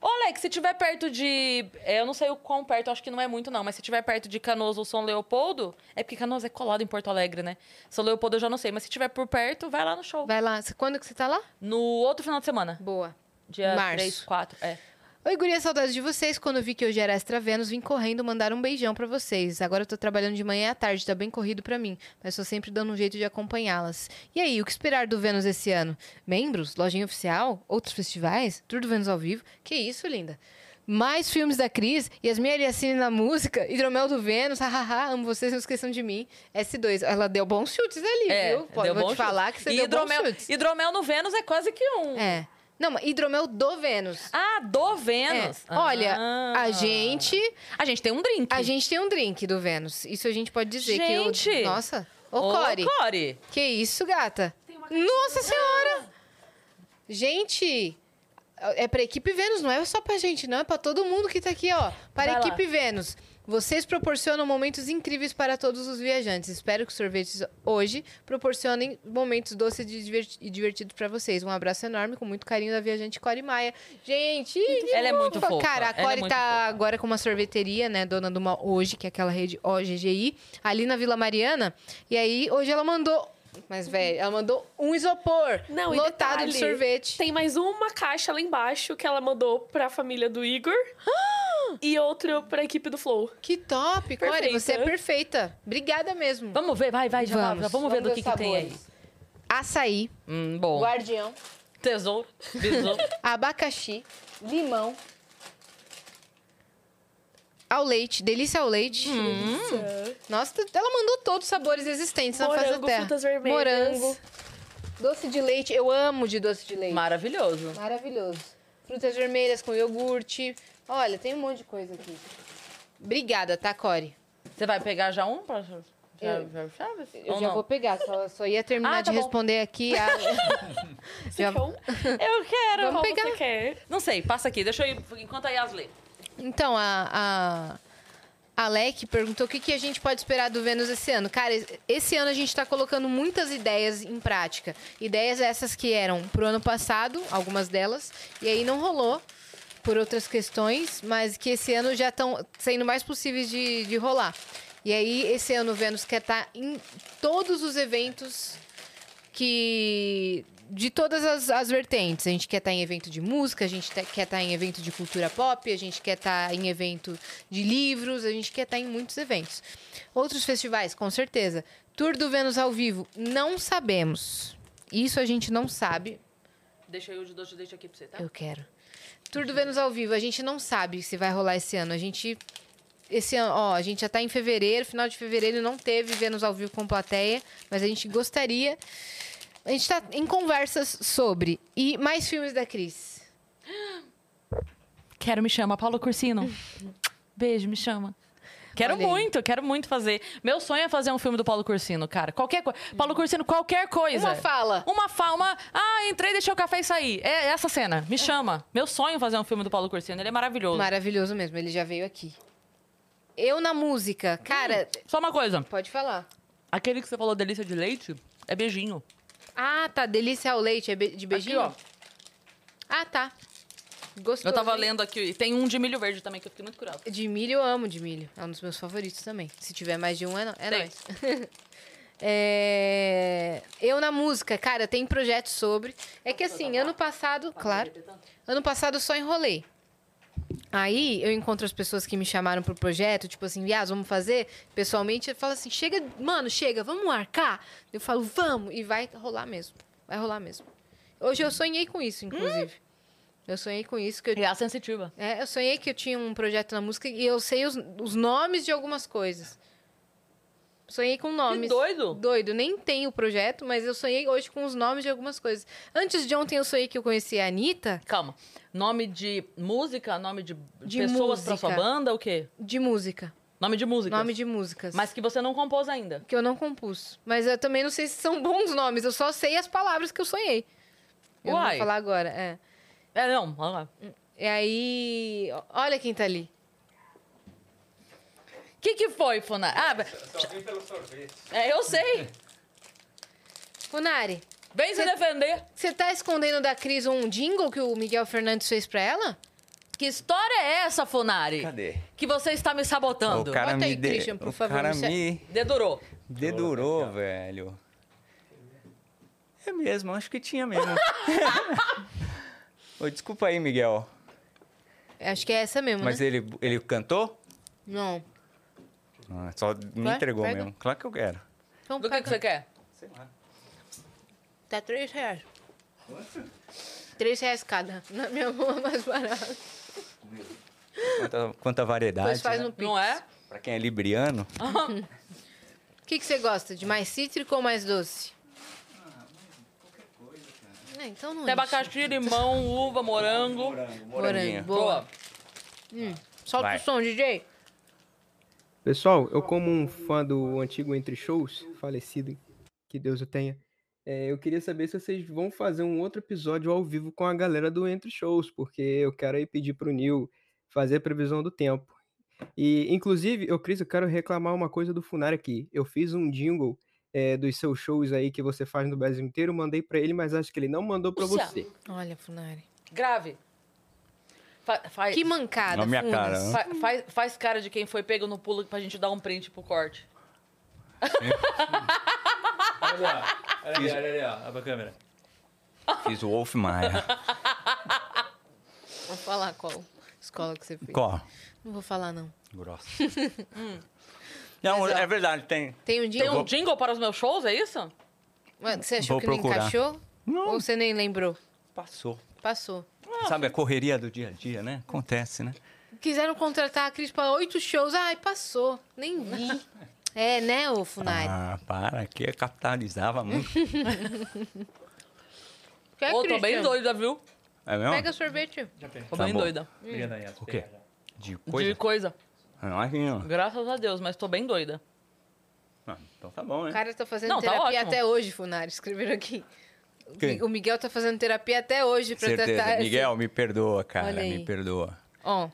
[SPEAKER 1] Ô, Alex, se tiver perto de. é, Eu não sei o quão perto, acho que não é muito, não, mas se tiver perto de Canoas ou São Leopoldo. É porque Canoas é colado em Porto Alegre, né? São Leopoldo eu já não sei, mas se tiver por perto, vai lá no show.
[SPEAKER 2] Vai lá. Cê- Quando que você tá lá?
[SPEAKER 1] No outro final de semana.
[SPEAKER 2] Boa.
[SPEAKER 1] Dia
[SPEAKER 2] Março.
[SPEAKER 1] 3, 4. É.
[SPEAKER 2] Oi, guria, saudades de vocês. Quando vi que hoje era Extra Vênus, vim correndo mandar um beijão pra vocês. Agora eu tô trabalhando de manhã e à tarde, tá bem corrido pra mim, mas tô sempre dando um jeito de acompanhá-las. E aí, o que esperar do Vênus esse ano? Membros? Lojinha oficial? Outros festivais? Tour do Vênus ao vivo? Que isso, linda! Mais filmes da Cris, Yasmin Ariacine na música, Hidromel do Vênus, hahaha, amo vocês, não esqueçam de mim. S2, ela deu bons chutes ali,
[SPEAKER 1] é
[SPEAKER 2] viu? Pode
[SPEAKER 1] deu
[SPEAKER 2] vou
[SPEAKER 1] bom
[SPEAKER 2] te falar
[SPEAKER 1] chute.
[SPEAKER 2] que você
[SPEAKER 1] E
[SPEAKER 2] deu
[SPEAKER 1] hidromel,
[SPEAKER 2] bons chutes.
[SPEAKER 1] Hidromel no Vênus é quase que um.
[SPEAKER 2] É. Não, mas hidromel do Vênus.
[SPEAKER 1] Ah, do Vênus.
[SPEAKER 2] É. Olha,
[SPEAKER 1] Ah.
[SPEAKER 2] a gente.
[SPEAKER 1] A gente tem um drink.
[SPEAKER 2] A gente tem um drink do Vênus. Isso a gente pode dizer que
[SPEAKER 1] Gente!
[SPEAKER 2] eu, Nossa! Ô,
[SPEAKER 1] Ô,
[SPEAKER 2] Core!
[SPEAKER 1] Core.
[SPEAKER 2] Que isso, gata?
[SPEAKER 4] Tem uma
[SPEAKER 2] Nossa Senhora! Gente! É pra equipe Vênus, não é só pra gente, não. É pra todo mundo que tá aqui, ó. Para a
[SPEAKER 1] Vai lá.
[SPEAKER 2] equipe Vênus. Vocês proporcionam momentos incríveis para todos os viajantes. Espero que os sorvetes hoje proporcionem momentos doces e diverti- e divertidos pra vocês. Um abraço enorme, com muito carinho da viajante Core Maia. Gente, que
[SPEAKER 1] Ela é muito fofa.
[SPEAKER 2] Cara, a
[SPEAKER 1] Ela é
[SPEAKER 2] Core
[SPEAKER 1] muito
[SPEAKER 2] tá
[SPEAKER 1] fofa.
[SPEAKER 2] agora com uma sorveteria, né? Dona do Mal hoje, que é aquela rede OGGI, ali na Vila Mariana. E aí, hoje ela mandou. Mas, velho, ela mandou um isopor
[SPEAKER 5] Não, e
[SPEAKER 2] lotado de
[SPEAKER 5] detalhe,
[SPEAKER 2] sorvete.
[SPEAKER 5] Tem mais uma caixa lá embaixo que ela mandou pra família do Igor. e outra pra equipe do Flow.
[SPEAKER 2] Que top, Core,
[SPEAKER 5] Perfeita.
[SPEAKER 2] você é perfeita. Obrigada mesmo.
[SPEAKER 1] Vamos ver, vai, vai, já
[SPEAKER 2] Vamos.
[SPEAKER 1] vamos, vamos ver
[SPEAKER 2] Vamos
[SPEAKER 1] do
[SPEAKER 2] ver
[SPEAKER 1] que,
[SPEAKER 2] os
[SPEAKER 1] que tem aí.
[SPEAKER 2] sabores. Açaí,
[SPEAKER 1] Hum, bom.
[SPEAKER 2] guardião,
[SPEAKER 1] Tesouro. Besouro.
[SPEAKER 2] abacaxi, limão. Ao leite, delícia ao leite.
[SPEAKER 1] Hum.
[SPEAKER 2] Nossa, ela mandou todos os sabores existentes na face da
[SPEAKER 5] Morango,
[SPEAKER 2] terra.
[SPEAKER 5] frutas vermelhas.
[SPEAKER 2] Morango, doce de leite. Eu amo de doce de
[SPEAKER 1] [LAUGHS]
[SPEAKER 2] leite.
[SPEAKER 1] Maravilhoso.
[SPEAKER 2] Maravilhoso. Frutas vermelhas com iogurte. Olha, tem um monte de coisa aqui. Obrigada, tá, Core?
[SPEAKER 1] Você vai pegar já um? pra- Já, já, Chaves?
[SPEAKER 2] Eu
[SPEAKER 1] Ou
[SPEAKER 2] já
[SPEAKER 1] não?
[SPEAKER 2] vou pegar, só, só ia terminar
[SPEAKER 1] Ah, tá
[SPEAKER 2] de
[SPEAKER 1] bom.
[SPEAKER 2] responder aqui. [LAUGHS] a-
[SPEAKER 5] Você
[SPEAKER 2] Já- [LAUGHS]
[SPEAKER 5] quer um?
[SPEAKER 1] Eu quero.
[SPEAKER 2] Vamos
[SPEAKER 5] Qual
[SPEAKER 2] pegar.
[SPEAKER 5] Você quer?
[SPEAKER 1] Não sei, passa aqui. Deixa eu ir enquanto a Yas lê.
[SPEAKER 2] Então, a, a Alec perguntou o que, que a gente pode esperar do Vênus esse ano. Cara, es- esse ano a gente está colocando muitas ideias em prática. Ideias essas que eram pro ano passado, algumas delas, e aí não rolou por outras questões, mas que esse ano já estão sendo mais possíveis de, de rolar. E aí, esse ano o Vênus quer estar em todos os eventos que de todas as, as vertentes. A gente quer estar em evento de música, a gente te- quer estar em evento de cultura pop, a gente quer estar em evento de livros, a gente quer estar em muitos eventos. Outros festivais, com certeza. Tour do Vênus ao vivo, não sabemos. Isso a gente não sabe.
[SPEAKER 1] Deixa eu de doce, deixa aqui pra você, tá?
[SPEAKER 2] Eu quero. Tour do Vênus ao vivo, a gente não sabe se vai rolar esse ano. A gente. Esse ano, ó, a gente já tá em fevereiro, final de fevereiro não teve Vênus ao vivo com plateia, mas a gente gostaria. A gente tá em conversas sobre. E mais filmes da Cris.
[SPEAKER 1] Quero me chama, Paulo Cursino. Beijo, me chama. Quero
[SPEAKER 2] Olha aí.
[SPEAKER 1] muito, quero muito fazer. Meu sonho é fazer um filme do Paulo Cursino, cara. Qualquer coisa. Paulo Cursino, qualquer coisa.
[SPEAKER 2] Uma fala.
[SPEAKER 1] Uma fala, uma. Ah, entrei, deixei o café e saí. É essa cena. Me chama. Meu sonho é fazer um filme do Paulo Cursino. Ele é maravilhoso.
[SPEAKER 2] Maravilhoso mesmo, ele já veio aqui. Eu na música.
[SPEAKER 1] Hum.
[SPEAKER 2] Cara,
[SPEAKER 1] Só uma coisa.
[SPEAKER 2] pode falar.
[SPEAKER 1] Aquele que você falou delícia de leite é beijinho.
[SPEAKER 2] Ah, tá. Delícia ao leite, é be- de beijinho?
[SPEAKER 1] ó.
[SPEAKER 2] Ah, tá. Gostoso.
[SPEAKER 1] Eu tava
[SPEAKER 2] hein?
[SPEAKER 1] lendo aqui. e Tem um de milho verde também, que eu fiquei muito curiosa.
[SPEAKER 2] De milho eu amo de milho. É um dos meus favoritos também. Se tiver mais de um, é, no... é
[SPEAKER 1] Tem.
[SPEAKER 2] nóis. [LAUGHS] É, Eu na música, cara, tem projeto sobre. É que assim, ano passado, claro. Ano passado eu só enrolei. Aí eu encontro as pessoas que me chamaram pro projeto, tipo assim, Vias, vamos fazer? Pessoalmente, eu falo assim, chega, mano, chega, vamos marcar? Eu falo, vamos, e vai rolar mesmo. Vai rolar mesmo. Hoje eu sonhei com isso, inclusive. Eu sonhei com isso, que eu
[SPEAKER 1] E a sensitiva.
[SPEAKER 2] é, eu sonhei que eu tinha um projeto na música e eu sei os, os nomes de algumas coisas. Sonhei com nomes.
[SPEAKER 1] doido.
[SPEAKER 2] Doido. Nem tem o projeto, mas eu sonhei hoje com os nomes de algumas coisas. Antes de ontem eu sonhei que eu conheci a Anitta
[SPEAKER 1] Calma. Nome de música, nome de,
[SPEAKER 2] De
[SPEAKER 1] pessoas pra sua
[SPEAKER 2] música.
[SPEAKER 1] banda, o quê?
[SPEAKER 2] de música.
[SPEAKER 1] Nome de música.
[SPEAKER 2] Nome de músicas.
[SPEAKER 1] Mas que você não compôs ainda.
[SPEAKER 2] Que eu não compus. Mas eu também não sei se são bons nomes, eu só sei as palavras que eu sonhei. Eu não
[SPEAKER 1] Uai.
[SPEAKER 2] vou falar agora, é.
[SPEAKER 1] É, não. vamos lá.
[SPEAKER 2] E aí. ó- Olha quem tá ali.
[SPEAKER 1] O que, que foi, Funa? Ah,
[SPEAKER 7] Só vim pelo sorvete.
[SPEAKER 1] é, eu
[SPEAKER 7] [LAUGHS]
[SPEAKER 1] sei.
[SPEAKER 2] Funari,
[SPEAKER 1] Vem se defender.
[SPEAKER 2] você tá escondendo da Cris um jingle que o Miguel Fernandes fez pra ela?
[SPEAKER 1] Que história é essa, Funari?
[SPEAKER 7] Cadê?
[SPEAKER 1] Que você está me sabotando.
[SPEAKER 7] O cara
[SPEAKER 2] Bota aí,
[SPEAKER 7] me de...
[SPEAKER 2] Christian, por
[SPEAKER 7] o
[SPEAKER 2] favor,
[SPEAKER 7] cara
[SPEAKER 2] isso é-
[SPEAKER 7] me
[SPEAKER 1] Dedurou.
[SPEAKER 7] dedurou, velho. É mesmo, acho que tinha mesmo. Ô, desculpa aí, Miguel.
[SPEAKER 2] Acho que é essa mesmo,
[SPEAKER 7] Mas é-
[SPEAKER 2] né?
[SPEAKER 7] ele, ele cantou?
[SPEAKER 2] Não.
[SPEAKER 7] Ah, Só me
[SPEAKER 2] Vai,
[SPEAKER 7] entregou
[SPEAKER 2] pega.
[SPEAKER 7] mesmo. Claro que eu quero.
[SPEAKER 2] Então
[SPEAKER 1] Do que, que você quer?
[SPEAKER 7] Sei lá.
[SPEAKER 2] Tá três reais. Três reais cada. Na minha mão é mais barato.
[SPEAKER 7] Ah, Quanta, quanta
[SPEAKER 2] Depois
[SPEAKER 7] variedade.
[SPEAKER 2] faz um
[SPEAKER 7] né?
[SPEAKER 2] no Pix.
[SPEAKER 1] Não é?
[SPEAKER 7] Pra quem é libriano.
[SPEAKER 2] O que, que você gosta? De mais cítrico ou mais doce? Ah, É, então não
[SPEAKER 1] Tem
[SPEAKER 2] enche.
[SPEAKER 1] abacaxi, limão, uva, morango.
[SPEAKER 2] Morango. Boa.
[SPEAKER 1] Boa.
[SPEAKER 2] Solta
[SPEAKER 7] Vai.
[SPEAKER 2] o som, DJ.
[SPEAKER 6] Pessoal, eu como um fã do antigo Entre Shows, falecido, que Deus o tenha, é, eu queria saber se vocês vão fazer um outro episódio ao vivo com a galera do Entre Shows, porque eu quero aí pedir pro Nil fazer a previsão do tempo. E, inclusive, eu, Cris, eu quero reclamar uma coisa do Funar aqui. Eu fiz um jingle é, dos seus shows aí que você faz no Brasil inteiro, mandei pra ele, mas acho que ele não mandou pra
[SPEAKER 1] Lúcia.
[SPEAKER 6] você.
[SPEAKER 2] Olha, Funari.
[SPEAKER 1] Grave. Fa- faz-
[SPEAKER 2] Que mancada,
[SPEAKER 7] Na minha
[SPEAKER 2] Funas.
[SPEAKER 7] cara, né?
[SPEAKER 1] fa- faz- faz cara de quem foi pego no pulo pra gente dar um print pro corte.
[SPEAKER 3] Olha lá. Olha ali, olha ali, ó. Abre a câmera.
[SPEAKER 2] Hum.
[SPEAKER 7] Fiz o
[SPEAKER 2] [LAUGHS]
[SPEAKER 7] Wolf Maia.
[SPEAKER 2] Vou falar qual escola que você fez.
[SPEAKER 7] Qual?
[SPEAKER 2] Não vou falar, não. [LAUGHS]
[SPEAKER 7] Grossa. Não,
[SPEAKER 2] Hum. Mas, ó.
[SPEAKER 7] é verdade, tem.
[SPEAKER 2] Tem um
[SPEAKER 1] Tem
[SPEAKER 2] jingle?
[SPEAKER 1] um jingle para os meus shows, é isso?
[SPEAKER 2] Ué, Você achou
[SPEAKER 7] Vou
[SPEAKER 2] que
[SPEAKER 7] procurar.
[SPEAKER 2] não encaixou?
[SPEAKER 7] Não.
[SPEAKER 2] Ou você nem lembrou?
[SPEAKER 7] Passou.
[SPEAKER 2] Passou.
[SPEAKER 7] Sabe a correria do dia a dia, né? Acontece, né?
[SPEAKER 2] Quiseram contratar a Cris pra oito shows. Ai, passou. Nem vi. [LAUGHS] É, né, ô Funari?
[SPEAKER 7] Ah, para, que capitalizava
[SPEAKER 2] Hum.
[SPEAKER 7] muito.
[SPEAKER 2] Que é
[SPEAKER 1] Ô, tô bem
[SPEAKER 2] Christian?
[SPEAKER 1] doida, viu?
[SPEAKER 7] É mesmo?
[SPEAKER 2] Pega sorvete.
[SPEAKER 1] Tô
[SPEAKER 7] Tá
[SPEAKER 1] bem
[SPEAKER 7] bom.
[SPEAKER 1] doida.
[SPEAKER 3] Obrigado aí, Yas.
[SPEAKER 7] O quê?
[SPEAKER 3] Obrigado.
[SPEAKER 7] De coisa? Ah,
[SPEAKER 1] De coisa.
[SPEAKER 7] Imagina.
[SPEAKER 1] Graças a Deus, mas tô bem doida.
[SPEAKER 7] Ah, então tá bom,
[SPEAKER 2] O
[SPEAKER 7] né?
[SPEAKER 2] cara tá fazendo
[SPEAKER 1] Não, tá
[SPEAKER 2] terapia
[SPEAKER 1] ótimo.
[SPEAKER 2] até hoje, Funari. Escreveram aqui. O
[SPEAKER 7] Quem?
[SPEAKER 2] Mi- O Miguel tá fazendo terapia até hoje pra tratar.
[SPEAKER 7] Certeza.
[SPEAKER 2] esse-
[SPEAKER 7] Miguel, me perdoa, cara.
[SPEAKER 2] Olha aí.
[SPEAKER 7] Me perdoa.
[SPEAKER 2] Ó.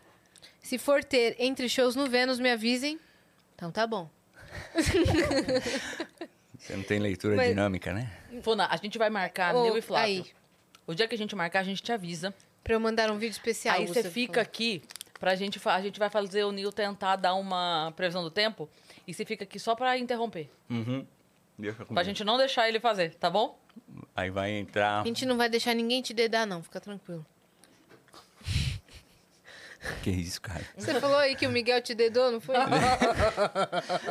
[SPEAKER 2] Se for ter entre shows no Vênus, me avisem. Então tá bom.
[SPEAKER 7] Você não tem leitura
[SPEAKER 2] Mas-
[SPEAKER 7] dinâmica, né?
[SPEAKER 1] Fona, a gente vai marcar,
[SPEAKER 2] Ô,
[SPEAKER 1] Nil Ah, e Flávio.
[SPEAKER 2] Aí,
[SPEAKER 1] O dia que a gente marcar, a gente te avisa.
[SPEAKER 2] pra eu mandar um vídeo especial.
[SPEAKER 1] Aí você
[SPEAKER 2] Gustavo,
[SPEAKER 1] fica
[SPEAKER 2] falando.
[SPEAKER 1] aqui pra gente. fa- A gente vai fazer o Nil tentar dar uma previsão do tempo. E você fica aqui só pra interromper.
[SPEAKER 7] Uhum. Deixa comigo.
[SPEAKER 1] Pra gente não deixar ele fazer, tá bom?
[SPEAKER 7] Aí vai entrar.
[SPEAKER 2] A gente não vai deixar ninguém te dedar, não.
[SPEAKER 1] [LAUGHS]
[SPEAKER 2] Fica tranquilo.
[SPEAKER 7] Que isso, cara?
[SPEAKER 2] Você falou aí que o Miguel te
[SPEAKER 1] [LAUGHS]
[SPEAKER 2] dedou, não foi?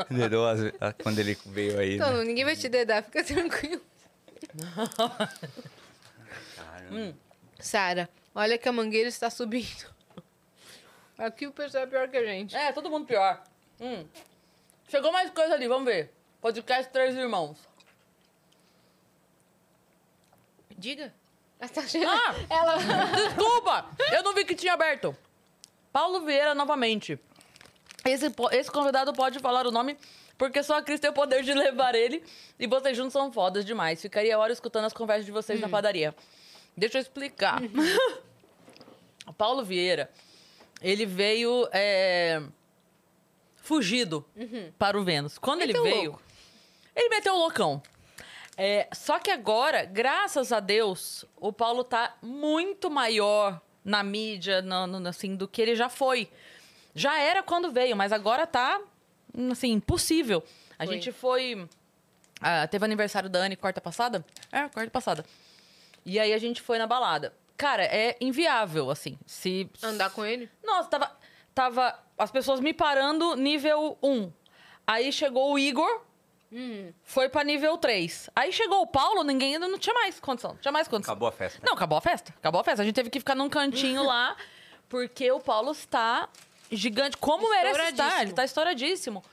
[SPEAKER 7] Dedou as- a- ah, quando ele veio aí.
[SPEAKER 2] então,
[SPEAKER 7] né?
[SPEAKER 2] não, ninguém vai te dedar. Fica tranquilo. Hum, Sara, olha que a mangueira está subindo. Aqui o pessoal é pior que a gente.
[SPEAKER 1] É, todo mundo pior. Hum. Chegou mais coisa ali, vamos ver. Podcast Três Irmãos. Diga.
[SPEAKER 2] Ela tá achando-
[SPEAKER 1] Ah!
[SPEAKER 2] Ela...
[SPEAKER 1] Desculpa! Eu não vi que tinha aberto. Paulo Vieira, novamente. Esse, po- esse convidado pode falar o nome, porque só a Cris tem o poder de [LAUGHS] levar ele. E vocês juntos são fodas demais. Ficaria hora escutando as conversas de vocês na padaria. Deixa eu explicar.
[SPEAKER 2] Uhum.
[SPEAKER 1] [LAUGHS] O Paulo Vieira, ele veio é, fugido para o Vênus. Quando ele
[SPEAKER 2] Uhum. Meteu o
[SPEAKER 1] veio,
[SPEAKER 2] louco.
[SPEAKER 1] ele meteu o loucão. É, só que agora, graças a Deus, o Paulo tá muito maior na mídia, na- no- assim, do que ele já foi. Já era quando veio, mas agora tá, assim, impossível. A
[SPEAKER 2] Foi.
[SPEAKER 1] gente foi... ah, teve aniversário da Anne quarta passada? É, quarta passada. E aí a gente foi na balada. Cara, é inviável, assim. Se.
[SPEAKER 2] Andar com ele?
[SPEAKER 1] Nossa, tava. Tava as pessoas me parando nível 1. Aí chegou o Igor, foi pra nível 3. Aí chegou o Paulo, ninguém ainda não tinha mais condição. Não tinha mais condição.
[SPEAKER 7] Acabou a festa.
[SPEAKER 1] Não, acabou a festa. Acabou a festa. A gente teve que ficar num cantinho lá, porque o Paulo está gigante. Como merece estar?
[SPEAKER 2] Estouradíssimo.
[SPEAKER 1] Ele está estouradíssimo.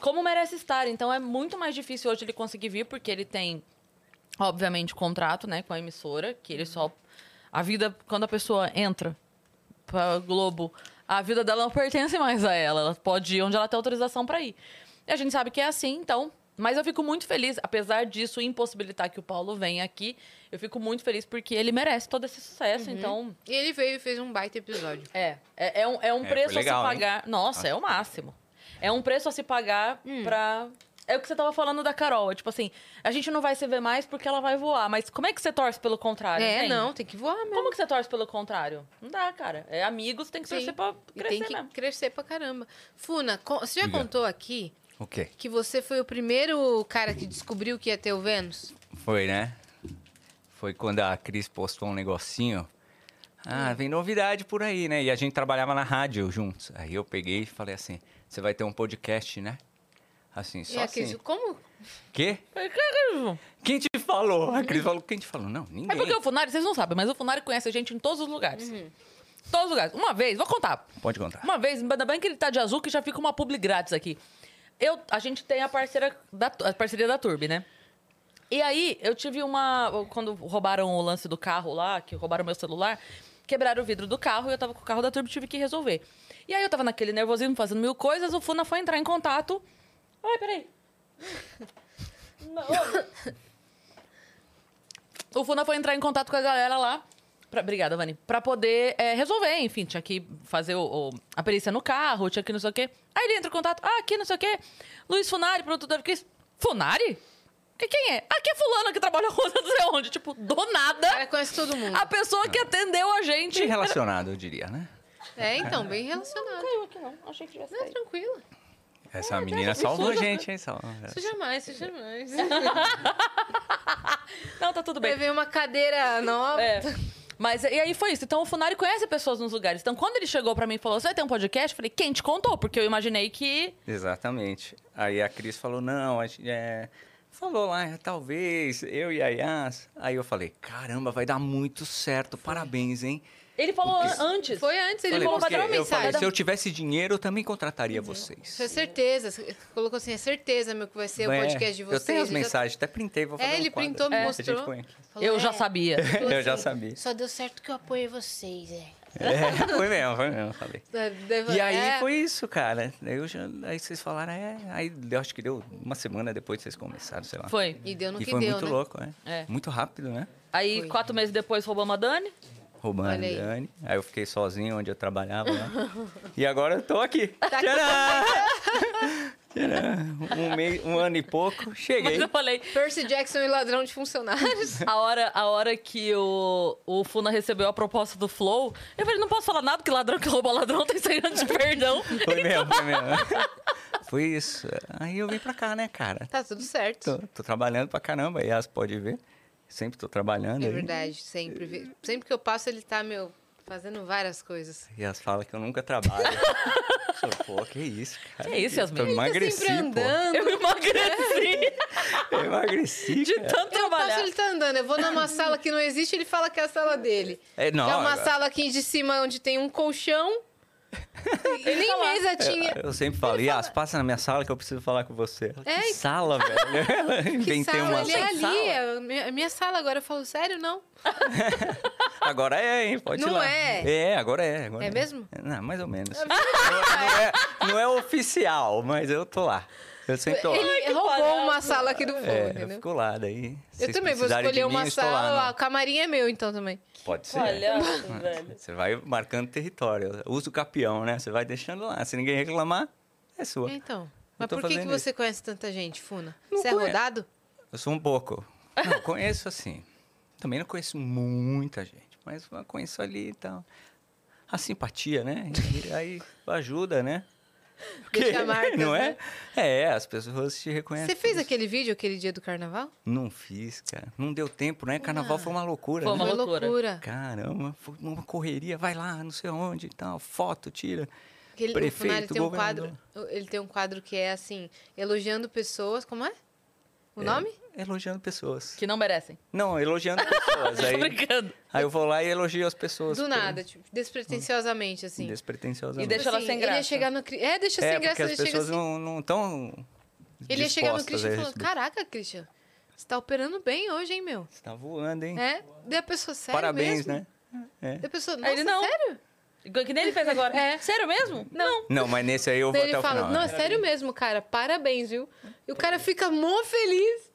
[SPEAKER 1] Como merece estar. Então é muito mais difícil hoje ele conseguir vir, porque ele tem, obviamente, contrato né, com a emissora, que ele só. A vida, quando a pessoa entra pra Globo, a vida dela não pertence mais a ela. Ela pode ir onde ela tem autorização pra ir. E a gente sabe que é assim, então. Mas eu fico muito feliz, apesar disso impossibilitar que o Paulo venha aqui, eu fico muito feliz porque ele merece todo esse sucesso. Então,
[SPEAKER 2] E ele veio e fez um baita episódio.
[SPEAKER 1] é, é, é um, é um
[SPEAKER 7] É, foi
[SPEAKER 1] preço
[SPEAKER 7] legal,
[SPEAKER 1] a
[SPEAKER 7] hein?
[SPEAKER 1] se pagar. Nossa, é o máximo. É um preço a se pagar
[SPEAKER 2] Hum.
[SPEAKER 1] pra. É o que você tava falando da Carol. É tipo assim, a gente não vai se ver mais porque ela vai voar. Mas como é que você torce pelo contrário?
[SPEAKER 2] é,
[SPEAKER 1] entende?
[SPEAKER 2] não, tem que voar mesmo.
[SPEAKER 1] Como que você torce pelo contrário? Não dá, cara. É amigos, tem que
[SPEAKER 2] Sim.
[SPEAKER 1] torcer pra
[SPEAKER 2] E
[SPEAKER 1] crescer
[SPEAKER 2] tem que
[SPEAKER 1] mesmo.
[SPEAKER 2] crescer pra caramba. Funa, con- você já
[SPEAKER 7] Diga.
[SPEAKER 2] contou aqui
[SPEAKER 7] O quê?
[SPEAKER 2] que você foi o primeiro cara que descobriu que ia ter o Vênus?
[SPEAKER 7] Foi, né? Foi quando a Cris postou um negocinho. Ah, vem novidade por aí, né? E a gente trabalhava na rádio juntos. Aí eu peguei e falei assim: você vai ter um podcast, né? Assim,
[SPEAKER 2] e
[SPEAKER 7] só
[SPEAKER 2] a Cris,
[SPEAKER 7] assim.
[SPEAKER 2] como?
[SPEAKER 7] Quê?
[SPEAKER 1] É,
[SPEAKER 7] Quem te falou? A Cris falou: quem te falou? Não, ninguém.
[SPEAKER 1] É porque o Funari, vocês não sabem, mas o Funari conhece a gente em todos os lugares.
[SPEAKER 2] Uhum.
[SPEAKER 1] Todos os lugares. Uma vez, vou contar.
[SPEAKER 7] Pode contar.
[SPEAKER 1] Uma vez, ainda bem que ele tá de azul, que já fica uma publi grátis aqui. Eu, a gente tem a, parceira da, a parceria da Turbi, né? E aí, eu tive uma. Quando roubaram o lance do carro lá, que roubaram meu celular, quebraram o vidro do carro e eu tava com o carro da Turbo tive que resolver. E aí eu tava naquele nervosismo, fazendo mil coisas, o Funa foi entrar em contato. Ai, peraí. Não. O Funa foi entrar em contato com a galera lá. Pra, obrigada, Vani. Pra poder é, resolver, enfim, tinha que fazer o- o- a perícia no carro, tinha que não sei o quê. Aí ele entra em contato, ah, aqui não sei o quê. Luiz Funari, produtor Cris. Funari? Que- Quem é? Aqui é fulano que trabalha com não sei onde. Tipo, do
[SPEAKER 2] Ela
[SPEAKER 1] nada,
[SPEAKER 2] conhece todo mundo.
[SPEAKER 1] a pessoa que atendeu a gente.
[SPEAKER 7] Bem relacionado, eu diria, né?
[SPEAKER 2] É, então, bem relacionado.
[SPEAKER 1] Caiu aqui não, achei que tivesse
[SPEAKER 2] Não,
[SPEAKER 1] caído.
[SPEAKER 2] tranquila.
[SPEAKER 7] Essa menina salvou a gente, hein? Salvou.
[SPEAKER 2] Isso jamais, isso [LAUGHS] jamais.
[SPEAKER 1] Não, tá tudo bem.
[SPEAKER 2] Levei uma cadeira nova.
[SPEAKER 1] É. Mas e aí foi isso. Então o Funari conhece pessoas nos lugares. Então quando ele chegou pra mim e falou: "Você vai ter um podcast?" Eu falei: "Quem te contou?" Porque eu imaginei que
[SPEAKER 7] Exatamente. Aí a Cris falou, não, a gente, é, falou lá, é, talvez, eu e a Yas. Aí eu falei, caramba, vai dar muito certo, parabéns, hein?
[SPEAKER 1] ele falou
[SPEAKER 7] O quê?
[SPEAKER 1] antes.
[SPEAKER 2] Foi antes, ele
[SPEAKER 7] Falei,
[SPEAKER 2] falou
[SPEAKER 7] porque
[SPEAKER 2] mandou uma
[SPEAKER 7] eu
[SPEAKER 2] mensagem.
[SPEAKER 7] falei, se eu tivesse dinheiro, eu também contrataria vocês.
[SPEAKER 2] Isso é certeza. Você Colocou assim, é certeza, meu, que vai ser
[SPEAKER 7] É,
[SPEAKER 2] o podcast de vocês.
[SPEAKER 7] Eu tenho as
[SPEAKER 2] Ele já-
[SPEAKER 7] mensagens, até printei, vou
[SPEAKER 2] É,
[SPEAKER 7] fazer um
[SPEAKER 2] ele
[SPEAKER 7] quadro.
[SPEAKER 2] printou, me
[SPEAKER 7] A gente
[SPEAKER 2] mostrou.
[SPEAKER 7] põe aqui. [LAUGHS]
[SPEAKER 1] [LAUGHS]
[SPEAKER 2] falou,
[SPEAKER 1] Eu
[SPEAKER 2] é,
[SPEAKER 1] já sabia.
[SPEAKER 2] falou
[SPEAKER 7] Eu já
[SPEAKER 2] assim,
[SPEAKER 7] sabia.
[SPEAKER 2] Só deu certo que eu apoiei vocês, é.
[SPEAKER 7] É, foi mesmo, foi mesmo, falei.
[SPEAKER 2] Deve-
[SPEAKER 7] E aí
[SPEAKER 2] é,
[SPEAKER 7] foi isso, cara. Aí, eu já- aí vocês falaram, é. Aí eu acho que deu uma semana depois que vocês começaram, sei lá.
[SPEAKER 1] Foi.
[SPEAKER 2] E deu no
[SPEAKER 7] e
[SPEAKER 2] que
[SPEAKER 7] foi
[SPEAKER 2] deu,
[SPEAKER 7] muito
[SPEAKER 2] né?
[SPEAKER 7] louco, né?
[SPEAKER 1] É.
[SPEAKER 7] Muito rápido, né?
[SPEAKER 1] Aí,
[SPEAKER 2] Foi.
[SPEAKER 1] quatro meses depois, roubamos a Dani.
[SPEAKER 7] Roubando
[SPEAKER 2] Olha aí.
[SPEAKER 7] aí. Dani. Aí eu fiquei sozinho onde eu trabalhava lá. e agora eu
[SPEAKER 2] [LAUGHS]
[SPEAKER 7] tô aqui.
[SPEAKER 2] Tá aqui.
[SPEAKER 7] Tcharam! Tcharam! Um, mês, um ano e pouco,
[SPEAKER 1] Mas
[SPEAKER 7] cheguei.
[SPEAKER 1] eu falei,
[SPEAKER 2] Percy Jackson e ladrão de funcionários. [LAUGHS]
[SPEAKER 1] a hora, a hora que o, o Funa recebeu a proposta do Flow, eu falei, não posso falar nada, que ladrão que rouba ladrão tem 100 [LAUGHS] anos de perdão.
[SPEAKER 7] Foi mesmo, foi
[SPEAKER 2] [LAUGHS]
[SPEAKER 7] mesmo. Foi isso. Aí eu vim pra cá, né, cara?
[SPEAKER 2] Tá tudo certo.
[SPEAKER 7] Tô, tô trabalhando pra caramba, Yas pode ver. Sempre tô trabalhando.
[SPEAKER 2] É
[SPEAKER 7] aí.
[SPEAKER 2] verdade, sempre. vi- Sempre que eu passo, ele tá, meu, fazendo várias coisas.
[SPEAKER 7] Yas fala que eu nunca trabalho. Sou, Pô, que isso, cara.
[SPEAKER 1] Que isso, Yasmin?
[SPEAKER 7] Eu
[SPEAKER 2] assim,
[SPEAKER 1] Ele
[SPEAKER 7] emagreci,
[SPEAKER 2] tá sempre andando.
[SPEAKER 1] Eu emagreci
[SPEAKER 7] pô. Eu emagreci,
[SPEAKER 1] de
[SPEAKER 7] cara.
[SPEAKER 1] tanto
[SPEAKER 2] Eu passo,
[SPEAKER 1] trabalhar.
[SPEAKER 2] ele tá andando. Eu vou numa sala que não existe, ele fala que é a sala dele.
[SPEAKER 7] É, não,
[SPEAKER 2] é uma
[SPEAKER 7] agora-
[SPEAKER 2] sala aqui de cima onde tem um colchão. E nem
[SPEAKER 7] É,
[SPEAKER 2] mesa tinha.
[SPEAKER 7] Eu sempre falo, Yas, passa na minha sala que eu preciso falar com você. Ela,
[SPEAKER 2] É,
[SPEAKER 7] que sala, velho.
[SPEAKER 2] [LAUGHS]
[SPEAKER 7] Ela
[SPEAKER 2] Que
[SPEAKER 7] inventei
[SPEAKER 2] sala?
[SPEAKER 7] uma
[SPEAKER 2] Ele é
[SPEAKER 7] sala.
[SPEAKER 2] ali, é a minha- a minha sala agora. Eu falo, sério, não?
[SPEAKER 7] Agora é, hein? Pode
[SPEAKER 2] Não
[SPEAKER 7] ir lá.
[SPEAKER 2] é.
[SPEAKER 7] É, agora é. agora
[SPEAKER 2] É mesmo?
[SPEAKER 7] Não, mais ou
[SPEAKER 2] [LAUGHS]
[SPEAKER 7] menos. não, não é, não é oficial, mas eu tô lá. Eu sempre tô lá.
[SPEAKER 2] Ele
[SPEAKER 1] que
[SPEAKER 2] roubou
[SPEAKER 1] barato.
[SPEAKER 2] uma sala aqui do fogo,
[SPEAKER 7] É, eu
[SPEAKER 2] entendeu?
[SPEAKER 7] fico lá, daí. se
[SPEAKER 2] Eu
[SPEAKER 7] vocês
[SPEAKER 2] também vou
[SPEAKER 7] precisarem de
[SPEAKER 2] escolher
[SPEAKER 7] mim,
[SPEAKER 2] uma
[SPEAKER 7] eu estou lá, né?
[SPEAKER 2] sala.
[SPEAKER 7] não.
[SPEAKER 2] a camarim é meu, então também.
[SPEAKER 7] Pode ser.
[SPEAKER 1] Palhaço, [LAUGHS] velho.
[SPEAKER 7] Você vai marcando território. Usa o capião, né? Você vai deixando lá. Se ninguém reclamar, é sua.
[SPEAKER 2] Então. Mas
[SPEAKER 7] tô
[SPEAKER 2] por que, que
[SPEAKER 7] fazendo isso.
[SPEAKER 2] você conhece tanta gente, Funa?
[SPEAKER 7] Não
[SPEAKER 2] você é
[SPEAKER 7] conhe- [LAUGHS]
[SPEAKER 2] rodado?
[SPEAKER 7] Eu sou um pouco. Não, conheço assim. Também não conheço muita gente, mas eu conheço ali e tal. A simpatia, né? E aí ajuda, né?
[SPEAKER 2] Deixa marcas,
[SPEAKER 7] [LAUGHS] não é?
[SPEAKER 2] né?
[SPEAKER 7] É, as pessoas te reconhecem.
[SPEAKER 2] Você fez
[SPEAKER 7] por isso.
[SPEAKER 2] aquele vídeo aquele dia do carnaval?
[SPEAKER 7] Não fiz, cara. Não deu tempo, né? Carnaval foi uma loucura.
[SPEAKER 1] Foi uma
[SPEAKER 7] né?
[SPEAKER 2] Ah. Foi
[SPEAKER 1] loucura.
[SPEAKER 7] Caramba, foi uma correria. Vai lá, não sei onde e tal. Foto, tira.
[SPEAKER 2] Aquele, o Funari
[SPEAKER 7] Prefeito,
[SPEAKER 2] tem um
[SPEAKER 7] governador.
[SPEAKER 2] quadro. Ele tem um quadro que é assim, elogiando pessoas. Como é? O nome?
[SPEAKER 7] É, Elogiando pessoas.
[SPEAKER 1] Que não merecem.
[SPEAKER 7] Não,
[SPEAKER 2] [LAUGHS]
[SPEAKER 7] elogiando
[SPEAKER 1] [LAUGHS]
[SPEAKER 7] pessoas.
[SPEAKER 1] Tô
[SPEAKER 7] aí,
[SPEAKER 1] brincando.
[SPEAKER 7] aí eu vou lá e elogio as pessoas.
[SPEAKER 2] Do
[SPEAKER 7] pô,
[SPEAKER 2] nada, tipo, despretensiosamente, assim.
[SPEAKER 7] Despretensiosamente.
[SPEAKER 1] E deixa ela sem
[SPEAKER 2] Ele ia
[SPEAKER 1] graça.
[SPEAKER 2] chegar no. Cri- É, deixa
[SPEAKER 7] é,
[SPEAKER 2] sem graça,
[SPEAKER 7] porque
[SPEAKER 2] ele
[SPEAKER 7] as
[SPEAKER 2] chega
[SPEAKER 7] pessoas
[SPEAKER 2] assim.
[SPEAKER 7] não não estão
[SPEAKER 2] Ele ia chegar no Christian e
[SPEAKER 7] dispostas a
[SPEAKER 2] falou:
[SPEAKER 7] receber.
[SPEAKER 2] Caraca, Christian, você tá operando bem hoje, hein, meu?
[SPEAKER 7] Você tá voando, hein?
[SPEAKER 2] É? Daí a pessoa, sério
[SPEAKER 7] Parabéns,
[SPEAKER 2] mesmo?
[SPEAKER 7] né? É.
[SPEAKER 2] Daí a pessoa,
[SPEAKER 1] Aí
[SPEAKER 2] nossa,
[SPEAKER 1] ele, não.
[SPEAKER 2] sério?
[SPEAKER 1] Igual Que nem ele fez agora.
[SPEAKER 2] É.
[SPEAKER 1] Sério mesmo? Não.
[SPEAKER 7] Não, mas nesse aí eu vou
[SPEAKER 2] Daí
[SPEAKER 7] até
[SPEAKER 2] ele
[SPEAKER 7] o
[SPEAKER 2] fala,
[SPEAKER 7] final.
[SPEAKER 2] não, é
[SPEAKER 7] né?
[SPEAKER 2] sério mesmo, cara, parabéns, viu? E o cara fica mó feliz.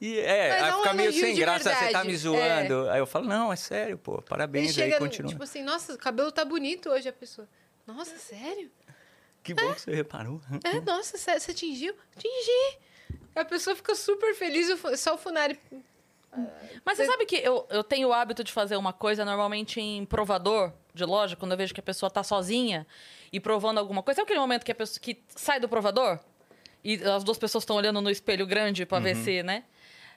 [SPEAKER 7] E é,
[SPEAKER 2] Mas
[SPEAKER 7] aí
[SPEAKER 2] é um
[SPEAKER 7] fica meio
[SPEAKER 2] elogio
[SPEAKER 7] sem
[SPEAKER 2] de
[SPEAKER 7] graça, você tá
[SPEAKER 2] verdade.
[SPEAKER 7] me zoando. Aí eu falo, não, é sério, pô.
[SPEAKER 2] Ele
[SPEAKER 7] Parabéns,
[SPEAKER 2] chega,
[SPEAKER 7] aí continua.
[SPEAKER 2] tipo assim, nossa, o cabelo tá bonito hoje, a pessoa. Nossa, sério?
[SPEAKER 7] Que
[SPEAKER 2] "Ah."
[SPEAKER 7] bom que você reparou. [LAUGHS]
[SPEAKER 2] É, nossa, sé- você atingiu? Atingi! A pessoa fica super feliz, o fu- só o Funari.
[SPEAKER 1] Mas você sabe que eu, eu tenho o hábito de fazer uma coisa normalmente em provador de loja, quando eu vejo que a pessoa tá sozinha e provando alguma coisa. Sabe aquele momento que a pessoa que sai do provador e as duas pessoas estão olhando no espelho grande pra
[SPEAKER 2] Uhum.
[SPEAKER 1] ver se, né?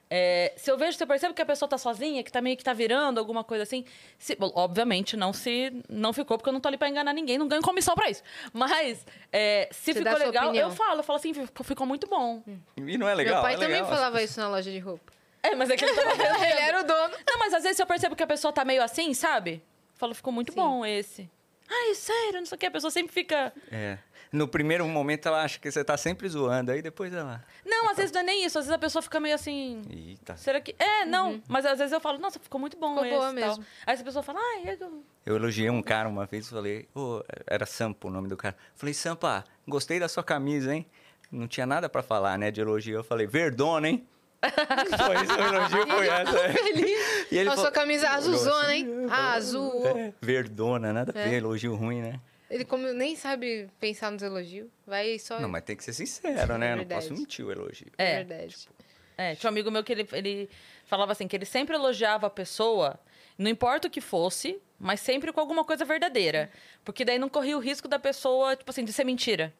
[SPEAKER 1] É, se eu vejo, se eu percebo que a pessoa tá sozinha, que tá meio que tá virando alguma coisa assim, se- bom, obviamente não se não ficou, porque eu não tô ali pra enganar ninguém, não ganho comissão pra isso. Mas é, se
[SPEAKER 2] Você dá
[SPEAKER 1] ficou
[SPEAKER 2] a sua
[SPEAKER 1] legal,
[SPEAKER 2] opinião. Hum.
[SPEAKER 1] eu falo, eu falo assim, "Ficou- ficou muito bom.
[SPEAKER 7] E não é legal?
[SPEAKER 2] Meu pai
[SPEAKER 7] é
[SPEAKER 2] também
[SPEAKER 7] legal.
[SPEAKER 2] falava isso na loja de
[SPEAKER 7] [LAUGHS]
[SPEAKER 2] roupa.
[SPEAKER 1] É, mas é que ele tava
[SPEAKER 2] ele era o dono.
[SPEAKER 1] Não, mas às vezes eu percebo que a pessoa tá meio assim, sabe? Falo, ficou muito bom esse. Ai, sério, não sei o que. A pessoa sempre fica.
[SPEAKER 7] É. No primeiro momento ela acha que você tá sempre zoando, aí depois ela.
[SPEAKER 1] Não, às vezes não é nem isso. Às vezes a pessoa fica meio assim.
[SPEAKER 7] Eita.
[SPEAKER 1] Será que. É, não. Mas às vezes eu falo, nossa, ficou muito bom
[SPEAKER 2] Uhum. Ficou
[SPEAKER 1] esse.
[SPEAKER 2] boa
[SPEAKER 1] e tal.
[SPEAKER 2] mesmo.
[SPEAKER 1] Aí essa pessoa fala, ai, eu...
[SPEAKER 7] Eu elogiei um cara uma vez, falei, ô, era Sampa o nome do cara. Falei, Sampa, gostei da sua camisa, hein? Não tinha nada pra falar, né, de elogio. Eu falei, verdona, hein? [LAUGHS] foi isso, o elogio foi essa.
[SPEAKER 2] é Feliz.
[SPEAKER 7] E ele
[SPEAKER 2] a sua
[SPEAKER 7] falou-
[SPEAKER 2] camisa
[SPEAKER 7] Olhou
[SPEAKER 2] azulzona,
[SPEAKER 7] assim,
[SPEAKER 2] hein? Ah, azul.
[SPEAKER 7] É, verdona, nada a ver,
[SPEAKER 2] É.
[SPEAKER 7] elogio ruim, né?
[SPEAKER 2] Ele como nem sabe pensar nos elogios. Vai só.
[SPEAKER 7] Não, mas tem que ser sincero,
[SPEAKER 2] É
[SPEAKER 7] né? Não
[SPEAKER 2] verdade.
[SPEAKER 7] posso mentir o elogio.
[SPEAKER 2] É
[SPEAKER 1] É.
[SPEAKER 2] verdade.
[SPEAKER 1] É, tinha um amigo meu que ele, ele falava assim, que ele sempre elogiava a pessoa, não importa o que fosse, mas sempre com alguma coisa verdadeira. Porque daí não corria o risco da pessoa, tipo assim, de ser mentira.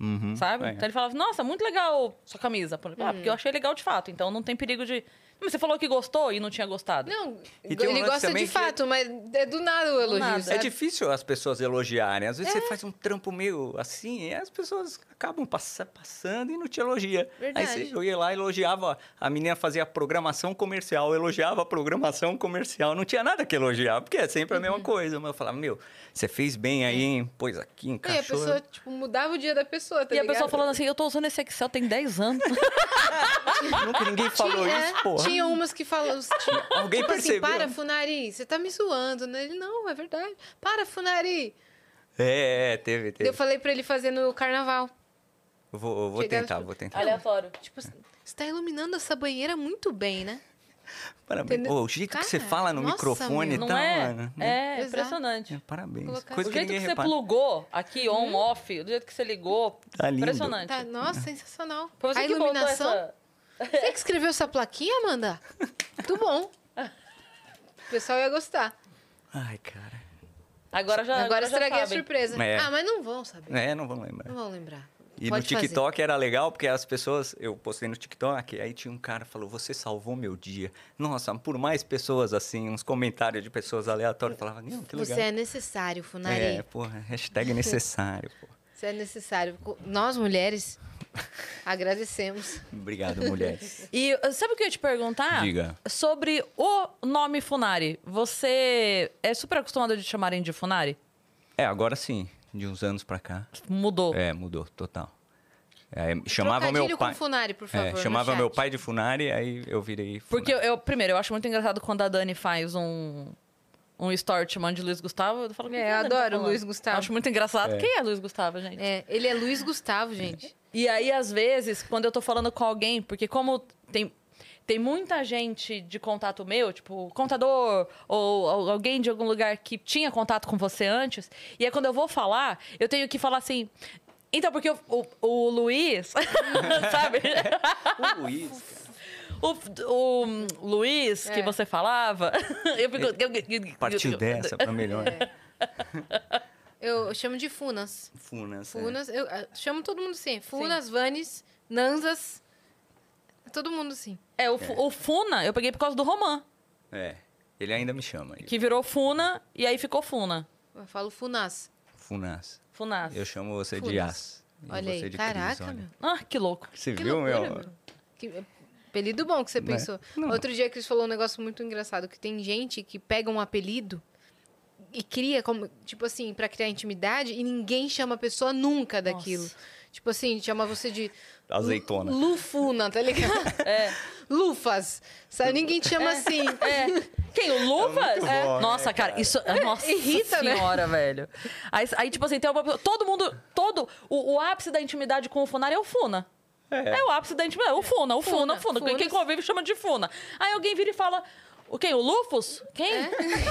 [SPEAKER 7] Uhum,
[SPEAKER 1] sabe?
[SPEAKER 7] é.
[SPEAKER 1] Então ele falava, nossa, muito legal sua camisa. Por- Ah,
[SPEAKER 2] Uhum.
[SPEAKER 1] porque eu achei legal de fato, então não tem perigo de. Mas você falou que gostou e não tinha gostado.
[SPEAKER 2] Não,
[SPEAKER 7] E tem um
[SPEAKER 2] ele
[SPEAKER 7] lance
[SPEAKER 2] gosta
[SPEAKER 7] também
[SPEAKER 2] de
[SPEAKER 7] que-
[SPEAKER 2] fato, mas é do nada o elogio.
[SPEAKER 1] nada.
[SPEAKER 7] É
[SPEAKER 2] sabe?
[SPEAKER 7] difícil as pessoas elogiarem. Às
[SPEAKER 2] É.
[SPEAKER 7] vezes você faz um trampo meio assim, e as pessoas acabam passa- passando e não te elogia.
[SPEAKER 2] Verdade.
[SPEAKER 7] Aí você, eu ia lá e elogiava. A menina fazia programação comercial, eu elogiava a programação comercial. Não tinha nada que elogiar, porque é sempre a mesma
[SPEAKER 2] Uhum.
[SPEAKER 7] coisa. Mas eu falava, meu, você fez bem aí, hein? Pois aqui,
[SPEAKER 2] Não, É. e a
[SPEAKER 7] encaixou.
[SPEAKER 2] pessoa, tipo, mudava o dia da pessoa, tá
[SPEAKER 1] e a
[SPEAKER 2] ligado? [LAUGHS]
[SPEAKER 1] pessoa falando assim, eu tô usando esse Excel tem 10 anos.
[SPEAKER 7] Nunca ninguém falou
[SPEAKER 2] Tinha- é,
[SPEAKER 7] isso, porra.
[SPEAKER 2] tinha umas que falam. Tinha,
[SPEAKER 7] Alguém
[SPEAKER 2] tipo assim,
[SPEAKER 7] percebeu?
[SPEAKER 2] para, Funari, você tá me zoando, né? Ele, não, é verdade. Para, Funari.
[SPEAKER 7] É, é, teve, teve.
[SPEAKER 2] Eu falei pra ele fazer no carnaval.
[SPEAKER 7] Eu Vou, eu vou
[SPEAKER 2] Chegando,
[SPEAKER 7] tentar,
[SPEAKER 2] tipo,
[SPEAKER 7] vou tentar.
[SPEAKER 1] Aleatório.
[SPEAKER 2] Tipo, você tá iluminando essa banheira muito bem, né?
[SPEAKER 7] Parabéns.
[SPEAKER 2] entendeu?
[SPEAKER 7] Ô, o jeito que você
[SPEAKER 2] Cara,
[SPEAKER 7] fala no
[SPEAKER 2] nossa,
[SPEAKER 7] microfone e
[SPEAKER 2] meu.
[SPEAKER 1] Não
[SPEAKER 7] tal,
[SPEAKER 1] é?
[SPEAKER 7] Então, mano. né?
[SPEAKER 1] É,
[SPEAKER 2] Exato.
[SPEAKER 1] impressionante.
[SPEAKER 7] É, Parabéns.
[SPEAKER 2] Colocar-
[SPEAKER 7] Coisa
[SPEAKER 1] Do
[SPEAKER 7] que
[SPEAKER 1] jeito que,
[SPEAKER 7] ninguém
[SPEAKER 1] você
[SPEAKER 7] repara.
[SPEAKER 1] plugou aqui, on,
[SPEAKER 2] Uhum.
[SPEAKER 1] off, do jeito que você ligou,
[SPEAKER 7] Tá lindo.
[SPEAKER 1] impressionante.
[SPEAKER 2] Tá, nossa, sensacional.
[SPEAKER 1] Foi você
[SPEAKER 2] A
[SPEAKER 1] que botou
[SPEAKER 2] iluminação.
[SPEAKER 1] essa-
[SPEAKER 2] Você que escreveu essa plaquinha, Amanda? Muito
[SPEAKER 1] [LAUGHS]
[SPEAKER 2] bom. O pessoal ia gostar.
[SPEAKER 7] Ai, cara.
[SPEAKER 1] Agora já
[SPEAKER 2] Agora
[SPEAKER 1] já
[SPEAKER 2] estraguei a
[SPEAKER 1] sabem.
[SPEAKER 2] surpresa.
[SPEAKER 7] É.
[SPEAKER 2] Ah, mas não vão saber.
[SPEAKER 7] É, não vamos lembrar.
[SPEAKER 2] Não vão lembrar.
[SPEAKER 7] E
[SPEAKER 2] Pode
[SPEAKER 7] no
[SPEAKER 2] fazer.
[SPEAKER 7] TikTok era legal, porque as pessoas... Eu postei no TikTok, aí tinha um cara que falou, você salvou meu dia. Nossa, por mais pessoas assim, uns comentários de pessoas aleatórias, eu falava, não, que legal.
[SPEAKER 2] Você é necessário, Funari.
[SPEAKER 7] É, porra, hashtag necessário, pô.
[SPEAKER 2] Você é necessário. Co- Nós, mulheres, agradecemos.
[SPEAKER 7] Obrigado, mulheres.
[SPEAKER 1] E uh, sabe o que eu ia te perguntar?
[SPEAKER 7] Diga.
[SPEAKER 1] Sobre o nome Funari. Você é super acostumado de chamarem de Funari?
[SPEAKER 7] É, agora sim, de uns anos pra cá.
[SPEAKER 1] Mudou.
[SPEAKER 7] É, mudou, total. É, chamava meu
[SPEAKER 2] Trocadilho
[SPEAKER 7] pai...
[SPEAKER 2] com Funari, por favor.
[SPEAKER 7] É,
[SPEAKER 2] no
[SPEAKER 7] chamava
[SPEAKER 2] chat.
[SPEAKER 7] meu pai de Funari, aí eu virei Funari.
[SPEAKER 1] Porque eu, eu- primeiro, eu acho muito engraçado quando a Dani faz um, um story te manda de Luiz Gustavo. Eu falo, "Quem
[SPEAKER 2] É,
[SPEAKER 1] que a
[SPEAKER 2] eu
[SPEAKER 1] Dani tá
[SPEAKER 2] adoro o
[SPEAKER 1] falando?"
[SPEAKER 2] Luiz Gustavo.
[SPEAKER 1] Acho muito engraçado. Quem é Luiz Gustavo, gente?
[SPEAKER 2] É, ele é Luiz Gustavo, gente.
[SPEAKER 1] E aí, às vezes, quando eu tô falando com alguém, porque como tem, tem muita gente de contato meu, tipo, contador ou, al- alguém de algum lugar que tinha contato com você antes, e aí quando eu vou falar, eu tenho que falar assim. Então, porque o, o, o Luiz, [LAUGHS] sabe? O, o Luiz, que
[SPEAKER 2] É.
[SPEAKER 1] você falava. [LAUGHS] Eu fico.
[SPEAKER 7] [LAUGHS] Partiu dessa pra melhor.
[SPEAKER 2] É. Eu, eu chamo de Funas.
[SPEAKER 7] Funas. é.
[SPEAKER 2] Funas, eu ah, chamo todo mundo assim. Funas, Vanes, Nanzas. Todo mundo assim.
[SPEAKER 1] É, o, fu- o Funa, eu peguei por causa do Romã,
[SPEAKER 7] É. Ele ainda me chama.
[SPEAKER 1] que virou Funa e aí ficou Funa.
[SPEAKER 2] Eu falo Funas.
[SPEAKER 7] Funas.
[SPEAKER 1] Funas.
[SPEAKER 7] Eu chamo você de
[SPEAKER 2] Funas.
[SPEAKER 7] As. e
[SPEAKER 2] Olha
[SPEAKER 7] você
[SPEAKER 2] aí.
[SPEAKER 7] de Cris,
[SPEAKER 2] Caraca,
[SPEAKER 7] olha.
[SPEAKER 2] meu.
[SPEAKER 1] Ah, que louco.
[SPEAKER 7] Você
[SPEAKER 2] Que
[SPEAKER 7] viu,
[SPEAKER 2] loucura,
[SPEAKER 7] meu?
[SPEAKER 2] meu. Que é, apelido bom que você
[SPEAKER 7] Né?
[SPEAKER 2] pensou.
[SPEAKER 7] Não.
[SPEAKER 2] Outro dia a Cris falou um negócio muito engraçado, que tem gente que pega um apelido e cria como, tipo assim, pra criar intimidade e ninguém chama a pessoa nunca daquilo. Tipo assim, chama você de
[SPEAKER 7] Azeitona.
[SPEAKER 2] Lu- Lufuna, tá
[SPEAKER 7] [LAUGHS]
[SPEAKER 2] ligado?
[SPEAKER 1] É.
[SPEAKER 2] Lufas. Sabe, ninguém te
[SPEAKER 7] É.
[SPEAKER 2] chama assim.
[SPEAKER 1] Quem? O Luvas? É.
[SPEAKER 7] muito bom,
[SPEAKER 1] Nossa,
[SPEAKER 7] né,
[SPEAKER 1] cara,
[SPEAKER 2] [LAUGHS]
[SPEAKER 7] cara?
[SPEAKER 1] isso. Nossa
[SPEAKER 2] Irrita, né?
[SPEAKER 1] senhora, velho. Aí, aí, tipo assim, tem uma pessoa. Todo mundo. Todo. O, o ápice da intimidade com o Funari é o Funa. É. o ápice da intimidade. O Funa, o Funa, o Funa.
[SPEAKER 2] Funa,
[SPEAKER 1] Quem- Quem
[SPEAKER 2] Funas.
[SPEAKER 1] convive chama de Funa. Aí alguém vira e fala. O quem? O Lufus? Quem?
[SPEAKER 2] É.
[SPEAKER 1] [LAUGHS]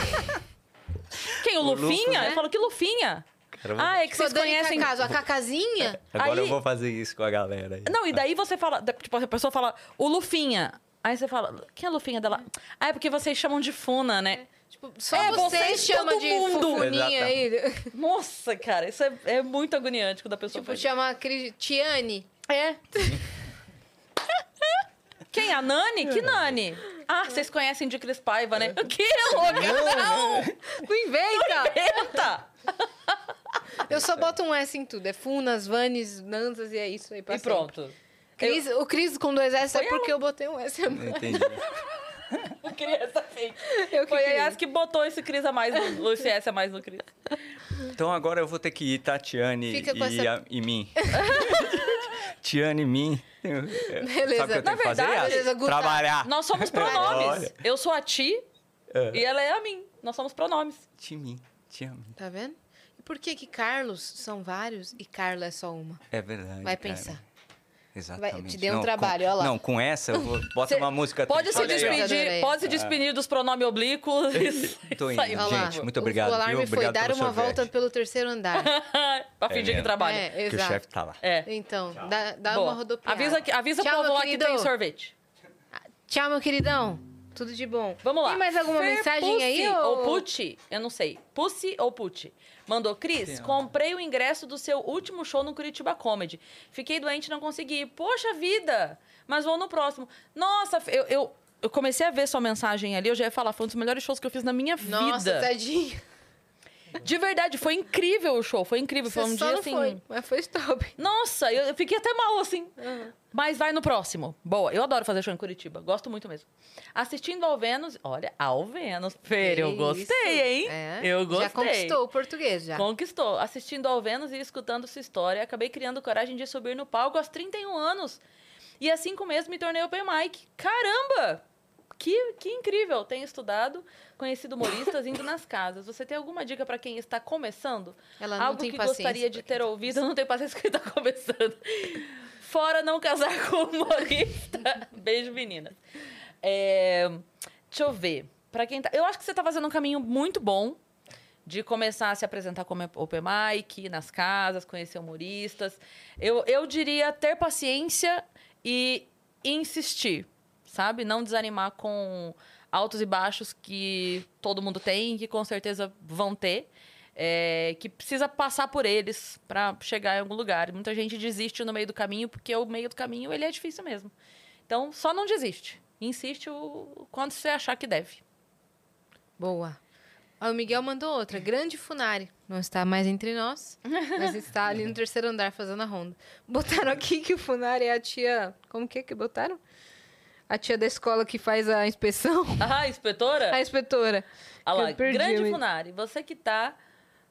[SPEAKER 1] Quem? O,
[SPEAKER 7] Lufus,
[SPEAKER 1] Lufinha?
[SPEAKER 7] né?
[SPEAKER 1] Eu falo, que Lufinha?
[SPEAKER 7] Cara, eu vou-
[SPEAKER 1] Ah, é que
[SPEAKER 2] Vocês
[SPEAKER 1] vocês
[SPEAKER 2] conhecem...
[SPEAKER 1] conhecem.
[SPEAKER 2] Cacazo, a cacazinha?
[SPEAKER 7] Agora eu
[SPEAKER 1] aí-
[SPEAKER 7] vou fazer isso com a galera. aí.
[SPEAKER 1] Não, e daí você fala, da- tipo, a pessoa fala, o Lufinha. Aí você fala, quem é a Lufinha dela? Ah, é porque vocês chamam de Funa, né?
[SPEAKER 2] Tipo, só
[SPEAKER 1] É,
[SPEAKER 2] vocês
[SPEAKER 1] vocês,
[SPEAKER 2] chamam
[SPEAKER 1] todo
[SPEAKER 2] de
[SPEAKER 1] mundo.
[SPEAKER 2] fofuninha aí.
[SPEAKER 1] Nossa, cara, isso é, é muito agoniante quando a pessoa
[SPEAKER 2] Tipo,
[SPEAKER 1] faz
[SPEAKER 2] chama a Cris de Tiane.
[SPEAKER 1] É. [LAUGHS] Quem? A Nani?
[SPEAKER 7] É.
[SPEAKER 1] Que Nani? Ah, vocês conhecem de Cris Paiva, né? [LAUGHS] Que louca! Não!
[SPEAKER 2] Não inventa!
[SPEAKER 1] Eita!
[SPEAKER 2] Eu só boto um S em tudo. É Funas, Vanes, Nanzas e é isso aí. pra
[SPEAKER 1] E
[SPEAKER 2] sempre.
[SPEAKER 1] pronto.
[SPEAKER 2] Cris- O Cris com dois S é
[SPEAKER 1] Foi
[SPEAKER 2] porque eu botei um S.
[SPEAKER 1] [LAUGHS]
[SPEAKER 7] Não Entendi.
[SPEAKER 1] Eu queria essa fake.
[SPEAKER 2] Eu que
[SPEAKER 1] Foi a
[SPEAKER 2] criei.
[SPEAKER 1] Yas que botou esse Cris a mais, no- o CS a mais no Cris.
[SPEAKER 7] Então agora eu vou ter que ir, tá? Tiane
[SPEAKER 2] Fica com
[SPEAKER 7] e,
[SPEAKER 2] essa-
[SPEAKER 7] a- e
[SPEAKER 2] [LAUGHS]
[SPEAKER 7] mim. Tiane e mim. Eu- eu-
[SPEAKER 2] Beleza.
[SPEAKER 7] é, Sabe o
[SPEAKER 1] Na
[SPEAKER 7] que eu tenho que fazer?
[SPEAKER 1] verdade,
[SPEAKER 2] beleza, Gustavo.
[SPEAKER 7] Trabalhar.
[SPEAKER 1] Nós
[SPEAKER 7] [LAUGHS]
[SPEAKER 1] somos pronomes.
[SPEAKER 7] É, Olha.
[SPEAKER 1] Eu sou a Ti
[SPEAKER 7] É.
[SPEAKER 1] e ela é a mim. Nós somos pronomes.
[SPEAKER 7] Timim. Te amo.
[SPEAKER 2] Tá vendo? E por que que Carlos são vários e Carla é só uma?
[SPEAKER 7] É verdade.
[SPEAKER 2] Vai
[SPEAKER 7] cara.
[SPEAKER 2] pensar.
[SPEAKER 7] Exatamente.
[SPEAKER 2] Vai- te dei um
[SPEAKER 7] com-
[SPEAKER 2] trabalho, olha lá.
[SPEAKER 7] Não, com essa eu vou. Bota
[SPEAKER 1] Cê-
[SPEAKER 7] uma música.
[SPEAKER 1] Pode se
[SPEAKER 7] triste. Olha aí, ó.
[SPEAKER 1] despedir,
[SPEAKER 2] Adorei.
[SPEAKER 1] pode se despedir dos pronomes
[SPEAKER 7] [LAUGHS]
[SPEAKER 1] oblíquos.
[SPEAKER 7] É. Tô indo,
[SPEAKER 1] Saiu.
[SPEAKER 2] Olha lá,
[SPEAKER 7] gente. Muito obrigado.
[SPEAKER 2] O alarme
[SPEAKER 7] viu?
[SPEAKER 2] foi
[SPEAKER 7] Obrigado
[SPEAKER 2] dar
[SPEAKER 7] pelo
[SPEAKER 2] uma
[SPEAKER 7] sorvete,
[SPEAKER 2] volta pelo terceiro
[SPEAKER 1] [LAUGHS]
[SPEAKER 2] andar.
[SPEAKER 1] pra fingir que
[SPEAKER 7] mesmo.
[SPEAKER 1] trabalha.
[SPEAKER 2] é,
[SPEAKER 7] Que o chefe
[SPEAKER 2] exato.
[SPEAKER 7] tá lá.
[SPEAKER 1] É.
[SPEAKER 2] Então, dá, dá
[SPEAKER 1] Boa.
[SPEAKER 2] uma rodopiada.
[SPEAKER 1] Avisa, que- avisa o
[SPEAKER 2] Tchau,
[SPEAKER 1] povo
[SPEAKER 2] meu
[SPEAKER 1] lá que tem
[SPEAKER 2] queridão.
[SPEAKER 1] sorvete.
[SPEAKER 2] Tchau, meu queridão. Tudo de bom.
[SPEAKER 1] Vamos lá.
[SPEAKER 2] Tem mais alguma
[SPEAKER 1] Fer
[SPEAKER 2] mensagem
[SPEAKER 1] Pussy
[SPEAKER 2] aí?
[SPEAKER 1] Ou Pucci? Eu não sei. Pussy ou Pucci? Mandou, Cris, comprei o ingresso do seu último show no Curitiba Comedy. Fiquei doente e não consegui. Poxa vida! Mas vou no próximo. Nossa, eu, eu, eu comecei a ver sua mensagem ali. Eu já ia falar, foi um dos melhores shows que eu fiz na minha
[SPEAKER 2] Nossa, é
[SPEAKER 1] vida.
[SPEAKER 2] tadinho.
[SPEAKER 1] De verdade, foi incrível o show. Foi incrível.
[SPEAKER 2] Você
[SPEAKER 1] foi um
[SPEAKER 2] só
[SPEAKER 1] dia
[SPEAKER 2] não
[SPEAKER 1] assim.
[SPEAKER 2] foi, mas foi stop.
[SPEAKER 1] Nossa, eu eu fiquei até mal, assim. Mas vai no próximo. Boa, eu adoro fazer show em Curitiba. Gosto muito mesmo. Assistindo ao Vênus... Olha, ao Vênus. Fer, eu
[SPEAKER 2] Isso.
[SPEAKER 1] gostei, hein?
[SPEAKER 2] É,
[SPEAKER 1] Eu gostei.
[SPEAKER 2] Já conquistou o português, já.
[SPEAKER 1] Conquistou. Assistindo ao Vênus e escutando sua história, acabei criando coragem de um assim subir no palco aos 31 anos. E há cinco meses me tornei open mic. Caramba! Que, que incrível! Tenho estudado, conhecido humoristas, indo nas casas. Você tem alguma dica pra quem está começando?
[SPEAKER 2] Ela não
[SPEAKER 1] Algo
[SPEAKER 2] tem
[SPEAKER 1] que
[SPEAKER 2] paciência.
[SPEAKER 1] gostaria de
[SPEAKER 2] pra
[SPEAKER 1] ter ouvido, eu não tenho paciência que tá começando. Fora não casar com humorista. Beijo, meninas. É, deixa eu ver. Pra quem tá... Eu acho que você tá fazendo um caminho muito bom de começar a se apresentar como open mic, nas casas, conhecer humoristas. Eu, eu diria ter paciência e insistir, sabe? Não desanimar com altos e baixos que todo mundo tem e que com certeza vão ter. é, que precisa passar por eles para chegar em algum lugar. Muita gente desiste no meio do caminho, porque o meio do caminho ele é difícil mesmo. Então, só não desiste. Insiste o... quando você achar que deve.
[SPEAKER 2] Boa. Ó, o Miguel mandou outra. Grande Funari. Não está mais entre nós, mas está ali no terceiro andar fazendo a ronda. Botaram aqui que o Funari é a tia. Como que é que botaram? A tia da escola que faz a inspeção.
[SPEAKER 1] Ah, inspetora?
[SPEAKER 2] A inspetora.
[SPEAKER 1] Olha lá,
[SPEAKER 2] eu perdi,
[SPEAKER 1] grande
[SPEAKER 2] mas-
[SPEAKER 1] Funari, você que tá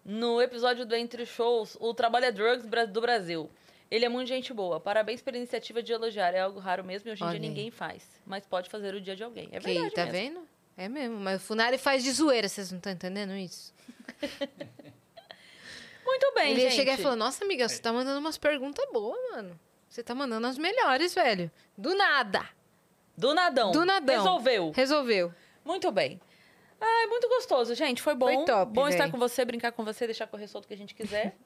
[SPEAKER 1] no episódio do Entre Shows, o Trabalho é Drugs Bra- do Brasil. Ele é muito gente boa. Parabéns pela iniciativa de elogiar. É algo raro mesmo e hoje em
[SPEAKER 2] Olha
[SPEAKER 1] dia
[SPEAKER 2] aí.
[SPEAKER 1] ninguém faz. Mas pode fazer o dia de alguém. É
[SPEAKER 2] Que aí,
[SPEAKER 1] verdade
[SPEAKER 2] tá
[SPEAKER 1] mesmo.
[SPEAKER 2] vendo? É mesmo. Mas o Funari faz de zoeira, vocês não estão entendendo isso?
[SPEAKER 1] Muito bem,
[SPEAKER 2] Ele ia
[SPEAKER 1] gente.
[SPEAKER 2] chegar e falar: Nossa, amiga, você tá mandando umas perguntas boas, mano. Você tá mandando as melhores, velho. Do nada.
[SPEAKER 1] Do nadão.
[SPEAKER 2] Do nadão.
[SPEAKER 1] Resolveu.
[SPEAKER 2] Resolveu.
[SPEAKER 1] Muito bem. Ah, é muito gostoso, gente. Foi bom.
[SPEAKER 2] Foi top,
[SPEAKER 1] bom estar
[SPEAKER 2] véi.
[SPEAKER 1] com você, brincar com você, deixar correr solto o que a gente
[SPEAKER 2] [LAUGHS]
[SPEAKER 1] quiser.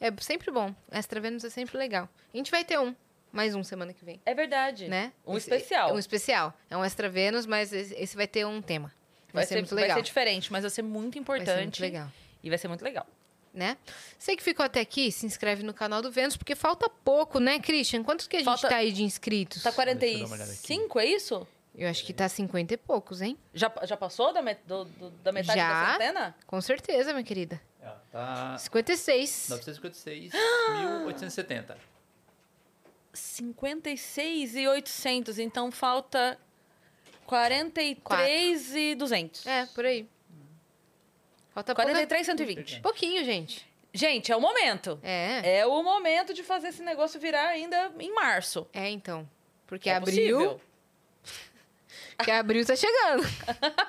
[SPEAKER 2] É sempre bom. Extra Vênus é sempre legal. A gente vai ter um. Mais um semana que vem.
[SPEAKER 1] É verdade.
[SPEAKER 2] Né?
[SPEAKER 1] Um
[SPEAKER 2] Esse-
[SPEAKER 1] especial.
[SPEAKER 2] Um especial. É um Extra Vênus, mas esse esse vai ter um tema. Vai, ser, muito legal.
[SPEAKER 1] Vai ser diferente, mas vai ser muito importante.
[SPEAKER 2] Vai ser muito legal.
[SPEAKER 1] E vai ser muito legal.
[SPEAKER 2] Né? Você que ficou até aqui, se inscreve no canal do Vênus, porque falta pouco, né, Christian? Quantos que a gente
[SPEAKER 1] Falta-
[SPEAKER 2] tá aí de inscritos?
[SPEAKER 1] Tá
[SPEAKER 3] Deixa eu dar uma olhada
[SPEAKER 1] 45, é isso?
[SPEAKER 2] Eu acho que tá 50 e poucos, hein?
[SPEAKER 1] Já, já passou da, met- do- do- da metade da
[SPEAKER 2] Já.
[SPEAKER 1] centena?
[SPEAKER 2] Com certeza, minha querida.
[SPEAKER 3] Ela
[SPEAKER 1] Ah.
[SPEAKER 3] tá
[SPEAKER 2] 56.
[SPEAKER 3] 956.870.
[SPEAKER 1] 56,800. Então falta 43,200.
[SPEAKER 2] É, tá por aí. Falta pouca-
[SPEAKER 1] 43,120.
[SPEAKER 2] pouquinho, gente.
[SPEAKER 1] Gente, é o momento.
[SPEAKER 2] É. É,
[SPEAKER 1] É o momento de fazer esse negócio virar ainda em março.
[SPEAKER 2] então. Porque
[SPEAKER 1] é
[SPEAKER 2] abriu.
[SPEAKER 1] possível.
[SPEAKER 2] Que abril tá chegando.
[SPEAKER 1] [LAUGHS]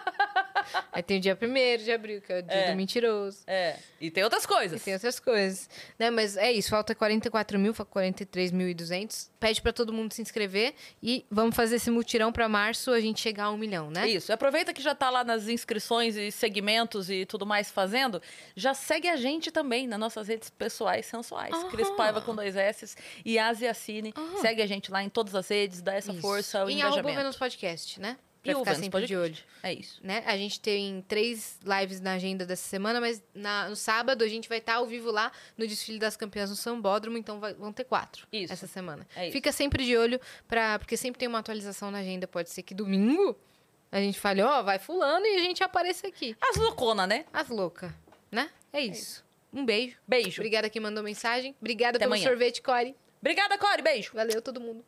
[SPEAKER 2] Aí tem o dia 1 de abril, que é o dia
[SPEAKER 1] É.
[SPEAKER 2] do mentiroso.
[SPEAKER 1] É. E tem outras coisas.
[SPEAKER 2] E tem outras coisas. Né? Mas é isso, falta 44 mil, falta 43.200. Pede pra todo mundo se inscrever e vamos fazer esse mutirão pra março a gente chegar a um milhão, né?
[SPEAKER 1] Isso. Aproveita que já tá lá nas inscrições e segmentos e tudo mais fazendo. Já segue a gente também nas nossas redes pessoais sensuais.
[SPEAKER 2] Aham.
[SPEAKER 1] Cris Paiva com dois S e Asia Cine.
[SPEAKER 2] Aham.
[SPEAKER 1] Segue a gente lá em todas as redes, dá essa
[SPEAKER 2] Isso.
[SPEAKER 1] força, o
[SPEAKER 2] em arroba
[SPEAKER 1] engajamento.
[SPEAKER 2] Vênus Podcast, né? Pra
[SPEAKER 1] E o
[SPEAKER 2] ficar
[SPEAKER 1] Vênus
[SPEAKER 2] sempre de olho.
[SPEAKER 1] Podcast. É isso.
[SPEAKER 2] né? A gente tem três lives na agenda dessa semana, mas na- no sábado a gente vai estar ao vivo lá no desfile das campeãs no Sambódromo, então vai- vão ter quatro
[SPEAKER 1] Isso.
[SPEAKER 2] essa semana.
[SPEAKER 1] É isso.
[SPEAKER 2] Fica sempre de olho, pra, porque sempre tem uma atualização na agenda. Pode ser que domingo a gente fale, ó, vai fulano e a gente apareça aqui.
[SPEAKER 1] As loucona, né?
[SPEAKER 2] As loucas, né? É isso. Um beijo.
[SPEAKER 1] Beijo.
[SPEAKER 2] Obrigada quem mandou mensagem. Obrigada
[SPEAKER 1] Até
[SPEAKER 2] pelo
[SPEAKER 1] amanhã.
[SPEAKER 2] sorvete, Core.
[SPEAKER 1] Obrigada, Core. Beijo.
[SPEAKER 2] Valeu todo mundo.